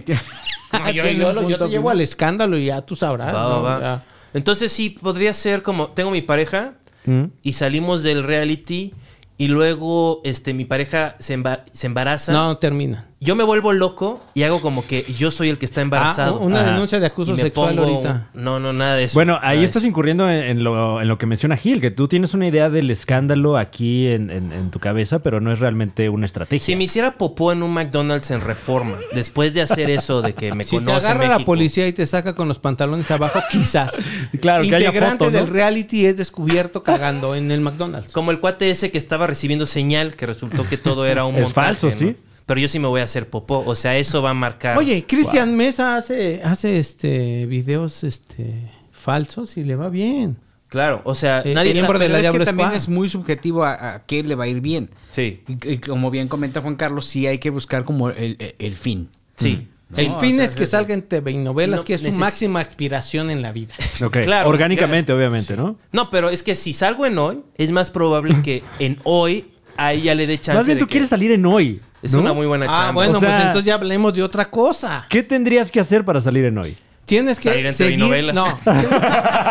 C: *laughs*
D: tiene- *laughs*
C: Ah, yo, yo lo- yo te llevo al escándalo y ya tú sabrás.
A: Va, va,
C: ¿no?
A: va.
C: Ya.
A: Entonces sí, podría ser como... Tengo mi pareja
B: Mm.
A: y salimos del reality y luego este, mi pareja se, emba- se embaraza.
C: No, termina.
A: Yo me vuelvo loco y hago como que yo soy el que está
C: Ah,
A: embarazado.
C: una
B: Ajá.
C: denuncia
A: Y
C: de acuso
A: me
C: sexual
A: pongo
C: ahorita.
A: un- No, no, nada de eso.
B: Bueno, ahí
A: Nada de
B: estás
A: eso.
B: incurriendo en, en lo, en lo que menciona Gil, que tú tienes una idea del escándalo aquí en, en- en tu cabeza, pero no es realmente una estrategia.
A: Si me hiciera popó en un McDonald's en Reforma, después de hacer eso de que
B: *laughs*
A: me
C: Si te
A: conoce
C: agarra la
A: México,
C: policía y te saca con los pantalones abajo, *laughs* quizás.
B: Claro, que haya
C: Integrante
B: foto, ¿no?
C: del reality es descubierto cagando en el McDonald's.
A: Como el cuate ese que estaba recibiendo señal, que resultó que todo era
B: *laughs*
A: un
B: Es
A: montaje,
B: falso,
A: ¿no?
B: sí.
A: Pero yo sí me voy a hacer popó. O sea, eso va a marcar.
C: Oye, Cristian Mesa hace, hace este videos este falsos y le va bien.
A: Claro, o sea,
C: Eh,
A: nadie
C: el miembro
A: sabe-
C: de
D: Pero
C: la
D: es que
C: Diablo
D: también
C: Squad.
D: es muy subjetivo a, a qué le va a ir bien.
A: Sí,
B: Mm.
D: Y, y como bien comenta Juan Carlos, sí hay que buscar como el, el- el fin.
A: sí.
C: el
D: No,
C: fin
D: o sea,
C: es que
D: sí, sí.
C: salga en TV y novelas,
A: No,
C: que es su
A: neces-
C: máxima aspiración en la vida.
A: *laughs*
B: Ok,
A: Claro,
B: Orgánicamente,
A: es-
B: obviamente, ¿no?
A: No, pero es que si salgo en hoy, es más probable que en hoy ahí ya le dé chance.
B: Más bien
A: de
B: tú
A: que-
B: quieres salir en hoy.
A: Es
B: ¿no?
A: una muy buena chamba.
C: Ah, bueno,
B: O sea-
C: pues entonces ya hablemos de otra cosa.
B: ¿Qué tendrías que hacer para salir en
A: *laughs*
B: hoy?
C: Tienes que
A: Salir en
C: seguir,
A: telenovelas. *laughs*
C: No, tienes,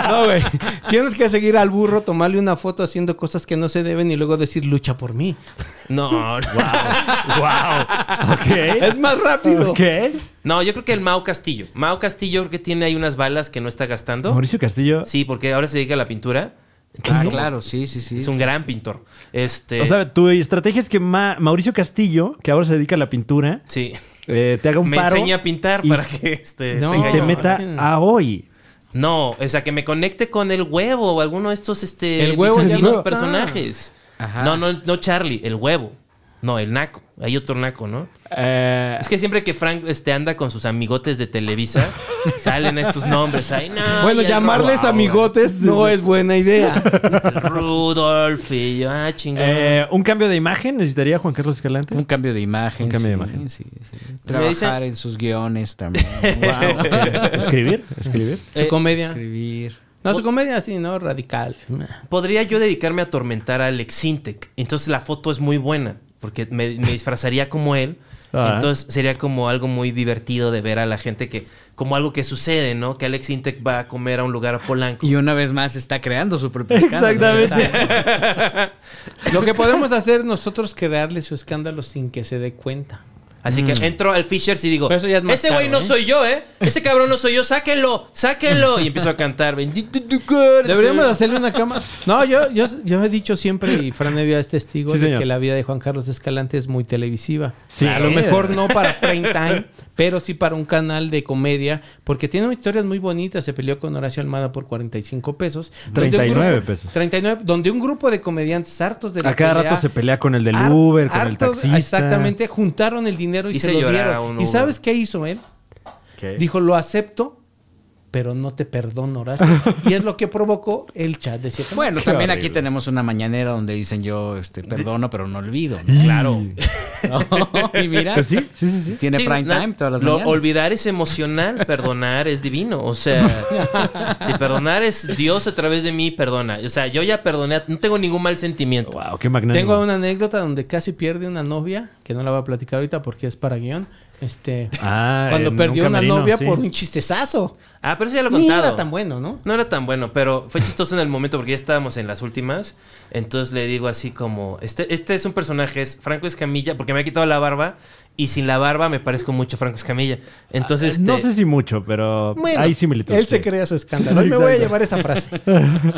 C: no, güey. Tienes que seguir al burro, tomarle una foto haciendo cosas que no se deben y luego decir lucha por mí.
A: No,
B: *laughs* ¡Wow!
A: *laughs*
B: Ok.
C: Es más rápido.
B: Ok.
A: no, yo creo que el Mao Castillo. Mao Castillo creo que tiene ahí unas balas que no está gastando.
B: Mauricio Castillo. Pues,
A: Sí, porque ahora se dedica a la pintura. Entonces,
D: Ah,
A: como-
D: claro, sí, sí, sí.
A: Es un gran pintor. Este.
B: O sea, tu estrategia es que Ma- Mauricio Castillo, que ahora se dedica a la pintura,
A: sí.
B: eh, te haga un
A: Me
B: paro
A: enseña a pintar
B: y-
A: para que este.
C: No.
A: tenga
B: y te
A: yo-
B: meta a hoy.
A: No, o sea, que me conecte con el huevo o alguno de estos este,
C: El huevo ya
A: bizantinos
C: no está.
A: personajes.
D: Ajá.
A: No, no, no, Charlie, el huevo. No, el naco. Hay otro naco, ¿no?
B: Eh,
A: Es que siempre que Frank este, anda con sus amigotes de Televisa, salen estos nombres. Ay, no,
C: Bueno,
A: y el
C: llamarles
A: Ro-
C: amigotes no es buena *laughs* idea.
A: El Rudolf y yo, ah, chingón.
B: eh, un cambio de imagen necesitaría Juan Carlos Escalante.
D: Un cambio de imagen.
B: Un cambio de
D: sí,
B: imagen.
D: sí, sí. Trabajar en sus guiones también.
C: *laughs*
B: Wow. *laughs* escribir, escribir.
C: Su
A: Eh,
C: comedia.
D: Escribir.
C: No, su comedia sí, ¿no? Radical.
A: Podría yo dedicarme a atormentar al Exintec. Entonces la foto es muy buena, porque me, me disfrazaría como él.
B: Ah.
A: Entonces sería como algo muy divertido de ver a la gente que, como algo que sucede, ¿no? Que Alex Intec va a comer a un lugar a Polanco.
D: Y una vez más está creando
C: *laughs*
D: su propio escándalo.
B: Exactamente.
C: Lo que podemos hacer nosotros crearle su escándalo sin que se dé cuenta.
A: Así que entro al Fishers y digo,
C: Mm. Pero eso ya es más
A: ese güey
C: caro,
A: no
C: ¿eh?
A: soy yo, ¿eh? Ese cabrón no soy yo, sáquenlo, sáquenlo.
C: *laughs*
A: Y empiezo a cantar. "Bendito tu corazón".
C: Deberíamos hacerle una cama. No, yo, yo, yo he dicho siempre, y Fran Evia es testigo,
B: Sí,
C: de
B: señor.
C: que la vida de Juan Carlos Escalante es muy televisiva.
B: Sí.
C: a lo mejor no para prime time, pero sí para un canal de comedia, porque tiene historias muy bonitas. Se peleó con Horacio Almada por 45 pesos. Donde un
B: 39
C: grupo-
B: pesos.
C: 39, donde un grupo de comediantes hartos de la
B: A cada
C: pelea,
B: rato se pelea con el del
C: har-
B: Uber, con el
C: hartos-
B: taxista.
C: Exactamente, juntaron el dinero y
A: Hice
C: se lo
A: llorar a
C: dieron.
A: un
C: ¿Y
A: Uber.
C: sabes qué hizo él? Dijo, lo acepto, pero no te
B: *laughs*
C: perdono, Horacio. y es lo que provocó el chat de siete
D: Bueno,
B: Qué
D: también
B: horrible.
D: aquí tenemos una mañanera donde dicen yo este, perdono, pero no olvido. ¿no?
B: Claro.
D: *laughs* No, y mira,
B: Pero Pues sí, sí, sí, sí.
D: tiene
A: Sí,
D: prime
A: na-
D: time todas las
A: lo-
D: mañanas.
A: Olvidar es emocional, perdonar es divino. O sea, si perdonar es Dios a través de mí, perdona. O sea, yo ya perdoné, no tengo ningún mal sentimiento.
B: Wow, qué magnánimo.
C: Tengo una anécdota donde casi pierde una novia, que no la voy a platicar ahorita porque es para guión. Este,
B: Ah,
C: cuando
B: en
C: perdió
B: un
C: una
B: camerino,
C: novia
B: sí.
C: por un chistezazo.
A: Ah, pero eso ya lo he
C: Ni
A: contado.
C: era tan bueno, ¿no?
A: No era tan bueno, pero fue chistoso en el momento porque ya estábamos en las últimas. Entonces le digo así como, este, este es un personaje, es Franco Escamilla, porque me ha quitado la barba y sin la barba me parezco mucho a Franco Escamilla. Entonces,
B: Eh, No
A: este,
B: sé si mucho, pero
C: Bueno,
B: hay similitudes.
C: él se
B: sí.
C: crea su escándalo.
B: Sí, sí,
C: Hoy me voy a
B: exacto.
C: llevar esa frase.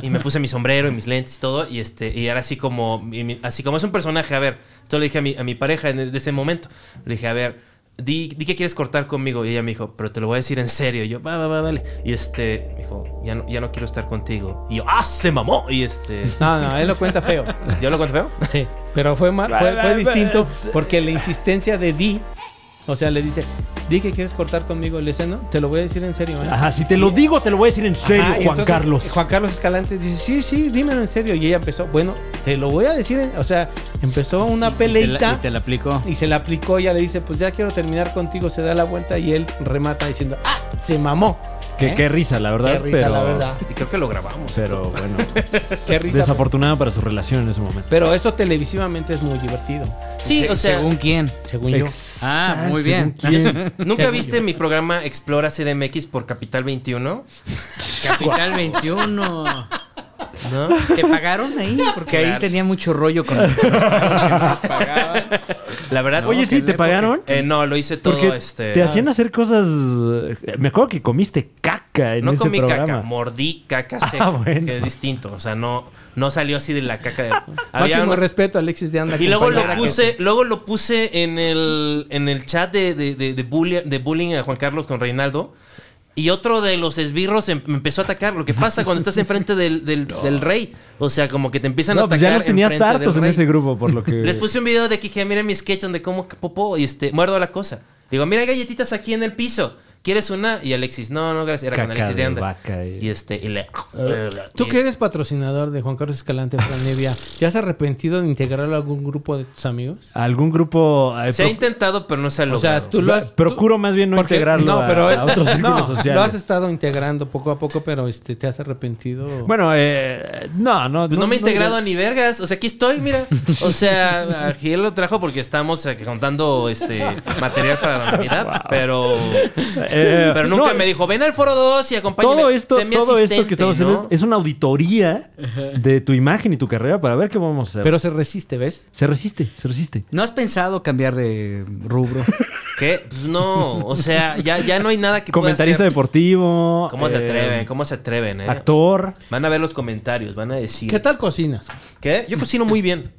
A: y me puse mi sombrero y mis lentes y todo y este y era así como y mi- así como es un personaje a ver entonces le dije a mi, a mi pareja en- de ese momento le dije a ver di, di que quieres cortar conmigo y ella me dijo pero te lo voy a decir en serio y yo va va va dale y este me dijo ya no, ya no quiero estar contigo y yo ah se mamó y este
C: No, no, él lo cuenta feo.
A: ¿ya lo conté feo?
C: Sí, pero fue, ma- fue, fue distinto porque la insistencia de Di, o sea, le dice, Di que quieres cortar conmigo, le dice, no, te lo voy a decir en serio. ¿eh?"
B: Ajá, si te lo digo, te lo voy a decir en serio,
C: Ajá, y
B: Juan
C: entonces,
B: Carlos.
C: Juan Carlos Escalante dice, sí, sí, dímelo en serio. Y ella empezó, bueno, te lo voy a decir, en- o sea, empezó una
D: Y te la,
C: peleita
D: y te la aplicó.
C: y se la aplicó, ella le dice, pues ya quiero terminar contigo, se da la vuelta y él remata diciendo, ah, se mamó.
B: Qué,
C: ¿Eh?
B: qué risa, la verdad.
C: Qué risa,
B: pero-
C: la verdad.
A: y creo que lo grabamos
C: *laughs*
B: Pero bueno,
C: Qué risa.
B: desafortunada para su relación en ese momento.
C: Pero esto televisivamente es muy divertido,
A: sí o sea
D: ¿Según quién?
C: según
D: Ah, muy bien.
A: *laughs* ¿Nunca viste mi programa Explora CDMX por Capital 21?
D: Capital *laughs* 21.
A: ¿No?
D: ¿Te pagaron ahí? Porque ahí
A: Claro.
D: tenía mucho rollo con los que más pagaban.
A: La verdad.
D: No,
B: Oye,
D: que
B: sí,
D: en
B: ¿te
D: la
B: pagaron?
A: Eh, no, lo hice todo
B: Porque
A: este.
B: te hacían hacer cosas. eh, Me acuerdo que comiste caca en
A: No
B: ese
A: comí
B: programa.
A: caca, mordí caca
B: Ah,
A: seca,
B: bueno.
A: que es distinto. O sea, no, no salió así de la
B: *laughs*
A: caca de.
C: yo.
A: Había
C: Máximo
A: unos-
C: respeto a Alexis de Anda.
A: y luego lo
C: compañera que-
A: puse, luego lo puse en el, en el chat de, de, de- de bully- de bullying a Juan Carlos con Reinaldo. Y otro de los esbirros em- me empezó a atacar. Lo que pasa cuando estás enfrente del,
B: *laughs*
A: del, del rey. O sea, como que te empiezan a
B: No,
A: atacar.
B: pues ya los tenías
A: enfrente del
B: hartos en
A: rey.
B: ese grupo, por lo que.
A: *laughs* Les puse un video de que dije, mira mi sketch donde como que popó y este, muerdo la cosa. Digo, mira hay galletitas aquí en el piso. ¿Quieres una? Y Alexis, no, no, gracias. Era con
B: Caca
A: Alexis de
B: de
A: Anda.
B: vaca, eh.
A: y este, y le.
C: Tú
A: y-
C: que eres patrocinador de Juan Carlos Escalante, Fran Evia, ¿te has arrepentido de integrarlo a algún grupo de tus amigos?
B: Algún grupo. eh,
A: Se ha
B: pro-
A: intentado, pero no se ha
C: O
A: logrado.
C: sea, tú lo has... tú-
B: Procuro más bien no
C: Porque-
B: integrarlo a- a,
A: *laughs*
B: otros círculos
C: *laughs* no,
B: sociales.
C: Lo has estado integrando poco a poco, pero este, te has arrepentido.
B: Bueno, eh, no, no.
A: Pues no, me he integrado
B: no-
A: a ni vergas. O sea, aquí estoy,
B: *laughs*
A: mira. O sea, a Gil lo trajo porque estamos eh, juntando este material para la humanidad. Pero.
B: Eh,
A: *laughs* pero nunca
B: no,
A: me dijo, ven al foro 2 y acompáñame.
B: Todo esto,
A: Sé mi
B: todo esto
A: asistente",
B: que estamos haciendo
A: ¿no?
B: es, es una auditoría de tu imagen y tu carrera para ver qué vamos a hacer.
C: pero se resiste, ¿ves?
B: se resiste, se resiste.
D: ¿No has pensado cambiar de rubro?
A: ¿Qué? Pues no. O sea, ya, ya no hay nada que pueda
B: Comentarista
A: hacer.
B: deportivo.
A: ¿Cómo se
B: eh,
C: Em,
A: atreven? ¿Cómo se atreven? eh?
B: Actor.
A: Van a ver los comentarios, van a decir.
C: ¿Qué tal cocinas?
A: ¿Qué? Yo cocino muy bien.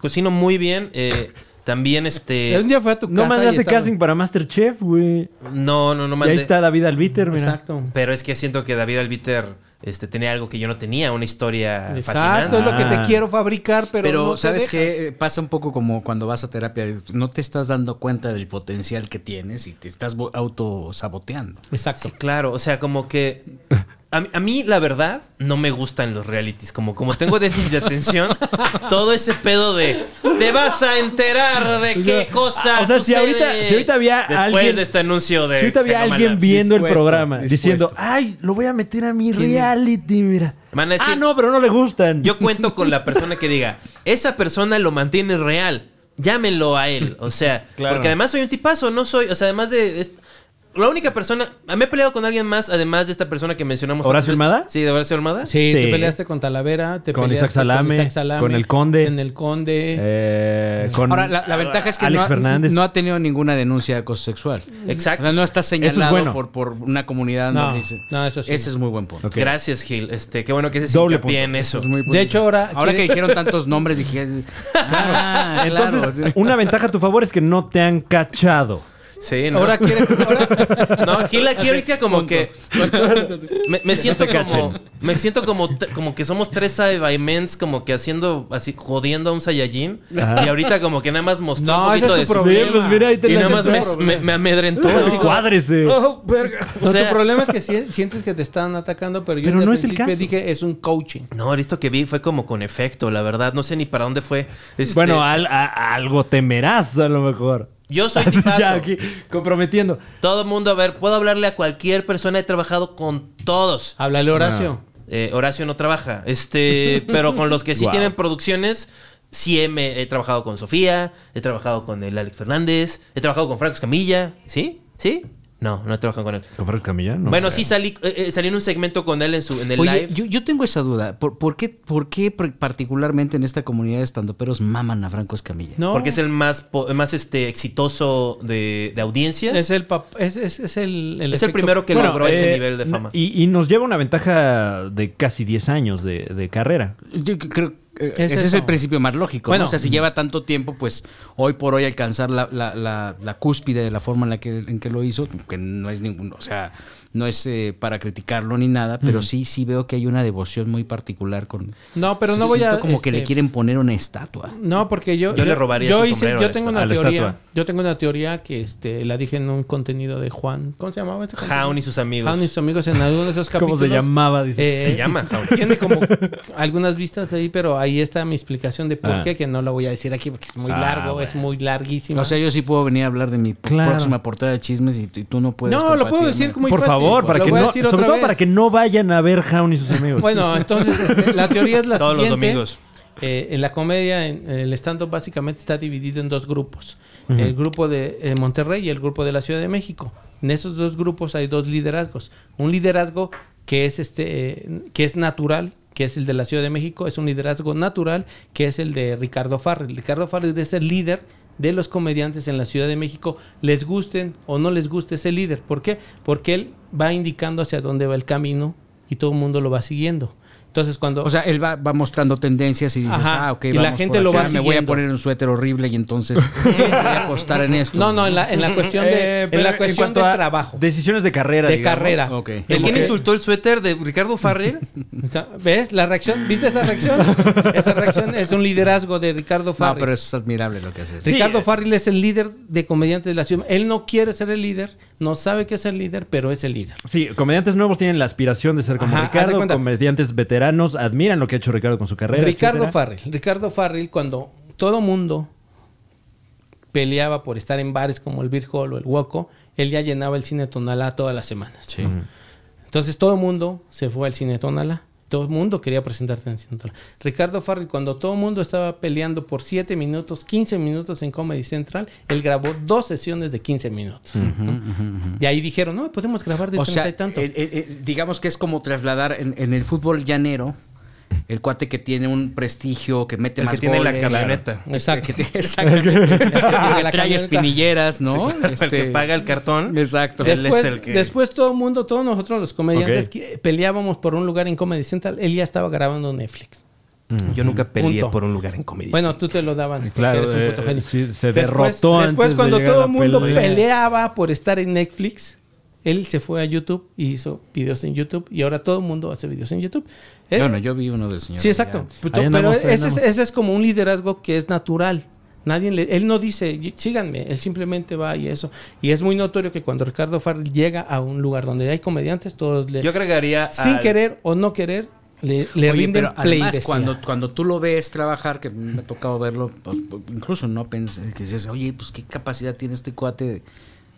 A: Cocino muy bien. eh, también
C: *laughs* Un
A: este.
C: día fue a tu casa.
B: Eh, No
C: y
B: mandaste
C: estaba-
B: casting para Masterchef, güey.
A: No, no, no
B: Y ahí
A: mandé.
B: está David Albiter, mira.
C: Exacto.
A: Pero es que siento que David Albiter este, tenía algo que yo no tenía, una historia
C: Exacto, es
A: fascinante.
C: lo que
B: Ah.
C: te quiero fabricar, pero.
D: Pero,
C: no te
D: ¿sabes
C: deja.
D: qué? Eh, Pasa un poco como cuando vas a terapia. No te estás dando cuenta del potencial que tienes y te estás bo- autosaboteando.
C: Exacto.
A: Sí, claro, o sea, como que. A, mí- a mí, la verdad, no me gustan los realities. Como, como tengo déficit de
B: *laughs*
A: atención, todo ese pedo de. Te vas a enterar de qué cosa.
B: o sea, si
A: sucede
B: ahorita- si ahorita había
A: Después
B: alguien-
A: de este anuncio de.
B: Si ahorita había
A: Genoma
B: alguien
A: Labs.
B: viendo el
D: Dispuesto,
B: programa diciendo,
D: dispuesto.
B: ay, lo voy a meter a mi reality, mira.
A: Van a decir-
B: ah, no, pero no le gustan.
A: Yo cuento con la persona que diga, esa persona lo
B: *laughs*
A: mantiene real, llámenlo a él. O sea, porque además soy un tipazo, no soy, o sea, además de... es- La única persona. Me he peleado con alguien más, además de esta persona que mencionamos.
B: ¿Horacio
A: antes.
B: Almada?
A: Sí, de Horacio Almada.
C: Sí,
B: Sí.
C: te peleaste con Talavera, te
B: Con
C: peleaste
B: Isaac Salame, con el Conde.
C: En el Conde.
B: Eh, con
D: Ahora, la, la ventaja es que
B: Alex
D: no, ha-
B: Fernández.
D: no ha tenido ninguna denuncia de acoso sexual. O
A: Exacto.
D: sea, no está señalado
B: bueno.
D: por, por una comunidad.
C: No,
D: donde dice-
C: no, eso sí.
D: Ese es muy buen punto.
B: Ok.
A: Gracias, Gil. Este, qué bueno que se
B: Doble
A: hincapié en eso.
D: Es muy buen
C: De
D: punto.
C: hecho, ahora.
D: ahora que
C: quiere-
D: dijeron tantos nombres, dije. *laughs* ah, claro.
B: Entonces, una ventaja a tu favor es que no te han
A: *laughs*
B: cachado.
A: Sí, ¿no?
C: Ahora quiere.
A: *laughs*
C: ahora-
A: No, Gil aquí ahorita como que. Me, me siento como. Me siento como, t- como que somos tres Saiyajins como que haciendo. así jodiendo a un Saiyajin.
B: Ajá.
A: Y ahorita como que nada más mostró
C: No,
A: un
C: ese
A: poquito
C: es
A: de
C: tu
A: su-
C: problema.
B: Sí, pues mira, ahí te
A: Y
B: la
A: nada más me,
B: cachó.
A: me- me amedrentó. así
B: Entonces,
A: como-
B: cuádrese.
A: Oh, verga. O
C: No,
A: sea,
C: tu problema es que si- sientes que te están atacando, pero yo
B: Pero
C: desde
B: no es el
C: principio
B: caso.
C: dije es un coaching.
A: No, esto que vi fue como con efecto, la verdad. No sé ni para dónde fue. Este,
B: Bueno, al- a- algo temerás a lo mejor.
A: yo soy tipazo.
B: *laughs* ya aquí, comprometiendo.
A: Todo el mundo, a ver, puedo hablarle a cualquier persona. He trabajado con todos.
B: Ah.
C: Háblale, Horacio.
A: Eh, Horacio no trabaja. Este, pero con los que sí
B: Wow.
A: tienen producciones, sí he, me- he trabajado con Sofía, he trabajado con el Alex Fernández, he trabajado con Franco Escamilla. ¿Sí? ¿sí? No, no he trabajado con él.
B: ¿Con Franco Camilla? No.
A: bueno, sí salí, eh, eh, salí en un segmento con él en, su, en el
D: Oye,
A: live.
D: yo, yo tengo esa duda. ¿Por, por qué, por qué pr- particularmente en esta comunidad de estandoperos maman a Franco Escamilla?
C: No.
A: Porque es el más, po- más este, exitoso de, de audiencias.
C: Es el, pap- es, es- es el,
A: Es el
C: efecto-
A: primero que
B: Bueno,
A: logró ese
B: eh,
C: Este
A: nivel de fama.
B: Y, y nos lleva una ventaja de casi 10 años de, de carrera.
D: Yo c- creo que eh,
C: Es
D: ese es
C: eso.
D: el principio más lógico. ¿no?
C: Bueno.
D: O sea, si lleva tanto tiempo, pues hoy por hoy alcanzar la, la- la- la cúspide de la forma en la que, en que lo hizo, que no es ningún, o sea, no es eh, para criticarlo ni nada, pero
C: Mm.
D: sí, sí veo que hay una devoción muy particular con.
C: No, pero
D: Sí
C: no voy
D: siento
C: a.
D: como que le
C: este,
D: quieren poner una estatua.
C: No, porque yo.
A: Yo le robaría
C: yo
A: su
C: hice-
A: sombrero a
C: Yo
A: la
C: tengo
A: estatua.
B: A
C: una
B: la
C: teoría.
B: estatua.
C: Yo tengo una teoría que este, la dije en un contenido de Juan. ¿Cómo se llamaba ese contenido?
A: Jaun y sus amigos.
C: Jaun y sus amigos en alguno de
B: *laughs*
C: esos
B: ¿Cómo
C: capítulos.
B: se llamaba? Dice.
C: Eh,
A: Se
C: *laughs*
A: llama Jaun.
C: Tiene como algunas vistas ahí, pero ahí está mi explicación de por
B: Ah.
C: qué, que no la voy a decir aquí porque es muy
B: Ah,
C: largo,
B: bueno.
C: es muy larguísimo.
D: O sea, yo sí puedo venir a hablar de mi p-
B: Claro.
D: próxima portada de chismes y, t- y tú no puedes.
C: no, lo puedo
D: compartirme.
C: decir como
B: Por favor, para que no, sobre todo para que no vayan a ver Jaun y sus amigos.
C: Bueno, entonces este, la teoría es la
A: Todos los
C: siguiente.
A: domingos.
C: Eh, en la comedia, en, en el stand-up básicamente está dividido en dos grupos. El grupo de eh, Monterrey y el grupo de la Ciudad de México. En esos dos grupos hay dos liderazgos. Un liderazgo que es este eh, que es natural, que es el de la Ciudad de México, es un liderazgo natural que es el de Ricardo Farrell. Ricardo Farrell es el líder de los comediantes en la Ciudad de México, les gusten o no les guste ese líder. ¿Por qué? Porque él va indicando hacia dónde va el camino y todo el mundo lo va siguiendo. Entonces cuando
D: O sea, él va, va mostrando tendencias y dices,
C: Ajá.
D: ah, ok,
C: Y la
D: vamos
C: gente
D: por
C: lo va
D: acá, me voy a
C: siguiendo.
D: poner un suéter horrible
C: *laughs*
D: y entonces voy a apostar en esto.
C: No, no, en la, en la cuestión de,
B: Eh,
C: en
B: pero
C: la cuestión
B: cuanto
C: del
B: a
C: trabajo. De,
B: Decisiones de carrera. digamos.
C: carrera.
D: Ok. ¿De
A: ¿De
C: Como
A: quién
C: que-
A: insultó el suéter de Ricardo *laughs* Farrell?
C: o sea, ¿Ves? La reacción, ¿viste esa reacción? esa reacción es un liderazgo de Ricardo
D: No,
C: Farrell.
D: pero es admirable lo que hace.
B: Sí.
C: Ricardo Farrell es el líder de comediantes de la ciudad. Él no quiere ser el líder, no sabe que es el líder, pero es el líder.
B: Sí, comediantes nuevos tienen la aspiración de ser como
C: Ajá, haz de
B: Ricardo.
C: cuenta.
B: Comediantes veteranos admiran lo que ha hecho Ricardo con su carrera.
C: Ricardo
B: etcétera.
C: Farrell. Ricardo Farrell, cuando todo mundo peleaba por estar en bares como el Beer Hall o el Woco, él ya llenaba el cine Tonalá todas las semanas.
B: Mm.
C: Entonces todo el mundo se fue al cine Tonalá. Todo el mundo quería presentarse en el cine Tonalá. Ricardo Farrell, cuando todo el mundo estaba peleando por 7 minutos, 15 minutos en Comedy Central, él grabó dos sesiones de 15 minutos. ¿no? Y ahí dijeron, no, podemos grabar de
D: O
C: 30
D: sea,
C: y tanto.
D: el- el- el- digamos que es como trasladar en, en el fútbol llanero el cuate que tiene un prestigio, que mete
A: El
D: más
A: que tiene la
D: goles,
A: camioneta.
D: *laughs* Exacto.
C: Exacto.
D: Que, tiene- exactamente. El que
C: la
D: trae
C: camioneta.
D: espinilleras, ¿no?
A: El que
D: Este,
A: paga el cartón.
D: Exacto.
A: Él
C: Después,
A: es el que.
C: después todo el mundo, todos nosotros los comediantes
B: Ok.
C: que peleábamos por un lugar en Comedy Central, él ya estaba grabando Netflix.
A: Yo nunca peleé
C: Punto.
A: por un lugar en comedia.
C: Bueno, tú te lo daban. porque
B: Claro,
C: eres un puto
B: eh,
C: genio.
B: sí, se derrotó
C: Después,
B: antes de
C: cuando
B: llegar
C: todo
B: a
C: el mundo
B: pelear.
C: peleaba por estar en Netflix, él se fue a YouTube y hizo videos en YouTube y ahora todo el mundo hace videos en YouTube. Eh,
D: Bueno, yo vi uno del señor.
C: sí, exacto.
D: Villantes.
C: Puto,
B: Ahí
C: pero
B: andamos, ahí
C: ese es,
B: andamos.
C: ese es como un liderazgo que es natural. Nadie le- él no dice, "Y- síganme, él simplemente va y eso. Y es muy notorio que cuando Ricardo Farrell llega a un lugar donde hay comediantes, todos le,
A: yo agregaría.
C: sin
A: al-
C: querer o no querer, le, le
D: Oye,
C: rinden
D: pero
C: play.
D: además,
C: decía.
D: cuando, cuando tú lo ves trabajar, que me ha tocado verlo, pues, incluso no pensé, que dices, oye, pues qué capacidad tiene este cuate de,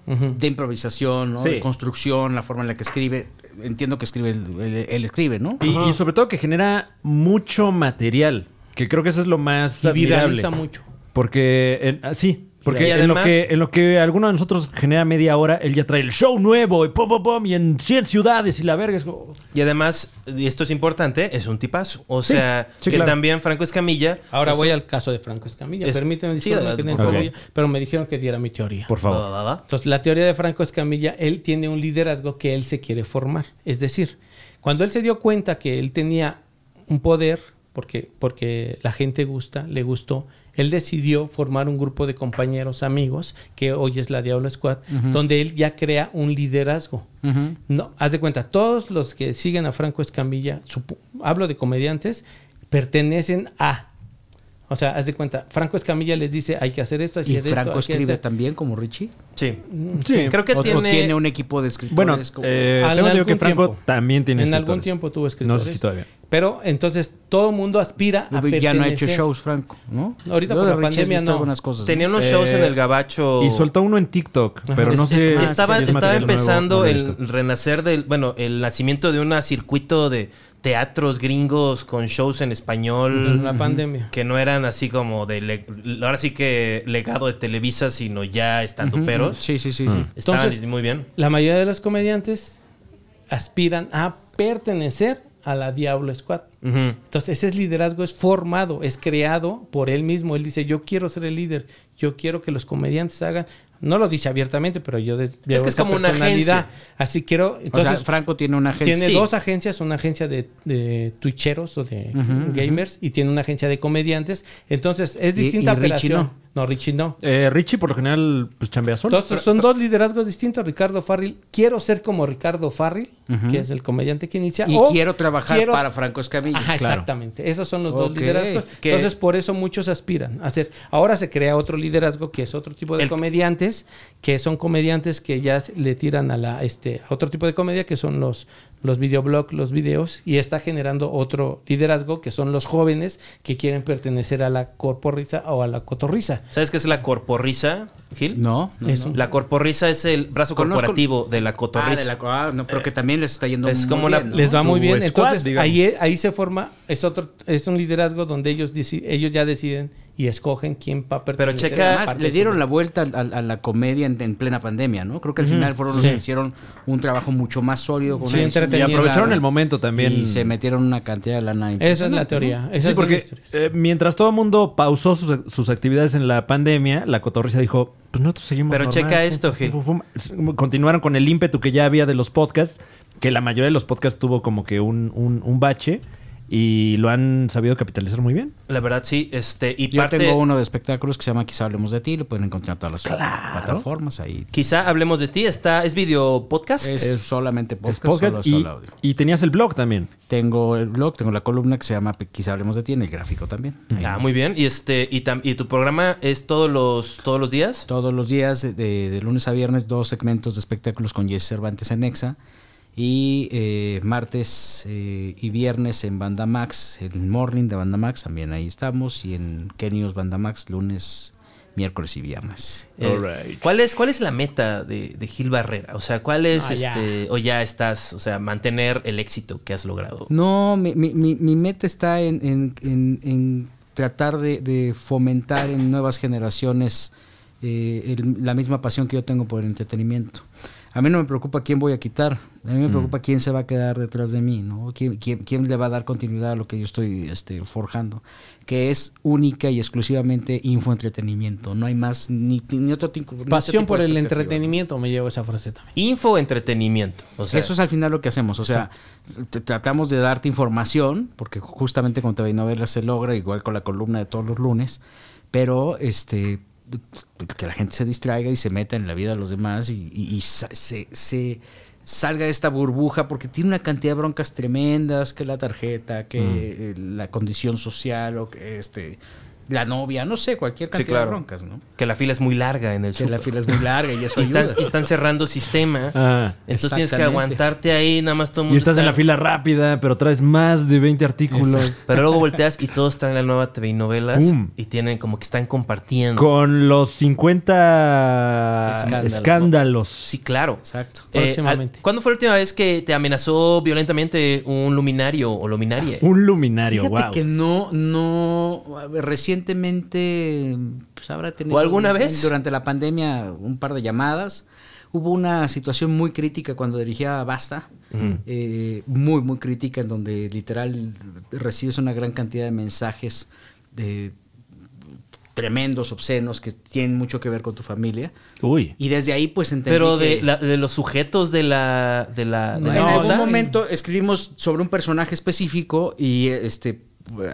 C: Ujú.
D: de improvisación, ¿no?
B: Sí.
D: de construcción, la forma en la que escribe. Entiendo que escribe, él, él- él escribe, ¿no?
B: Y, y sobre todo que genera mucho material. Que creo que eso es lo más
C: Y
B: admirable.
C: viraliza mucho.
B: Porque, en- ah, sí, Porque
A: Y
B: en, lo
A: además-
B: que, en lo que alguno de nosotros genera media hora, él ya trae el show nuevo y pum, pum, pum, y en 100 ciudades y la verga. Es como-
A: Y además, y esto es importante, es un tipazo. O sea,
B: sí,
A: que
B: claro.
A: también Franco Escamilla.
C: Ahora
A: es-
C: voy al caso de Franco Escamilla.
A: Es-
C: Permítanme
A: sí,
C: disculpen
A: adelante,
C: que no
A: por
C: informo
B: favor.
C: yo, pero me dijeron que diera mi teoría.
B: Por
A: Va,
B: favor.
A: va, va.
C: Entonces, la teoría de Franco Escamilla, él tiene un liderazgo que él se quiere formar. Es decir, cuando él se dio cuenta que él tenía un poder, porque, porque la gente gusta, le gustó, él decidió formar un grupo de compañeros, amigos, que hoy es la Diablo Squad, donde él ya crea un liderazgo.
D: Ujú.
C: No, haz de cuenta, todos los que siguen a Franco Escamilla, supo- hablo de comediantes, pertenecen a. O sea, haz de cuenta, Franco Escamilla les dice, hay que hacer esto, hay que
D: Y
C: hacer esto.
D: Franco
C: hay que
D: escribe
C: hacer-".
D: también, como Richie.
A: Sí.
B: Mm, Sí.
A: Creo que
D: O- o
A: tiene.
D: un equipo de escritores.
B: Bueno,
D: como-
B: eh,
C: En
B: tengo entendido que
C: algún
B: Franco
C: tiempo.
B: también tiene
C: En algún
B: escritores.
C: tiempo tuvo
B: No
C: escritores.
B: sé si todavía.
C: Pero entonces todo mundo aspira a
D: ya no ha hecho
C: pertenecer.
D: shows, Franco, ¿no?
C: Ahorita
D: Yo
C: por
D: de
C: la
D: Richie he
C: pandemia
D: visto
C: no.
D: algunas cosas.
A: Tenía unos
B: Eh,
A: shows en el Gabacho.
B: Y soltó uno en TikTok, pero no
A: Es- es-
B: sé. si
A: Este estaba
B: es
A: estaba
B: material nuevo,
A: empezando
B: no lo he visto.
A: el renacer del. Bueno, el nacimiento de un circuito de teatros gringos con shows en español.
C: En la pandemia.
A: Que no eran así como de. le- ahora sí que legado de Televisa, sino ya estando
D: Ujú,
A: peros.
D: Sí, sí,
C: Mm.
D: sí. sí.
A: Estaban
C: Entonces-
A: muy bien.
C: La mayoría de los comediantes aspiran a pertenecer a la Diablo Squad.
A: Ujú.
C: Entonces ese liderazgo es formado, es creado por él mismo. Él dice, yo quiero ser el líder, yo quiero que los comediantes hagan... No lo dice abiertamente, pero yo... de- llevo
A: que es
C: esa
A: como una
C: personalidad.
A: agencia.
C: Así quiero...
D: Entonces,
C: Entonces,
D: Franco tiene una agencia.
C: Tiene
A: Sí.
C: dos agencias, una agencia de, de twitcheros o de
D: Ujú,
C: gamers y tiene una agencia de comediantes. Entonces, es
D: Y-
C: distinta
D: y Richie
C: operación. no. Richie no.
B: Eh, Richie, por lo general, pues chambea solo.
C: Entonces, son dos liderazgos distintos. Ricardo Farril, quiero ser como Ricardo Farril, que es el comediante que inicia.
D: Y
C: o
D: quiero trabajar
C: quiero-
D: para Franco Escamilla.
C: Ajá,
B: Claro.
C: exactamente. Esos son los
D: Ok.
C: dos liderazgos.
A: Que-
C: Entonces, por eso muchos aspiran a hacer. Ahora se crea otro liderazgo que es otro tipo de
A: El-
C: comediantes, que son comediantes que ya s- le tiran a la este a otro tipo de comedia que son los los videoblogs, los videos y está generando otro liderazgo que son los jóvenes que quieren pertenecer a la corporrisa o a la cotorriza.
A: ¿Sabes qué es la corporrisa, Gil?
D: No, no,
C: Eso.
D: no.
A: La corporrisa es el brazo
D: Conozco-
A: corporativo de la
D: Ah,
A: cotorrisa.
D: de la ah, no, pero que
C: Eh,
D: también les está yendo
A: es
D: muy
A: como una-
D: bien, ¿no?
C: Les va
B: Su
C: muy bien,
B: squad,
C: entonces
B: digamos.
C: ahí, e, ahí se forma es otro es un liderazgo donde ellos deci- ellos ya deciden y escogen quién va a pertenecer.
A: checa-
C: a la
D: Además,
C: parte
D: le
C: de
D: dieron
C: su-
D: la vuelta a, a- a la comedia en, en plena pandemia, ¿no? Creo que al final fueron los que hicieron un trabajo mucho más sólido. Con
C: Sí,
D: una-
B: y
C: entretenido.
B: aprovecharon el momento también.
D: Y se metieron una cantidad de lana.
C: Esa es la teoría. Esa
B: Sí,
C: es la
B: porque
C: historia.
B: eh, mientras todo el mundo pausó sus, sus actividades en la pandemia, la cotorriza dijo, pues nosotros seguimos Pues,
A: Pero checa
B: pum,
A: esto,
B: pum,
A: Gil.
B: pum, pum. Continuaron con el ímpetu que ya había de los podcasts, que la mayoría de los podcasts tuvo como que un, un- un bache y lo han sabido capitalizar muy bien.
A: La verdad, sí. Este, y
D: Yo
A: parte,
D: tengo uno de espectáculos que se llama Quizá hablemos de ti. Lo pueden encontrar en todas las plataformas. Ahí
A: quizá hablemos de ti. Está, es video podcast.
D: es, solamente
B: Es
D: podcast,
B: podcast
D: solo,
B: y,
D: solo audio.
B: y tenías el blog también.
D: Tengo el blog, tengo la columna que se llama Quizá hablemos de ti en el gráfico también. Ahí.
A: Ah, muy bien. Y este, y, tam- y tu programa es todos los, todos los días.
D: Todos los días, de, de lunes a viernes, dos segmentos de espectáculos con Jesse Cervantes en Exa. Y eh, martes eh, y viernes en Banda Max, el morning de Banda Max, también ahí estamos. Y en Kenios Banda Max, lunes, miércoles y viernes.
A: Eh,
B: Alright.
A: ¿cuál, es, ¿Cuál es la meta de, de Gil Barrera? O sea, ¿cuál es
C: Ah, ya.
A: este? O ya estás, o sea, mantener el éxito que has logrado.
D: No, mi, mi- mi- mi meta está en, en- en- en tratar de, de fomentar en nuevas generaciones eh, el- la misma pasión que yo tengo por el entretenimiento. A mí no me preocupa quién voy a quitar, a mí me
C: Mm.
D: preocupa quién se va a quedar detrás de mí, ¿no? ¿Quién, quién, quién le va a dar continuidad a lo que yo estoy este, forjando? Que es única y exclusivamente infoentretenimiento, no hay más, ni, ni otro tipo ni otro
C: Pasión
D: tipo
C: por
D: de
C: el
D: expectativas, ¿no?
C: entretenimiento me llevo esa frase también.
A: Info entretenimiento. O sea,
D: Eso es al final lo que hacemos. O sea, te- tratamos de darte información, porque justamente con TV Novelas se logra, igual con la columna de todos los lunes, pero este que la gente se distraiga y se meta en la vida de los demás y, y- y sa- se, se salga de esta burbuja, porque tiene una cantidad de broncas tremendas, que la tarjeta, que eh,
A: Mm.
D: la condición social, o que este la novia, no sé, cualquier cantidad
A: claro.
D: de broncas, ¿no?
A: que la fila es muy larga en el
D: Que la
A: súper.
D: fila es muy larga y
A: *laughs*
D: eso
A: Y están,
D: ayuda.
A: y están cerrando sistema.
B: Ah.
A: Entonces tienes que
D: Exactamente.
A: aguantarte ahí, nada más todo el mundo.
B: Y estás en
A: está-
B: la fila rápida, pero traes más de 20 artículos.
A: Pero luego volteas y todos traen la nueva TV y novelas
B: Pum.
A: y tienen como que están compartiendo.
B: Con los 50
D: Escándalos.
B: escándalos.
A: Sí, claro.
D: Exacto.
A: Eh,
C: Próximamente.
A: al- ¿Cuándo fue la última vez que te amenazó
B: Ah,
A: violentamente un luminario o luminaria?
B: Un luminario,
D: Fíjate
B: wow.
D: que no, no, a ver, recien- recientemente pues, habrá tenido...
A: ¿O alguna vez?
D: Durante la pandemia un par de llamadas. Hubo una situación muy crítica cuando dirigía Basta, eh, muy, muy crítica, en donde literal recibes una gran cantidad de mensajes de tremendos, obscenos, que tienen mucho que ver con tu familia.
B: Uy.
D: Y desde ahí pues entendí
A: Pero de,
D: que-
A: la- de los sujetos de la. De la, de
D: en
A: la
D: algún
A: onda.
D: momento escribimos sobre un personaje específico y este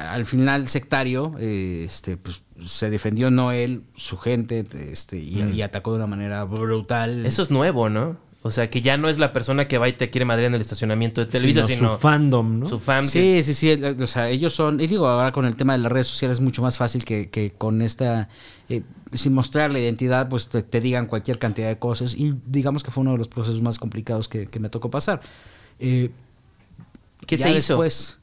D: al final sectario eh, este pues, se defendió no él su gente este y, y atacó de una manera brutal
A: Mm. Eso es nuevo, ¿no? O sea, que ya no es la persona que va y te quiere madre en el estacionamiento de Televisa,
B: Sino
A: sino,
B: su fandom, ¿no?
A: su fan. que-
D: sí sí sí el- o sea ellos son y digo ahora con el tema de las redes sociales es mucho más fácil que, que con esta eh, sin mostrar la identidad pues te, te digan cualquier cantidad de cosas y digamos que fue uno de los procesos más complicados que, que me tocó pasar Eh,
A: ¿Qué
D: Ya
A: se hizo?
D: después,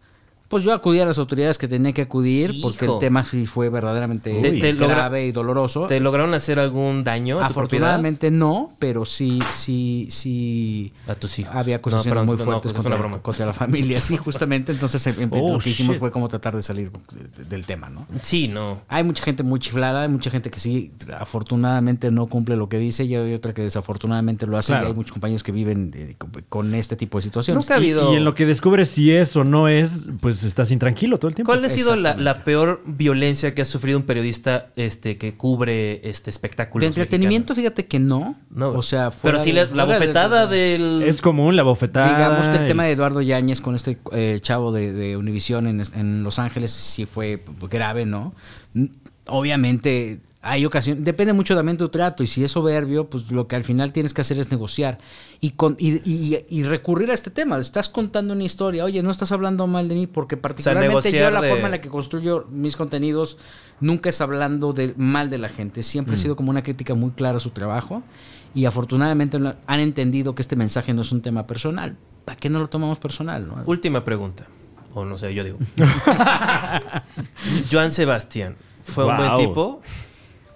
D: pues yo acudí a las autoridades que tenía que acudir
A: Hijo.
D: porque el tema sí fue verdaderamente
A: Te- te logra-
D: grave y doloroso.
A: ¿Te lograron hacer algún daño? a tu
D: Afortunadamente no, pero sí, sí, sí.
A: propiedad? A tus hijos.
D: Había acusaciones
A: No, perdón,
D: muy
A: no,
D: fuertes
A: es una
D: contra,
A: broma.
D: contra la familia, sí, justamente. Entonces
A: *laughs*
D: eh,
B: Oh,
D: lo que hicimos
B: shit.
D: fue como tratar de salir de- del tema, ¿no?
A: Sí, no.
D: Hay mucha gente muy chiflada, hay mucha gente que sí, afortunadamente no cumple lo que dice, y hay otra que desafortunadamente lo hace,
B: Claro.
D: y hay muchos compañeros que viven eh, con- con este tipo de situaciones.
A: Nunca ha habido.
B: Y en lo que descubres si es o no es, pues estás intranquilo todo el tiempo.
A: ¿Cuál ha sido la, la peor violencia que ha sufrido un periodista este, que cubre este espectáculo?
D: De entretenimiento, fíjate que no.
A: No,
D: o sea,
A: pero
D: fuera
A: sí la,
D: de-
A: la
D: fuera de-
A: bofetada del.
B: Es común la bofetada.
D: Digamos que el
B: el-
D: tema de Eduardo Yáñez con este eh, chavo de, de Univisión en, es- en Los Ángeles sí fue grave, ¿no? Mm, Obviamente hay ocasión, depende mucho también tu trato y si es soberbio, pues lo que al final tienes que hacer es negociar y, con, y, y- y recurrir a este tema. Estás contando una historia, oye, no estás hablando mal de mí porque particularmente yo
A: negociar
D: la
A: de-
D: forma en la que construyo mis contenidos nunca es hablando de, mal de la gente, siempre
A: Mm.
D: ha sido como una crítica muy clara a su trabajo y afortunadamente lo- han entendido que este mensaje no es un tema personal. ¿Para qué no lo tomamos personal? no?
A: Última pregunta. O no sé, yo digo. Joan Sebastián. ¿Fue un buen
B: Wow.
A: tipo?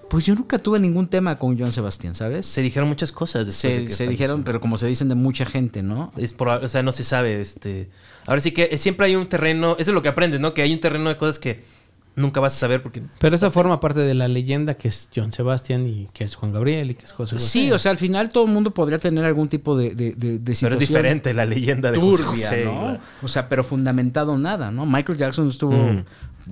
D: Pues yo nunca tuve ningún tema con Joan Sebastián, ¿sabes?
A: Se dijeron muchas cosas después de
D: se,
A: que
D: se
A: falleció.
D: dijeron, pero como se dicen de mucha gente, ¿no?
A: Es proba- o sea, no se sabe. Este... Ahora sí que eh, siempre hay un terreno. Eso es lo que aprendes, ¿no? Que hay un terreno de cosas que nunca vas a saber porque.
C: Pero eso forma parte de la leyenda que es John Sebastián y que es Juan Gabriel y que es José
A: Pues
C: José.
D: Sí, o sea, al final todo el mundo podría tener algún tipo de, de, de- de
A: Pero es
D: situación
A: diferente la leyenda de José
D: turbia,
A: José,
D: ¿no?
A: claro.
D: O sea, pero fundamentado nada, ¿no? Michael Jackson estuvo
A: Mm.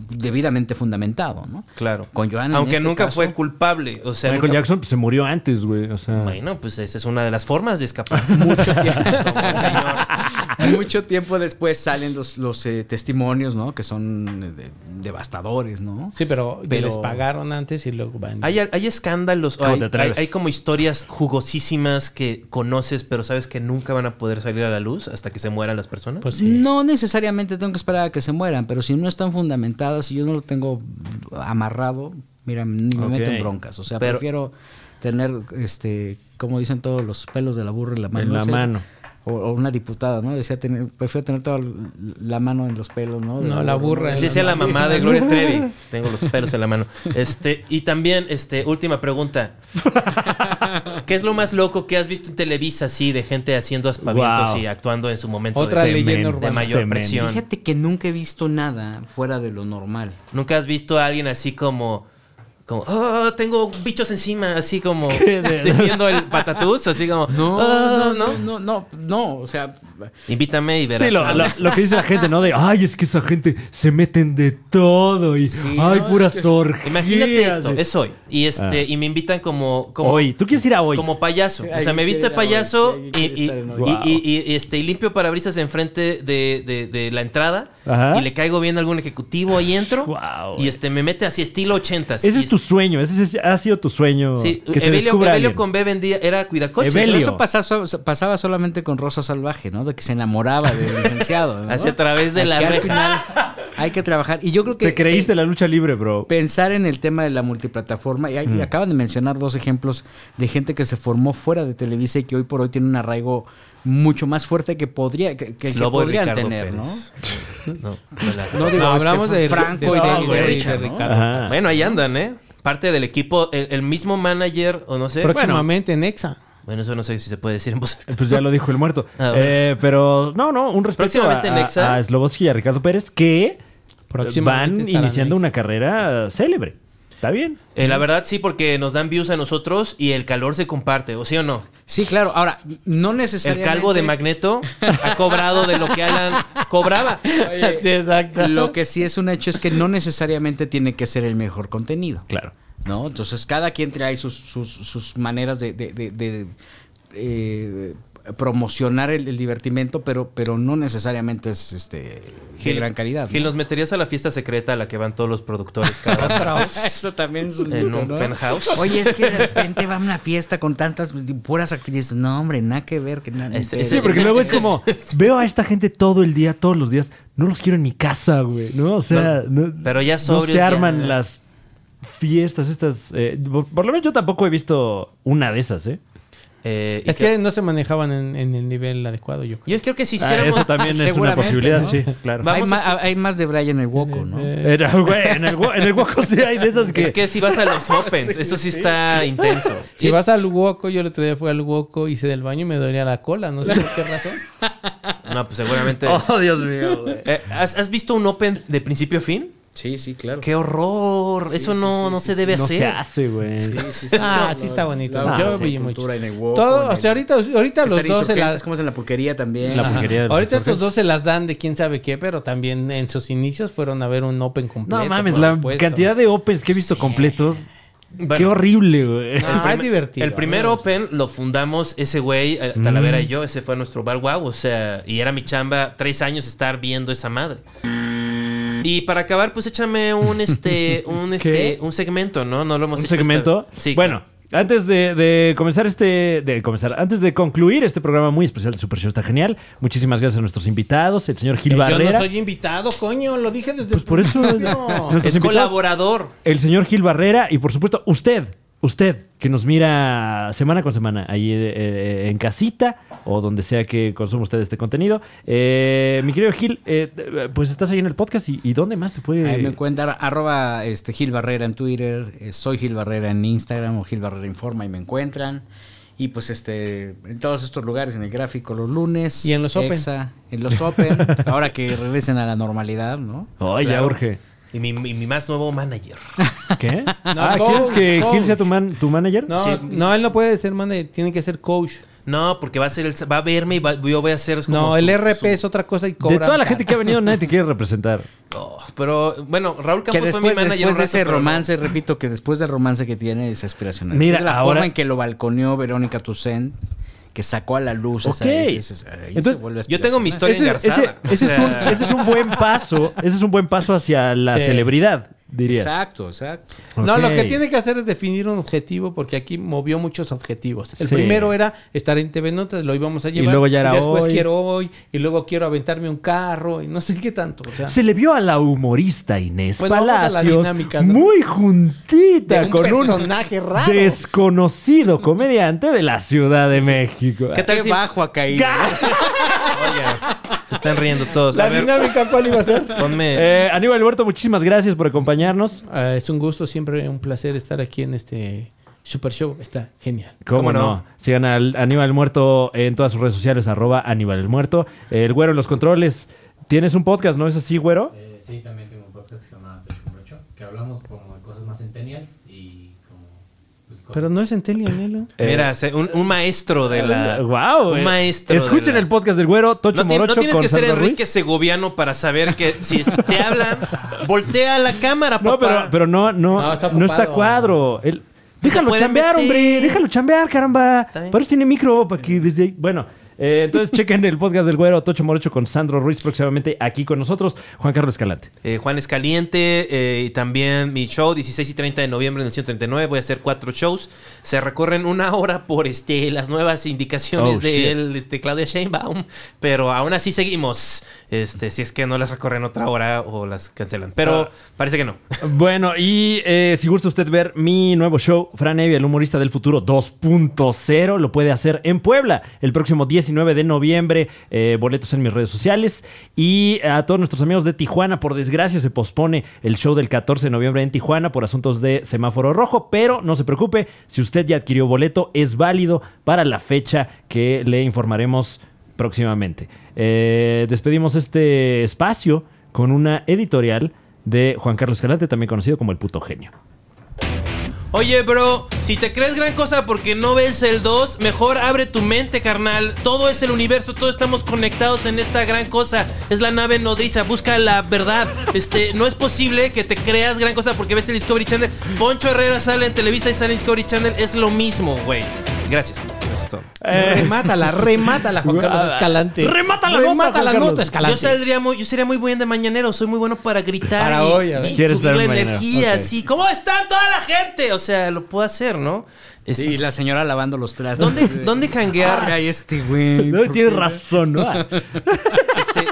D: debidamente fundamentado, ¿no?
A: Claro.
D: Con Joan en
A: Aunque
D: este
A: nunca
D: caso-
A: fue culpable. O sea,
B: Michael
A: nunca-
B: Jackson pues, se murió antes, güey. O sea,
A: Bueno, pues esa es una de las formas de escapar.
D: *laughs*
A: *laughs*
D: mucho tiempo, mucho tiempo después salen los, los eh, testimonios, ¿no? Que son eh, de- devastadores, ¿no?
C: Sí, pero, que
D: Pero-
C: les pagaron antes y luego van.
A: Hay, hay escándalos, o
B: ¿Cómo
A: hay,
B: te atreves?
A: hay- hay como historias jugosísimas que conoces, pero sabes que nunca van a poder salir a la luz hasta que se mueran las personas.
C: Pues sí.
D: No necesariamente tengo que esperar a que se mueran, pero si no están fundamentadas, si yo no lo tengo amarrado, mira, ni me
B: Ok.
D: meto en broncas. O sea,
A: Pero-
D: prefiero tener, este, como dicen todos los pelos de la burra en la mano.
B: En
D: no
B: la
D: sé.
B: mano.
D: O, o una diputada, ¿no? Decía, tener, prefiero tener toda la mano en los pelos, ¿no? De
C: No, la burra en
A: Así sea la
B: *laughs*
A: mamá de Gloria Trevi. Tengo los pelos en la mano. Este, y también, este,
B: *laughs*
A: última pregunta. ¿Qué es lo más loco que has visto en Televisa así de gente haciendo aspavientos
B: Wow.
A: y actuando en su momento
C: Otra
A: de,
C: leyenda
A: de
C: urbana.
A: mayor
B: Tremendo.
A: presión?
D: Fíjate que nunca he visto nada fuera de lo normal.
A: ¿Nunca has visto a alguien así como... Como, oh, tengo bichos encima,
B: *laughs*
A: así como *laughs* viendo el patatús, así como,
D: No,
A: "Ah,
D: no, no, no, no, no, o sea,
A: Invítame y verás.
B: Sí, lo,
A: ¿no?
B: lo- lo que dice
A: *laughs*
B: la gente, ¿no? De, ay, es que esa gente se meten de todo y, ay, puras orgías.
A: Imagínate esto,
B: de-
A: es hoy. Y este,
B: Ah.
A: y me invitan como, como,
B: hoy. ¿Tú quieres ir a hoy?
A: como payaso. O sea,
D: Alguien
A: me viste
D: quiere ir a hoy,
A: payaso
D: sí,
A: y,
D: alguien quiere
A: y,
D: estar en hoy.
A: y-
B: Wow.
A: y- y- y, este, y limpio parabrisas enfrente de, de- de la entrada.
B: Ajá.
A: Y le caigo bien a algún ejecutivo ahí entro.
B: Guau, güey.
A: y este me mete así, estilo 80.
B: Ese es tu sueño, ese es- ha sido tu sueño.
A: Sí,
B: que te
A: Evelio,
B: descubra
A: Evelio
B: alguien.
A: con B vendía, era cuidacoches.
B: Evelio.
D: Pero eso pasa so- pasaba solamente con Rosa Salvaje, ¿no? De que se enamoraba del licenciado. ¿no?
A: Así a través de la
D: Aquí al
A: reja.
D: final hay que trabajar. Y yo creo que.
B: Te creíste la lucha libre, bro.
D: Pensar en el tema de la multiplataforma. Y, hay- y acaban de mencionar dos ejemplos de gente que se formó fuera de Televisa y que hoy por hoy tiene un arraigo mucho más fuerte que podría que, que- que
A: Slobo y
D: podrían
A: Ricardo
D: tener,
A: Pérez. *laughs* No, no la-
D: ¿no? No digo,
C: No,
D: hablamos
C: hablamos
D: de
C: de-
D: Franco
C: de-
D: y de,
C: no,
D: y de
C: güey, de
D: Richard, ¿no?
C: Ricardo.
B: Ajá.
A: Bueno, ahí andan, ¿eh? Parte del equipo, el, el mismo manager, o no sé.
C: Próximamente en Exa.
A: Bueno, eso no sé si se puede decir en voz alta.
B: Pues ya lo dijo el
A: *laughs*
B: muerto.
A: Ah, bueno.
B: Eh, pero no, no, un respeto a,
A: Próximamente en Exa.
B: a, a Slobodsky y a Ricardo Pérez, que
C: Próximamente
B: Van
C: estarán
B: iniciando
C: ahí.
B: una carrera célebre. Está bien.
A: Eh, la verdad sí, porque nos dan views a nosotros y el calor se comparte, ¿o sí o no?
D: Sí, claro. Ahora, no
A: El
D: necesariamente.
A: calvo de Magneto ha cobrado de lo que Alan cobraba.
C: Sí, exacto.
D: Lo que sí es un hecho es que no necesariamente tiene que ser el mejor contenido.
B: Claro.
D: ¿no? Entonces cada quien trae sus, sus, sus maneras de, de- de- de, eh, promocionar el, el divertimento, pero, pero no necesariamente es este de gran calidad. ¿no?
A: Gil, nos meterías a la fiesta secreta a la que van todos los productores
D: *laughs*
A: cada
D: *laughs* Eso también es un
A: en
D: mito,
A: un
D: ¿no?
A: penthouse.
D: Oye, es que de repente va a una fiesta con tantas puras actrices. No, hombre, nada que ver. Que nada,
A: Este-
D: que
A: este-
B: Sí,
D: ver.
B: porque
A: Ese-
B: luego es
A: ese es-
B: como, veo a esta gente todo el día, todos los días, no los quiero en mi casa, güey, ¿no? O sea, no,
A: pero ya
B: no
A: sobrios
B: se
A: ya-
B: arman las fiestas estas. eh, por, por lo menos yo tampoco he visto una de esas, ¿eh?
A: Eh, y
C: Es que no se manejaban en, en el nivel adecuado, yo creo.
A: Yo creo que si
B: Ah,
A: hiciéramos...
B: eso también es una
D: seguramente,
B: posibilidad,
D: ¿no?
B: sí, claro.
A: Va-
D: hay,
A: vamos
D: ma-
A: a-
D: hay más de Brian el Woco, ¿no?
B: Era, güey, *laughs* en el, Wo- en el Woco sí hay de esas que...
A: Es que si vas a los Opens, eso sí está intenso.
C: Si vas al huoco, yo el otro día fui al huoco, hice del baño y me dolía la cola,
D: *laughs*
C: no sé por qué razón.
A: No, pues seguramente...
B: Oh, Dios mío, güey.
A: Eh, ¿has, has visto un Open de principio a fin?
D: Sí, sí, claro.
A: ¡Qué horror! eso no, no se debe
B: No
A: hacer.
B: se hace, güey.
C: Ah, sí está bonito.
B: la-
C: yo
B: sí,
C: vi mucho.
D: Ah, Cultura en el Woco,
C: Todo,
D: en
C: o sea,
D: el-
C: ahorita, ahorita los
D: estar
C: dos se
D: insurgentes,
C: las...
D: como es en la porquería también.
B: La porquería de los
C: Ahorita estos
B: insurgentes.
C: dos se las dan de quién sabe qué, pero también en sus inicios fueron a ver un Open completo.
B: No mames,
C: por
B: la
C: supuesto.
B: cantidad de opens que he visto completos. Qué
A: Bueno.
B: horrible, *laughs* güey.
C: Ah,
A: primer-
C: es divertido.
A: El primer
C: Ah,
A: Open lo fundamos ese güey, eh, Talavera y yo. Ese fue nuestro bar wow. O sea, y era mi chamba tres años estar viendo esa madre. Y para acabar, pues échame un este, un este,
B: ¿Qué?
A: un segmento, ¿no? No lo hemos
B: un
A: hecho
B: segmento.
A: esta- Sí.
B: Bueno, antes de, de comenzar este. De comenzar, antes de concluir este programa muy especial de Super Show está genial. Muchísimas gracias a nuestros invitados, el señor Gil
C: Yo no
B: Barrera.
C: Eh, soy invitado, coño, lo dije desde
B: Pues
C: el
B: por eso. *laughs*
C: principio.
B: nuestros
A: Es
B: invitados,
A: colaborador.
B: el señor Gil Barrera y por supuesto, usted. Usted que nos mira semana con semana ahí eh, en casita o donde sea que consuma usted este contenido. Eh, mi querido Gil, eh, pues estás ahí en el podcast y, y ¿dónde más te puede...?
D: Ahí me encuentran arroba este, Gil Barrera en Twitter, eh, soy Gil Barrera en Instagram o Gil Barrera Informa y me encuentran. Y pues este, en todos estos lugares, en el gráfico los lunes.
C: Y en los Open.
D: Exa, en los
B: *laughs*
D: Open, ahora que regresen a la normalidad, ¿no?
B: Ay, ya
A: Claro.
B: urge.
A: Y mi, mi- mi más nuevo manager.
B: ¿Qué?
C: *laughs* No,
B: ah,
C: coach,
B: ¿quieres que
C: coach.
B: Gil sea tu, man- tu manager?
C: No,
A: Sí.
C: no, él no puede ser manager, tiene que ser coach.
A: No, porque va a ser el, va a verme y va- yo voy a ser como
C: No,
A: su-
C: el RP
A: su-
C: es otra cosa y cobra.
B: De toda la gente que ha venido, nadie te quiere representar.
A: Oh, pero bueno, Raúl
D: Que
A: Campos fue mi
D: después,
A: manager.
D: después
A: un
D: de
A: rato,
D: ese
A: pero no.
D: romance, repito, que después del romance que tiene es aspiracional.
B: Mira,
D: Después de la
B: ahora-
D: forma en que lo balconeó Verónica Tucent, que sacó a la luz esa-
B: Ok.
D: ese- ese- ahí se
B: Entonces,
D: vuelve
A: Yo tengo mi historia
D: aspiracional.
B: Ese, ese-
A: engarzada. O
B: ese es un,
A: sea,
B: ese es un buen paso. Ese es un buen paso hacia la
C: Sí.
B: celebridad, dirías.
D: Exacto, exacto.
C: No, lo que
B: Ok.
C: tiene que hacer es definir un objetivo, porque aquí movió muchos objetivos. El
B: Sí.
C: primero era estar en TV Notas, lo íbamos a llevar.
B: luego ya era
C: después
B: hoy.
C: quiero hoy, y luego quiero aventarme un carro, y no sé qué tanto. O sea,
B: Se le vio a la humorista Inés
C: Pues vamos a la
B: Palacios
C: dinámica, ¿no?
B: muy juntita
C: De un
B: con
C: personaje
B: un
C: raro.
B: desconocido comediante de la Ciudad de México.
A: ¿Qué tal
D: Qué
A: si-
D: bajo ha caído.
A: Oye, se están riendo todos.
C: la
A: a ver,
C: dinámica, ¿cuál iba a ser?
A: ponme.
B: *laughs* Eh, Aníbal Huerto, muchísimas gracias por acompañarnos.
C: Ah, es un gusto, siempre un placer estar aquí en este Super Show. Está genial.
B: ¿Cómo,
A: ¿Cómo no?
B: no? Sigan al Aníbal el Muerto en todas sus redes sociales, arroba Aníbal el Muerto. El Güero en los controles. Tienes un podcast, ¿no es así, Güero?
F: Eh, sí, también tengo un podcast que se llama Touch Number Show, que hablamos como de cosas más centennials y como... pues, cosas-
C: Pero no es en *laughs* Nelo.
B: Eh,
A: Mira, se- un, un maestro de la.
B: wow.
A: Un
B: eh.
A: maestro. de
B: Escuchen
A: la-
B: el podcast del Güero, Tocho
A: No, ti- no
B: Morocho
A: tienes
B: con
A: que ser
B: Sandra
A: Enrique
B: Ruiz.
A: Segoviano para saber que si te hablan, voltea a la cámara,
B: No,
A: papá.
B: pero, pero no, no,
C: No,
B: no,
C: está
B: está,
C: ocupado.
B: cuadro. Él-
A: Se
B: déjalo
A: puede
B: chambear,
A: meter.
B: hombre. Déjalo chambear, caramba.
A: bien.
B: Para eso tiene micro, para que desde ahí. Bueno. eh, entonces chequen el podcast del Güero, Tocho Morocho con Sandro Ruiz próximamente aquí con nosotros, Juan Carlos Escalante.
A: Eh, Juan es caliente eh, y también mi show 16 y 30 de noviembre en el 139. Voy a hacer cuatro shows. Se recorren una *laughs* hora por este las nuevas indicaciones
B: Oh,
A: de
B: shit.
A: el, este, Claudia Sheinbaum. Pero aún así seguimos. Este, si es que no las recorren otra hora o las cancelan. Pero
B: Ah.
A: parece que no.
B: Bueno, y eh, si gusta usted ver mi nuevo show, Fran Evia, el humorista del futuro 2.0, lo puede hacer en Puebla el próximo 19 de noviembre. eh, boletos en mis redes sociales. Y a todos nuestros amigos de Tijuana, por desgracia, se pospone el show del 14 de noviembre en Tijuana por asuntos de semáforo rojo. Pero no se preocupe, si usted ya adquirió boleto, es válido para la fecha que le informaremos próximamente. Eh, despedimos este espacio con una editorial de Juan Carlos Escalante, también conocido como el puto genio.
A: Oye, bro, si te crees gran cosa porque no ves el 2, mejor abre tu mente, carnal. Todo es el universo, todos estamos conectados en esta gran cosa. Es la nave nodriza, busca la verdad. Este, no es posible que te creas gran cosa porque ves el Discovery Channel. Poncho Herrera sale en Televisa y sale en Discovery Channel. Es lo mismo, güey. Gracias. Eso es todo.
C: Eh. Remátala, remátala, Juan Carlos Escalante.
B: Remata la nota,
C: Remata
B: Juan
C: la
B: Carlos.
C: nota, Escalante.
A: Yo sería, muy, yo sería muy buen de mañanero, soy muy bueno para gritar
C: Para
A: y,
C: hoy, a ver.
A: y
B: Quieres
A: subir
B: ser
A: la
B: un mañanero.
A: energía,
B: Ok.
A: así. ¿Cómo está toda la gente? O sea, lo puedo hacer, ¿no? Es-
D: Sí, la señora lavando los trastes.
A: ¿Dónde, ¿Dónde janguear?
D: Ay, este güey.
B: No,
D: ¿por
B: tienes
D: qué?
B: razón,
A: *laughs*
B: ¿no? Ah,
A: Este,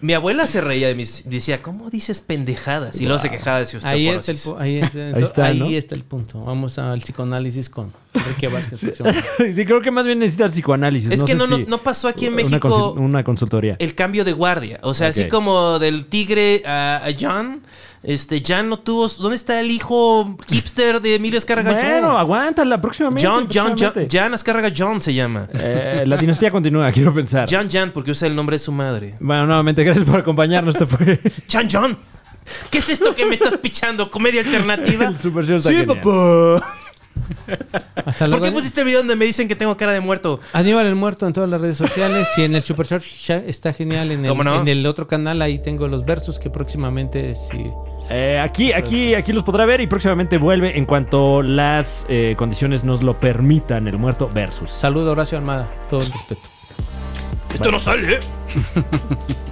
A: mi abuela se reía de mis. Decía, ¿cómo dices pendejadas? Y luego se quejaba de si usted
C: Ahí es el pu- ahí es- entonces,
B: está,
C: ahí
B: ¿no?
C: está el punto. Vamos al psicoanálisis con Enrique Vázquez.
B: sí, creo que más bien necesitas psicoanálisis.
A: Es que
B: sé
A: no, nos-
B: si
A: no pasó aquí en
B: una
A: México
B: consul- una consultoría.
A: el cambio de guardia. O sea,
B: Ok.
A: así como del tigre a, a Jan. Este, Jan no tuvo. ¿Dónde está el hijo hipster de Emilio Azcárraga
B: Bueno, aguántala
A: John?
B: próximamente.
A: John, John, John,
B: próximamente.
A: Jan Azcárraga John se llama.
B: Eh, la dinastía continúa, *laughs* quiero pensar.
A: Jan Jan, porque usa el nombre de su madre.
B: Bueno, nuevamente, gracias por acompañarnos. Esto fue
A: Jan John. ¿Qué es esto que me estás pichando? ¿Comedia alternativa?
B: *laughs* el Super Show. está
A: Sí,
B: genial.
A: papá.
C: *laughs* Hasta
A: ¿Por
C: luego.
A: qué pusiste el video donde me dicen que tengo cara de muerto?
C: Aníbal el Muerto en todas las redes sociales y en el Super Short Sha- está genial. En el,
A: ¿Cómo no?
C: en el otro canal ahí tengo los versos que próximamente sí.
B: Eh, aquí, aquí, aquí los podrá ver y próximamente vuelve en cuanto las eh, condiciones nos lo permitan. El muerto versus.
C: Saludo a Horacio Armada, todo el respeto.
A: Esto no sale, ¿eh?